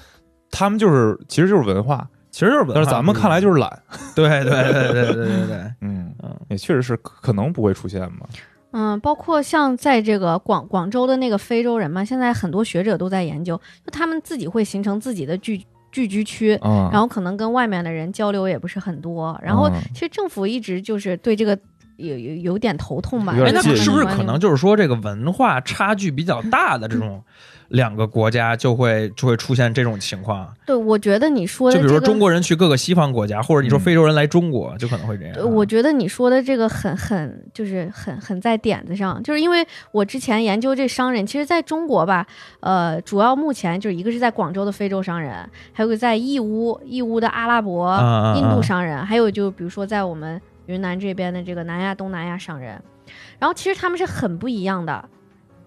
A: 他们就是其实就是文化，
B: 其实就是文化
A: 但是咱们看来就是懒，
B: 不一样，对对对对对对对，
A: 嗯
B: 嗯，
A: 也确实是可可能不会出现吧，
C: 嗯，包括像在这个广广州的那个非洲人嘛，现在很多学者都在研究，就他们自己会形成自己的聚聚居区，
B: 啊
A: 嗯，
C: 然后可能跟外面的人交流也不是很多，然后
A: 嗯
C: 其实政府一直就是对这个有有有点头痛吧。
A: 有
B: 哎，
A: 点
B: 那
A: 介意
B: 是不是可能就是说这个文化差距比较大的这种两个国家就会就会出现这种情况？
C: 对，我觉得你说
B: 就
C: 的
B: 比
C: 这
B: 如
C: 个，
B: 说中国人去各个西方国家，或者你说
A: 嗯
B: 非洲人来中国，就可能会这
C: 对
B: 样。
C: 呃我觉得你说的这个很很就是很很在点子上，就是因为我之前研究这商人，其实在中国吧，呃，主要目前就是一个是在广州的非洲商人，还有个在义乌义乌的阿拉伯、
B: 啊啊啊
C: 印度商人，还有就比如说在我们云南这边的这个南亚东南亚商人，然后其实他们是很不一样的。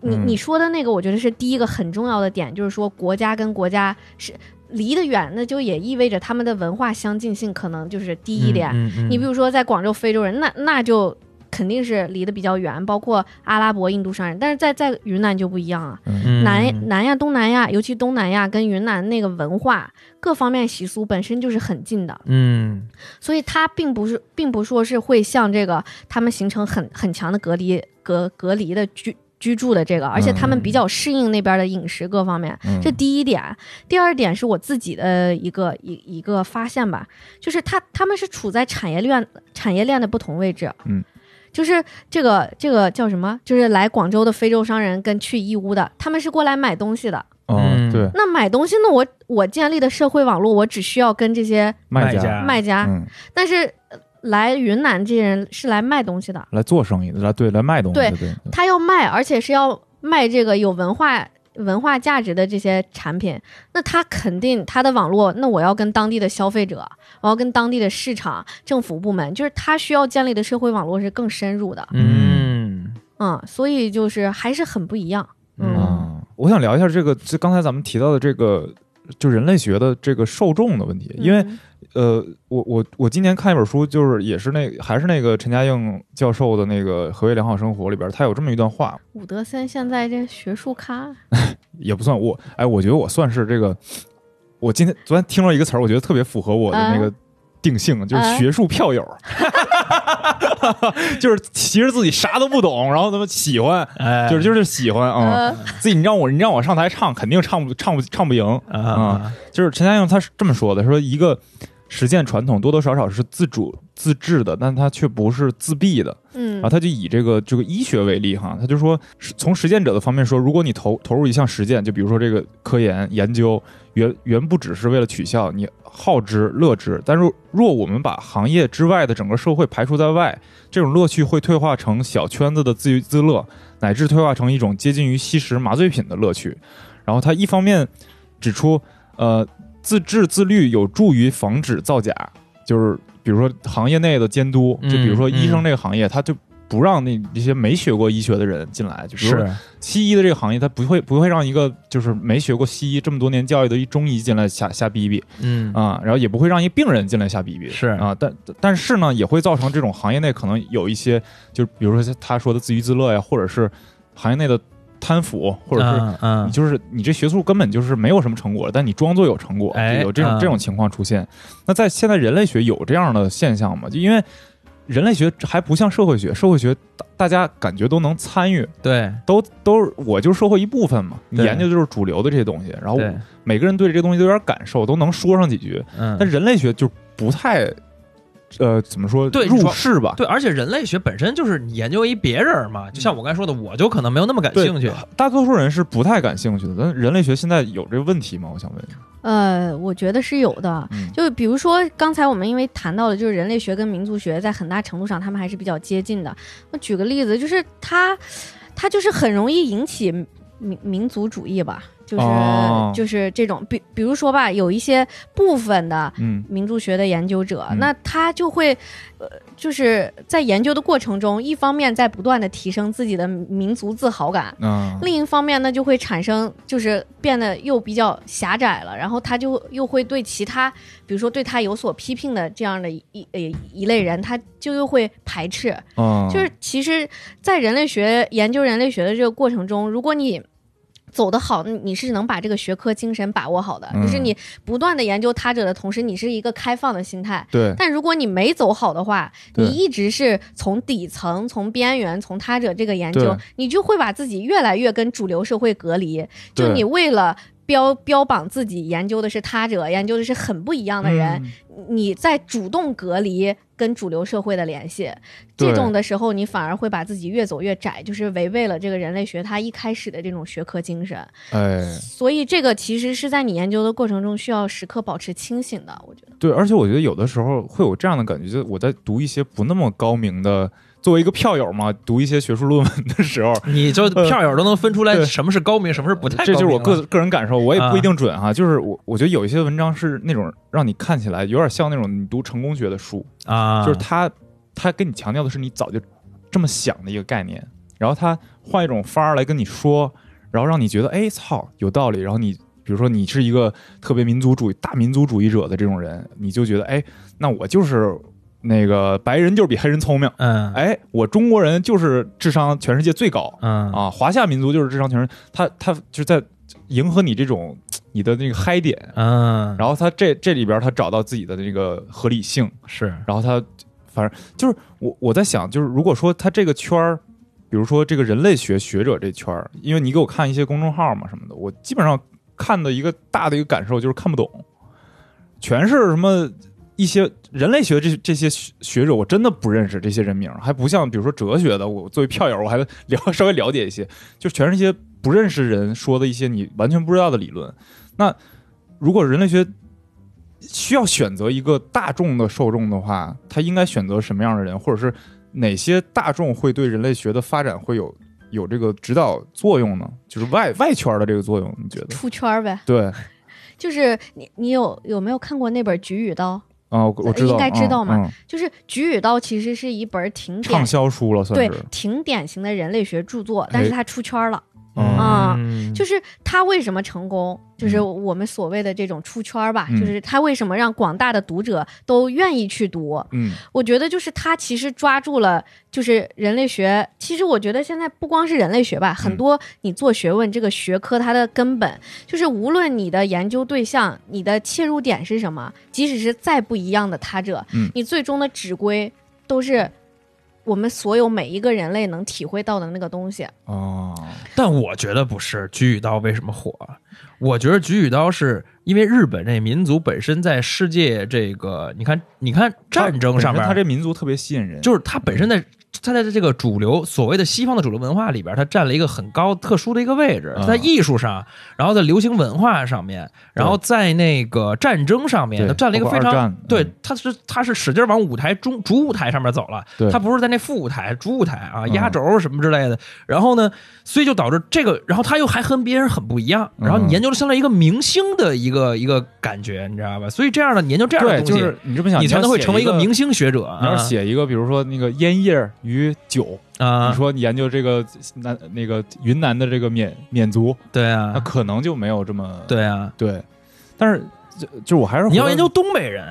C: 你
A: 嗯
C: 你说的那个，我觉得是第一个很重要的点，就是说国家跟国家是离得远，那就也意味着他们的文化相近性可能就是低一点。
B: 嗯，嗯嗯
C: 你比如说在广州非洲人，那那就肯定是离得比较远，包括阿拉伯、印度商人，但是在在云南就不一样啊。
B: 嗯
C: 南南亚、东南亚，尤其东南亚跟云南那个文化各方面习俗本身就是很近的，
B: 嗯
C: 所以它并不是，并不说是会像这个他们形成很很强的隔离隔隔离的居居住的这个，而且他
B: 嗯
C: 们比较适应那边的饮食各方面，
A: 嗯
C: 这第一点。啊第二点是我自己的一个一一个发现吧，就是他他们是处在产业链产业链的不同位置，
A: 嗯。
C: 就是这个这个叫什么？就是来广州的非洲商人跟去义乌的，他们是过来买东西的。
A: 嗯，
B: 嗯
A: 对，
C: 那买东西呢？我我建立的社会网络，我只需要跟这些
B: 卖
A: 家
B: 家
C: 卖家，
A: 嗯，
C: 但是呃来云南这些人是来卖东西的，
A: 来做生意的，来对来卖东西的，对，
C: 他要卖，而且是要卖这个有文化文化价值的这些产品，那他肯定他的网络，那我要跟当地的消费者，我要跟当地的市场、政府部门，就是他需要建立的社会网络是更深入的，
B: 嗯
C: 嗯，所以就是还是很不一样，嗯
A: 嗯，我想聊一下这个，就刚才咱们提到的这个，就人类学的这个受众的问题，因为
C: 嗯
A: 呃，我我我今年看一本书，就是也是那还是那个陈嘉映教授的那个《何为良好生活》里边，他有这么一段话，
C: 伍德森现在这学术咖，
A: 也不算我，哎，我觉得我算是这个，我今天昨天听了一个词儿，我觉得特别符合我的那个定性，就是学术票友，就是其实自己啥都不懂，然后他妈喜欢，
B: 哎
A: 就是就是喜欢啊。
C: 呃，
A: 自己你让我你让我上台唱，肯定唱不唱不唱不赢。
B: 啊啊
A: 就是陈嘉映他是这么说的，说一个实践传统多多少少是自主自治的，但它却不是自闭的。
C: 嗯
A: 然啊后他就以这个这个医学为例哈，他就说是从实践者的方面说，如果你投投入一项实践，就比如说这个科研研究，原原不只是为了取效，你好之乐之，但是若我们把行业之外的整个社会排除在外，这种乐趣会退化成小圈子的自娱自乐，乃至退化成一种接近于吸食麻醉品的乐趣。然后他一方面指出，呃，自治自律有助于防止造假，就是比如说行业内的监督，就比如说医生这个行业，他就不让那那些没学过医学的人进来，就比如说西医的这个行业，他不会不会让一个就是没学过西医这么多年教育的一中医进来瞎瞎逼逼
B: 嗯
A: 啊，然后也不会让一病人进来瞎逼逼
B: 是
A: 啊，但但是呢，也会造成这种行业内可能有一些，就比如说他说的自娱自乐呀，或者是行业内的贪腐，或者是
B: 嗯嗯
A: 你就是你这学术根本就是没有什么成果，但你装作有成果，
B: 哎
A: 就有这种、
B: 啊
A: 这种情况出现。那在现在人类学有这样的现象吗？就因为人类学还不像社会学，社会学大大家感觉都能参与，
B: 对
A: 都都是我就是社会一部分嘛，你
B: 对
A: 研究就是主流的这些东西，然后
B: 嗯对
A: 每个人对这些东西都有点感受，都能说上几句。
B: 嗯
A: 但人类学就不太，呃，怎么说
B: 对
A: 入世吧？
B: 对，而且人类学本身就是你研究一别人嘛，就像我刚才说的，我就可能没有那么感
A: 对
B: 兴趣。
A: 大多数人是不太感兴趣的。但人类学现在有这个问题吗？我想问。
C: 呃，我觉得是有的。
A: 嗯
C: 就比如说，刚才我们因为谈到的，就是人类学跟民族学在很大程度上他们还是比较接近的。那举个例子，就是它，它就是很容易引起民民族主义吧，就是、
A: 哦
C: 就是这种，比比如说吧，有一些部分的
A: 嗯
C: 民族学的研究者，
A: 嗯
C: 那他就会，呃，就是在研究的过程中，一方面在不断的提升自己的民族自豪感，
A: 啊，
C: 另一方面呢，就会产生就是变得又比较狭窄了，然后他就又会对其他，比如说对他有所批评的这样的一一呃一类人，他就又会排斥。
A: 嗯
C: 就是其实，在人类学研究人类学的这个过程中，如果你走得好，你是能把这个学科精神把握好的，
A: 嗯
C: 就是你不断的研究他者的同时，你是一个开放的心态。
A: 对，
C: 但如果你没走好的话，
A: 对
C: 你一直是从底层、从边缘、从他者这个研究
A: 对，
C: 你就会把自己越来越跟主流社会隔离。
A: 对
C: 就你为了标标榜自己研究的是他者，研究的是很不一样的
A: 嗯
C: 人，你在主动隔离跟主流社会的联系。
A: 对
C: 这种的时候，你反而会把自己越走越窄，就是违背了这个人类学它一开始的这种学科精神。
B: 嗯
A: 哎，
C: 所以，这个其实是在你研究的过程中需要时刻保持清醒的，我觉得。
A: 对，而且我觉得有的时候会有这样的感觉，就我在读一些不那么高明的，作为一个票友嘛，读一些学术论文的时 候，
B: 你就票友都能分出来
A: 嗯对
B: 什么是高明，什么是不太高
A: 这
B: 明
A: 就
B: 了。
A: 是我个个人感受，我也
B: 啊
A: 不一定准哈。就是我我觉得有一些文章是那种让你看起来有点像那种你读成功学的书，
B: 啊，
A: 就是他他跟你强调的是你早就这么想的一个概念，然后他换一种法儿来跟你说，然后让你觉得哎操有道理，然后你比如说你是一个特别民族主义大民族主义者的这种人，你就觉得哎那我就是那个白人就是比黑人聪明，
B: 嗯
A: 哎我中国人就是智商全世界最高，
B: 嗯
A: 啊，华夏民族就是智商全是他他就是在迎合你这种你的那个嗨点，
B: 嗯，
A: 然后他这这里边儿他找到自己的那个合理性，
B: 是
A: 然后他反正就是我我在想，就是如果说他这个圈儿，比如说这个人类学学者这圈儿，因为你给我看一些公众号嘛什么的，我基本上看的一个大的一个感受就是看不懂，全是什么。一些人类学这这些学学者，我真的不认识这些人名儿，还不像比如说哲学的，我作为票友我还了稍微了解一些，就全是一些不认识人说的一些你完全不知道的理论。那如果人类学需要选择一个大众的受众的话，他应该选择什么样的人，或者是哪些大众会对人类学的发展会有有这个指导作用呢？就是外外圈的这个作用，你觉得？
C: 出圈儿呗，
A: 对
C: 就是你，你有有没有看过那本《菊与刀
A: 啊，我我知道，
C: 应该知道嘛
A: 嗯嗯》？
C: 就是《菊与刀》其实是一本挺典
A: 畅销书了，算
C: 对
A: 是。哎
C: 挺典型的人类学著作，但是它出圈儿了。
A: 嗯
C: 啊
B: 嗯
C: 就是它为什么成功，就是我们所谓的这种出圈儿吧，
A: 嗯
C: 就是它为什么让广大的读者都愿意去读。
A: 嗯
C: 我觉得就是它其实抓住了，就是人类学。其实我觉得现在不光是人类学吧，很多你做学问这个学科，它的根本就是无论你的研究对象、你的切入点是什么，即使是再不一样的他者，
A: 嗯
C: 你最终的指归都是。我们所有每一个人类能体会到的那个东西。
A: 哦，
B: 但我觉得不是《菊与刀》为什么火啊？我觉得《菊与刀》是因为日本这民族本身在世界这个，你看，你看战争上面，
A: 他这民族特别吸引人，
B: 就是它本身在它在这个主流所谓的西方的主流文化里边，它占了一个很高特殊的一个位置，
A: 嗯
B: 在艺术上，然后在流行文化上面，然后在那个战争上面，
A: 对
B: 它占了一个
A: 包
B: 非
A: 括二
B: 常
A: 战
B: 对
A: 嗯，
B: 它是它是使劲往舞台中主舞台上面走了
A: 对，
B: 它不是在那副舞台、主舞台啊、
A: 嗯
B: 压轴什么之类的。然后呢，所以就导致这个，然后他又还和别人很不一样，然后
A: 嗯
B: 你研究了相当于一个明星的一个一个感觉，你知道吧？所以这样的你研究这样的
A: 对，
B: 东西，
A: 就是你这么想，
B: 你才
A: 要
B: 能会
A: 写
B: 成为一个明星学者
A: 你要
B: 啊
A: 是写一个，比如说那个烟叶与酒，
B: 啊
A: 你！说你研究这个南那个云南的这个缅缅族，
B: 对
A: 那
B: 啊，
A: 可能就没有这么
B: 对啊，
A: 对。但是就就我还是
B: 你要
A: 回
B: 研
A: 到
B: 究东北人，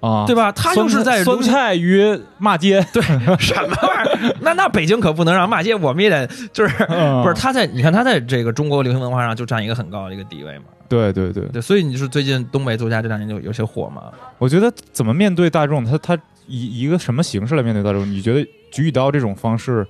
A: 啊，
B: 对吧？他就是在
A: 酸
B: 流行
A: 菜与骂街，
B: 什 么玩意儿？那那北京可不能让骂街，我们也得就是
A: 嗯
B: 不是他在你看他在这个中国流行文化上就占一个很高的一个地位嘛。
A: 对对对，
B: 对，所以你说最近东北作家这两年就有些火嘛？
A: 我觉得怎么面对大众，他他以以一个什么形式来面对大众？你觉得举与刀这种方式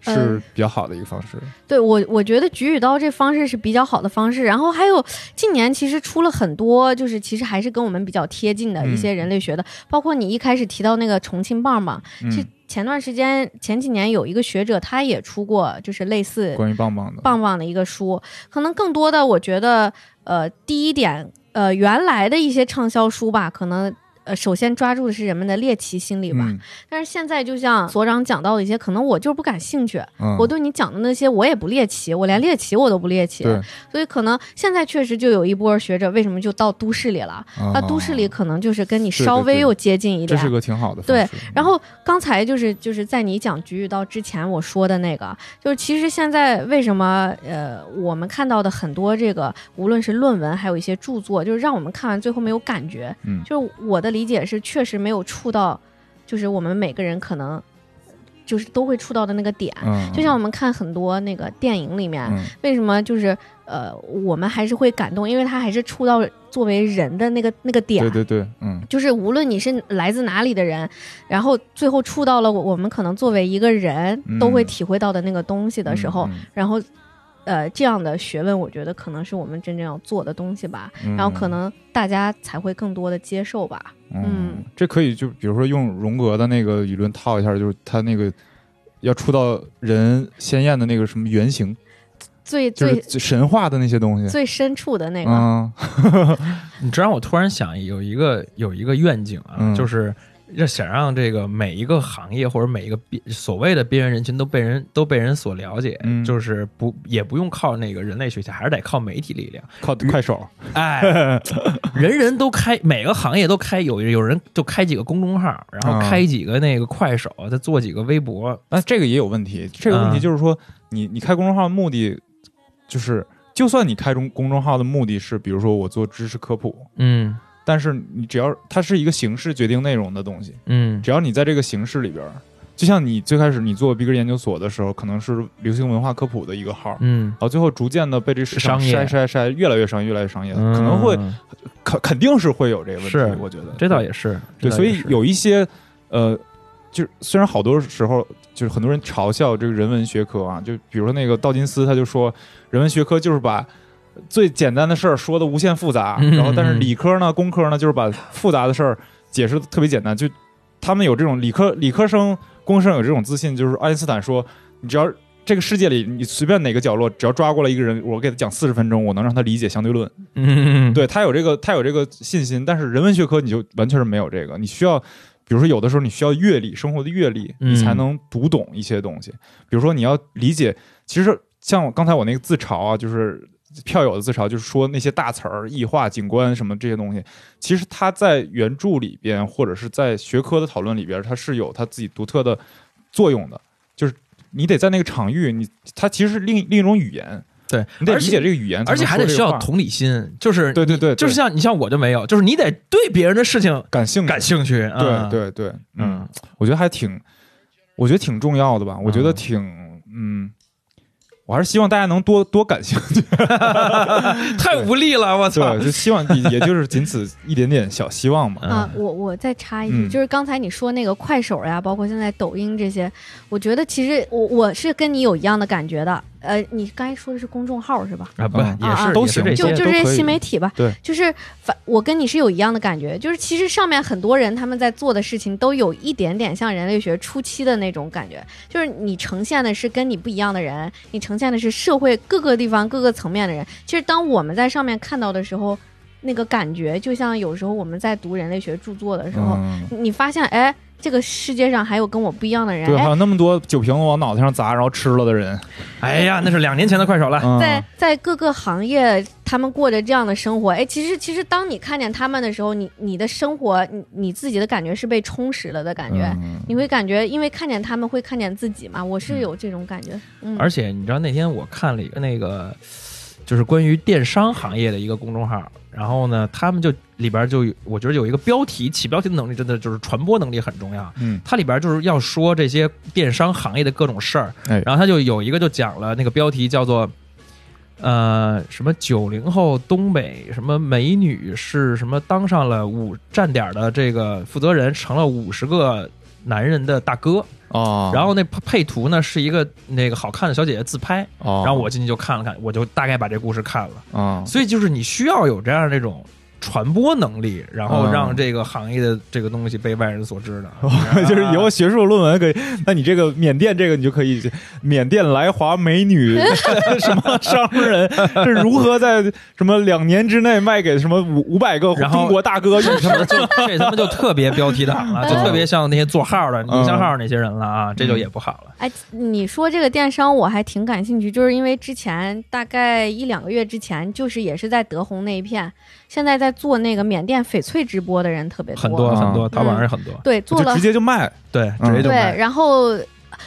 A: 是比较好的一个方式？
C: 对我，我觉得举与刀这方式是比较好的方式。然后还有近年其实出了很多，就是其实还是跟我们比较贴近的一
A: 嗯
C: 些人类学的，包括你一开始提到那个重庆棒棒，这
A: 嗯，
C: 前段时间前几年有一个学者他也出过就是类似
A: 关于棒棒的，
C: 棒棒的一个书，可能更多的我觉得呃第一点呃原来的一些畅销书吧，可能。呃，首先抓住的是人们的猎奇心理吧，
A: 嗯
C: 但是现在就像所长讲到的一些，可能我就是不感兴趣，
A: 嗯，
C: 我对你讲的那些我也不猎奇，我连猎奇我都不猎奇，
A: 对，
C: 所以可能现在确实就有一波学者为什么就到都市里了？
A: 啊
C: 那、都市里可能哦就是跟你
A: 对对
C: 稍微
A: 对
C: 又接近一
A: 这
C: 点。
A: 是个挺好的方
C: 对
A: 式。
C: 然后刚才就是就是在你讲菊与刀之前我说的那个，就是其实现在为什么呃我们看到的很多这个无论是论文还有一些著作，就是让我们看完最后没有感觉，
A: 嗯
C: 就是我的理解是确实没有触到，就是我们每个人可能就是都会触到的那个点。
A: 嗯，
C: 就像我们看很多那个电影里面，
A: 嗯
C: 为什么就是呃，我们还是会感动，因为他还是触到作为人的那个那个点。
A: 对对对，嗯
C: 就是无论你是来自哪里的人，然后最后触到了我我们可能作为一个人
A: 嗯
C: 都会体会到的那个东西的时候，
A: 嗯
C: 然后，呃，这样的学问，我觉得可能是我们真正要做的东西吧。
A: 嗯
C: 然后可能大家才会更多的接受吧。嗯
A: 嗯，这可以就比如说用荣格的那个理论套一下，就是他那个要触到人鲜艳的那个什么原型，
C: 最
A: 就
C: 最
A: 是神话的那些东西。
C: 最深处的那个，
A: 嗯
B: 你这让我突然想有一个有一个愿景啊，
A: 嗯
B: 就是要想让这个每一个行业或者每一个边所谓的边缘人群都被人都被人所了解，
A: 嗯
B: 就是不也不用靠那个人类学习，还是得靠媒体力 量。
A: 靠快手，
B: 哎，人人都开，每个行业都开，有有人就开几个公众号，然后
A: 啊
B: 开几个那个快手，再做几个微博，
A: 那这个也有问题。这个问题
B: 嗯
A: 就是说，你你开公众号的目的，就是就算你开中公众号的目的是，比如说我做知识科普，
B: 嗯
A: 但是你只要它是一个形式决定内容的东西，
B: 嗯
A: 只要你在这个形式里边儿，就像你最开始你做逼格研究所的时候，可能是流行文化科普的一个号，
B: 嗯，
A: 然后最后逐渐的被这市场
B: 商
A: 筛
B: 业
A: 筛筛，越来越商业，越来越商业，可能会
B: 嗯
A: 肯肯定是会有这个问题
B: 是，
A: 我觉得
B: 这倒也是，
A: 对，
B: 这倒
A: 所
B: 也
A: 以
B: 是
A: 有一些呃，就是虽然好多时候就是很多人嘲笑这个人文学科啊，就比如说那个道金斯他就说，人文学科就是把。最简单的事儿说的无限复杂，
B: 嗯
A: 然后但是
B: 嗯
A: 理科呢、工科呢，就是把复杂的事儿解释的特别简单。就他们有这种理科理科生、工科生有这种自信，就是爱因斯坦说，你只要这个世界里你随便哪个角落，只要抓过来一个人，我给他讲四十分钟，我能让他理解相对论。
B: 嗯
A: 对他有这个他有这个信心，但是人文学科你就完全是没有这个，你需要。比如说，有的时候你需要阅历，生活的阅历，
B: 嗯
A: 你才能读懂一些东西。比如说，你要理解，其实像我刚才我那个自嘲啊，就是票友的自嘲，就是说那些大词儿、异化、景观什么这些东西，其实它在原著里边或者是在学科的讨论里边，它是有它自己独特的作用的。就是你得在那个场域，你它其实是另另一种语言，
B: 对，
A: 你得
B: 而
A: 理
B: 且
A: 解这个语言，
B: 而且还得需要
A: 同，
B: 同理心，就是
A: 对对对，对
B: 就是像你像我就没有，就是你得对别人的事情
A: 感兴趣，
B: 感兴趣，
A: 嗯对
B: 啊，
A: 对对，嗯
B: 嗯，
A: 我觉得还挺，我觉得挺重要的吧。我觉得
B: 嗯
A: 挺，嗯，我还是希望大家能多多感兴趣。
B: 太无力了，我操
A: 嗯对，！ 就希望也也就是仅此一点点小希望嘛。
C: 啊，我我再插一句，
A: 嗯
C: 就是刚才你说那个快手呀，包括现在抖音这些，我觉得其实我我是跟你有一样的感觉的。呃，你刚才说的是公众号是吧？
B: 啊，不
A: 啊
B: 也是
A: 都
B: 也是
A: 行
B: 这
A: 对现在
B: 些
C: 就
A: 都
C: 就是
A: 可以
C: 新媒体吧，
A: 对，
C: 就是反我跟你是有一样的感觉，就是其实上面很多人他们在做的事情都有一点点像人类学初期的那种感觉，就是你呈现的是跟你不一样的人，你呈现的是社会各个地方各个层面的人。其实当我们在上面看到的时候，那个感觉就像有时候我们在读人类学著作的时候，
A: 嗯，
C: 你发现哎，这个世界上还有跟我不一样的人，
A: 对，还
C: 哎，
A: 有那么多酒瓶子往脑袋上砸，然后吃了的人，
B: 哎呀，那是两年前的快手了。
A: 嗯
C: 在在各个行业，他们过着这样的生活。哎，其实其实，当你看见他们的时候，你你的生活，你你自己的感觉是被充实了的感觉。
A: 嗯
C: 你会感觉，因为看见他们会看见自己嘛，我是有这种感觉。嗯，
B: 而且你知道那天我看了一个那个，就是关于电商行业的一个公众号，然后呢，他们就里边就有我觉得有一个标题起标题的能力真的就是传播能力很重要。
A: 嗯，
B: 它里边就是要说这些电商行业的各种事儿，
A: 哎
B: 然后他就有一个就讲了那个标题叫做。呃，什么九零后东北什么美女是什么当上了五站点儿的这个负责人，成了五十个男人的大哥。
A: 哦，
B: 然后那配配图呢是一个那个好看的小姐姐自拍，
A: 哦，
B: 然后我进去就看了看，我就大概把这故事看了。
A: 啊，
B: 所以就是你需要有这样这种传播能力，然后
A: 嗯
B: 让这个行业的这个东西被外人所知的。
A: 哦
B: 啊
A: 就是以后学术论文可 以，那你这个缅甸这个你就可以，缅甸来华美女 什么商人， 这如何在什么两年之内卖给什么五五百个
B: 然后
A: 中国大哥？你什么
B: 就这他妈就特别标题党了，就
A: 嗯
B: 特别像那些做号的、营销号那些人了啊，这就也不好了。
C: 哎，你说这个电商我还挺感兴趣，就是因为之前大概一两个月之前，就是也是在德宏那一片，现在在做那个缅甸翡翠直播的人特别
B: 很多
A: 嗯
B: 很多，淘宝上也很多，
C: 对，做
A: 就
C: 了
A: 直接就卖，
B: 对，
A: 嗯
B: 直接就
C: 嗯对
B: 卖，。
C: 然后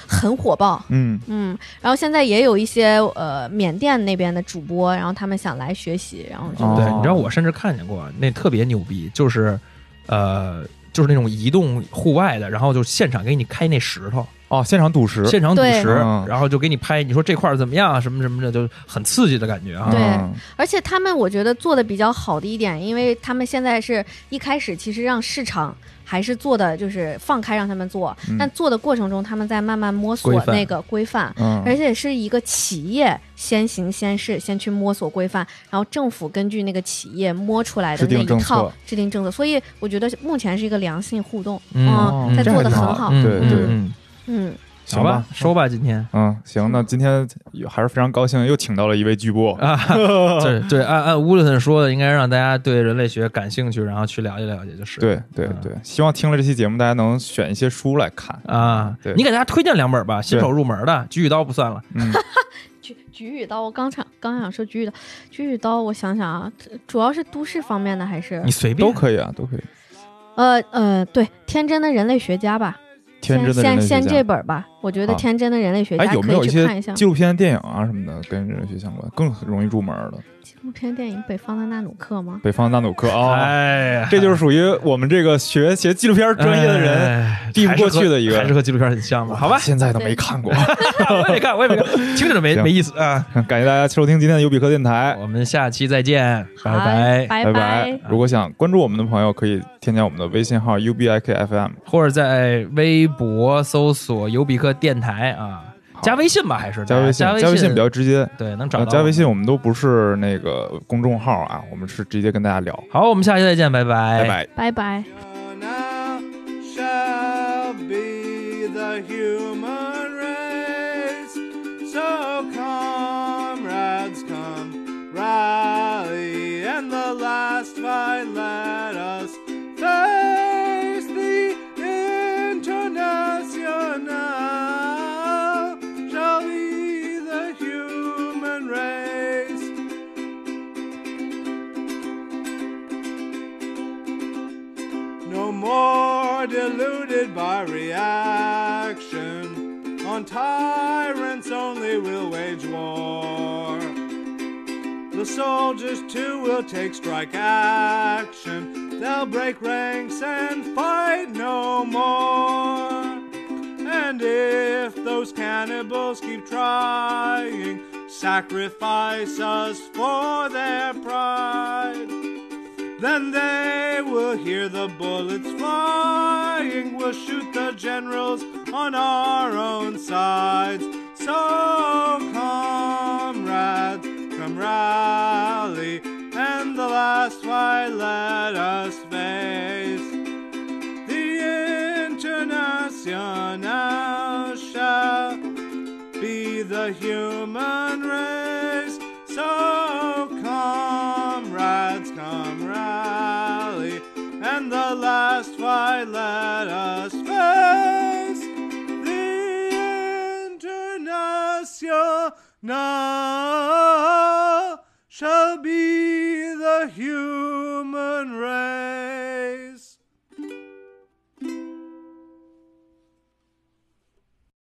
C: 很火爆，
A: 嗯，
C: 嗯，然后现在也有一些呃缅甸那边的主播，然后他们想来学习，然后就、
A: 哦
B: 嗯对，你知道我甚至看见过那特别牛逼，就是，呃，就是那种移动户外的，然后就现场给你开那石头，
A: 哦，现场赌石，
B: 现场赌
C: 对
B: 石
A: 嗯，
B: 然后就给你拍，你说这块儿怎么样啊，什么什么的，就很刺激的感觉啊。
C: 对
A: 嗯
C: 而且他们我觉得做的比较好的一点，因为他们现在是一开始其实让市场还是做的就是放开让他们做，
A: 嗯
C: 但做的过程中他们在慢慢摸索
B: 规范
C: 那个规范。
A: 嗯，
C: 而且是一个企业先行先试，先去摸索规范，然后政府根据那个企业摸出来的
A: 制定
C: 那一
A: 政
C: 套
A: 策
C: 制定政策，所以我觉得目前是一个良性互动，
B: 嗯
A: 哦
C: 在
A: 这
C: 做
A: 还
C: 的
A: 挺
C: 很
A: 好
C: 好，
B: 嗯
A: 对
B: 嗯
A: 对
B: 嗯，
C: 嗯，
A: 行
B: 好吧，收吧，今天。
A: 嗯，行，那今天还是非常高兴，又请到了一位巨播，
B: 啊，对对，按按乌伦说的，应该让大家对人类学感兴趣，然后去了解了解就是。
A: 对对
B: 嗯
A: 对，希望听了这期节目，大家能选一些书来看。
B: 啊
A: 对，
B: 你给大家推荐两本吧，新手入门的《举与刀》不算了，
A: 嗯，
C: 菊菊与刀，我刚想刚想说菊与刀，菊与刀，我想想啊，主要是都市方面的还是
B: 你随便
A: 都可以啊，都可以。
C: 呃呃，对，天真的人类学家吧，
A: 天真的人
C: 先
A: 类学
C: 先
A: 家
C: 先这本儿吧，我觉得
A: 好
C: 天真的人类学
A: 哎
C: 家，
A: 有
C: 可
A: 没有
C: 以
A: 一
C: 去看
A: 些
C: 一下
A: 纪录片、电影啊什么的跟人类学相关，更容易入门的？
C: 纪录片电影《北方的纳努克》吗？
A: 北方纳努克啊，
B: 哎，
A: 这就是属于我们这个学学纪录片专业的人
B: 哎
A: 避不过去的一个
B: 还是和纪录片很像 吧？好 吧，
A: 哎现在都没看过。
B: 我也没看，我也没看，听着没
A: 行
B: 没意思啊。
A: 感谢大家收听今天的尤比克电台，
B: 我们下期再见，拜
C: 好
B: 拜。
C: 拜
A: 拜拜。如果想关注我们的朋友，可以添加我们的微信号 ubikfm。
B: 或者在微博搜索“尤比克电台”啊，
A: 好
B: 加微信吧，还是
A: 哎加微信
B: 加，
A: 加微信比较直接。
B: 对，能找
A: 啊
B: 到
A: 加微。信我们都不是那个公众号啊，我们是直接跟大家聊。
B: 好，我们下期再见，拜
A: 拜
B: 拜，
A: 拜。
C: 拜拜。
H: Now shall be the human race. So, comrades, come rally, and the last fight let us face the international. Shall be the human race. no more deluded by reaction. On tyrants only will wage war. The soldiers too will take strike action. They'll break ranks and fight no more. And if those cannibals keep trying, sacrifice us for their pride. Then they will hear the bullets flying. We'll shoot the generals on our own sides. So, comrades, come rally, and the last fight let us face. The international shall be the human race. So, comrades, come rally, and the last fight let us face. The international shall be the human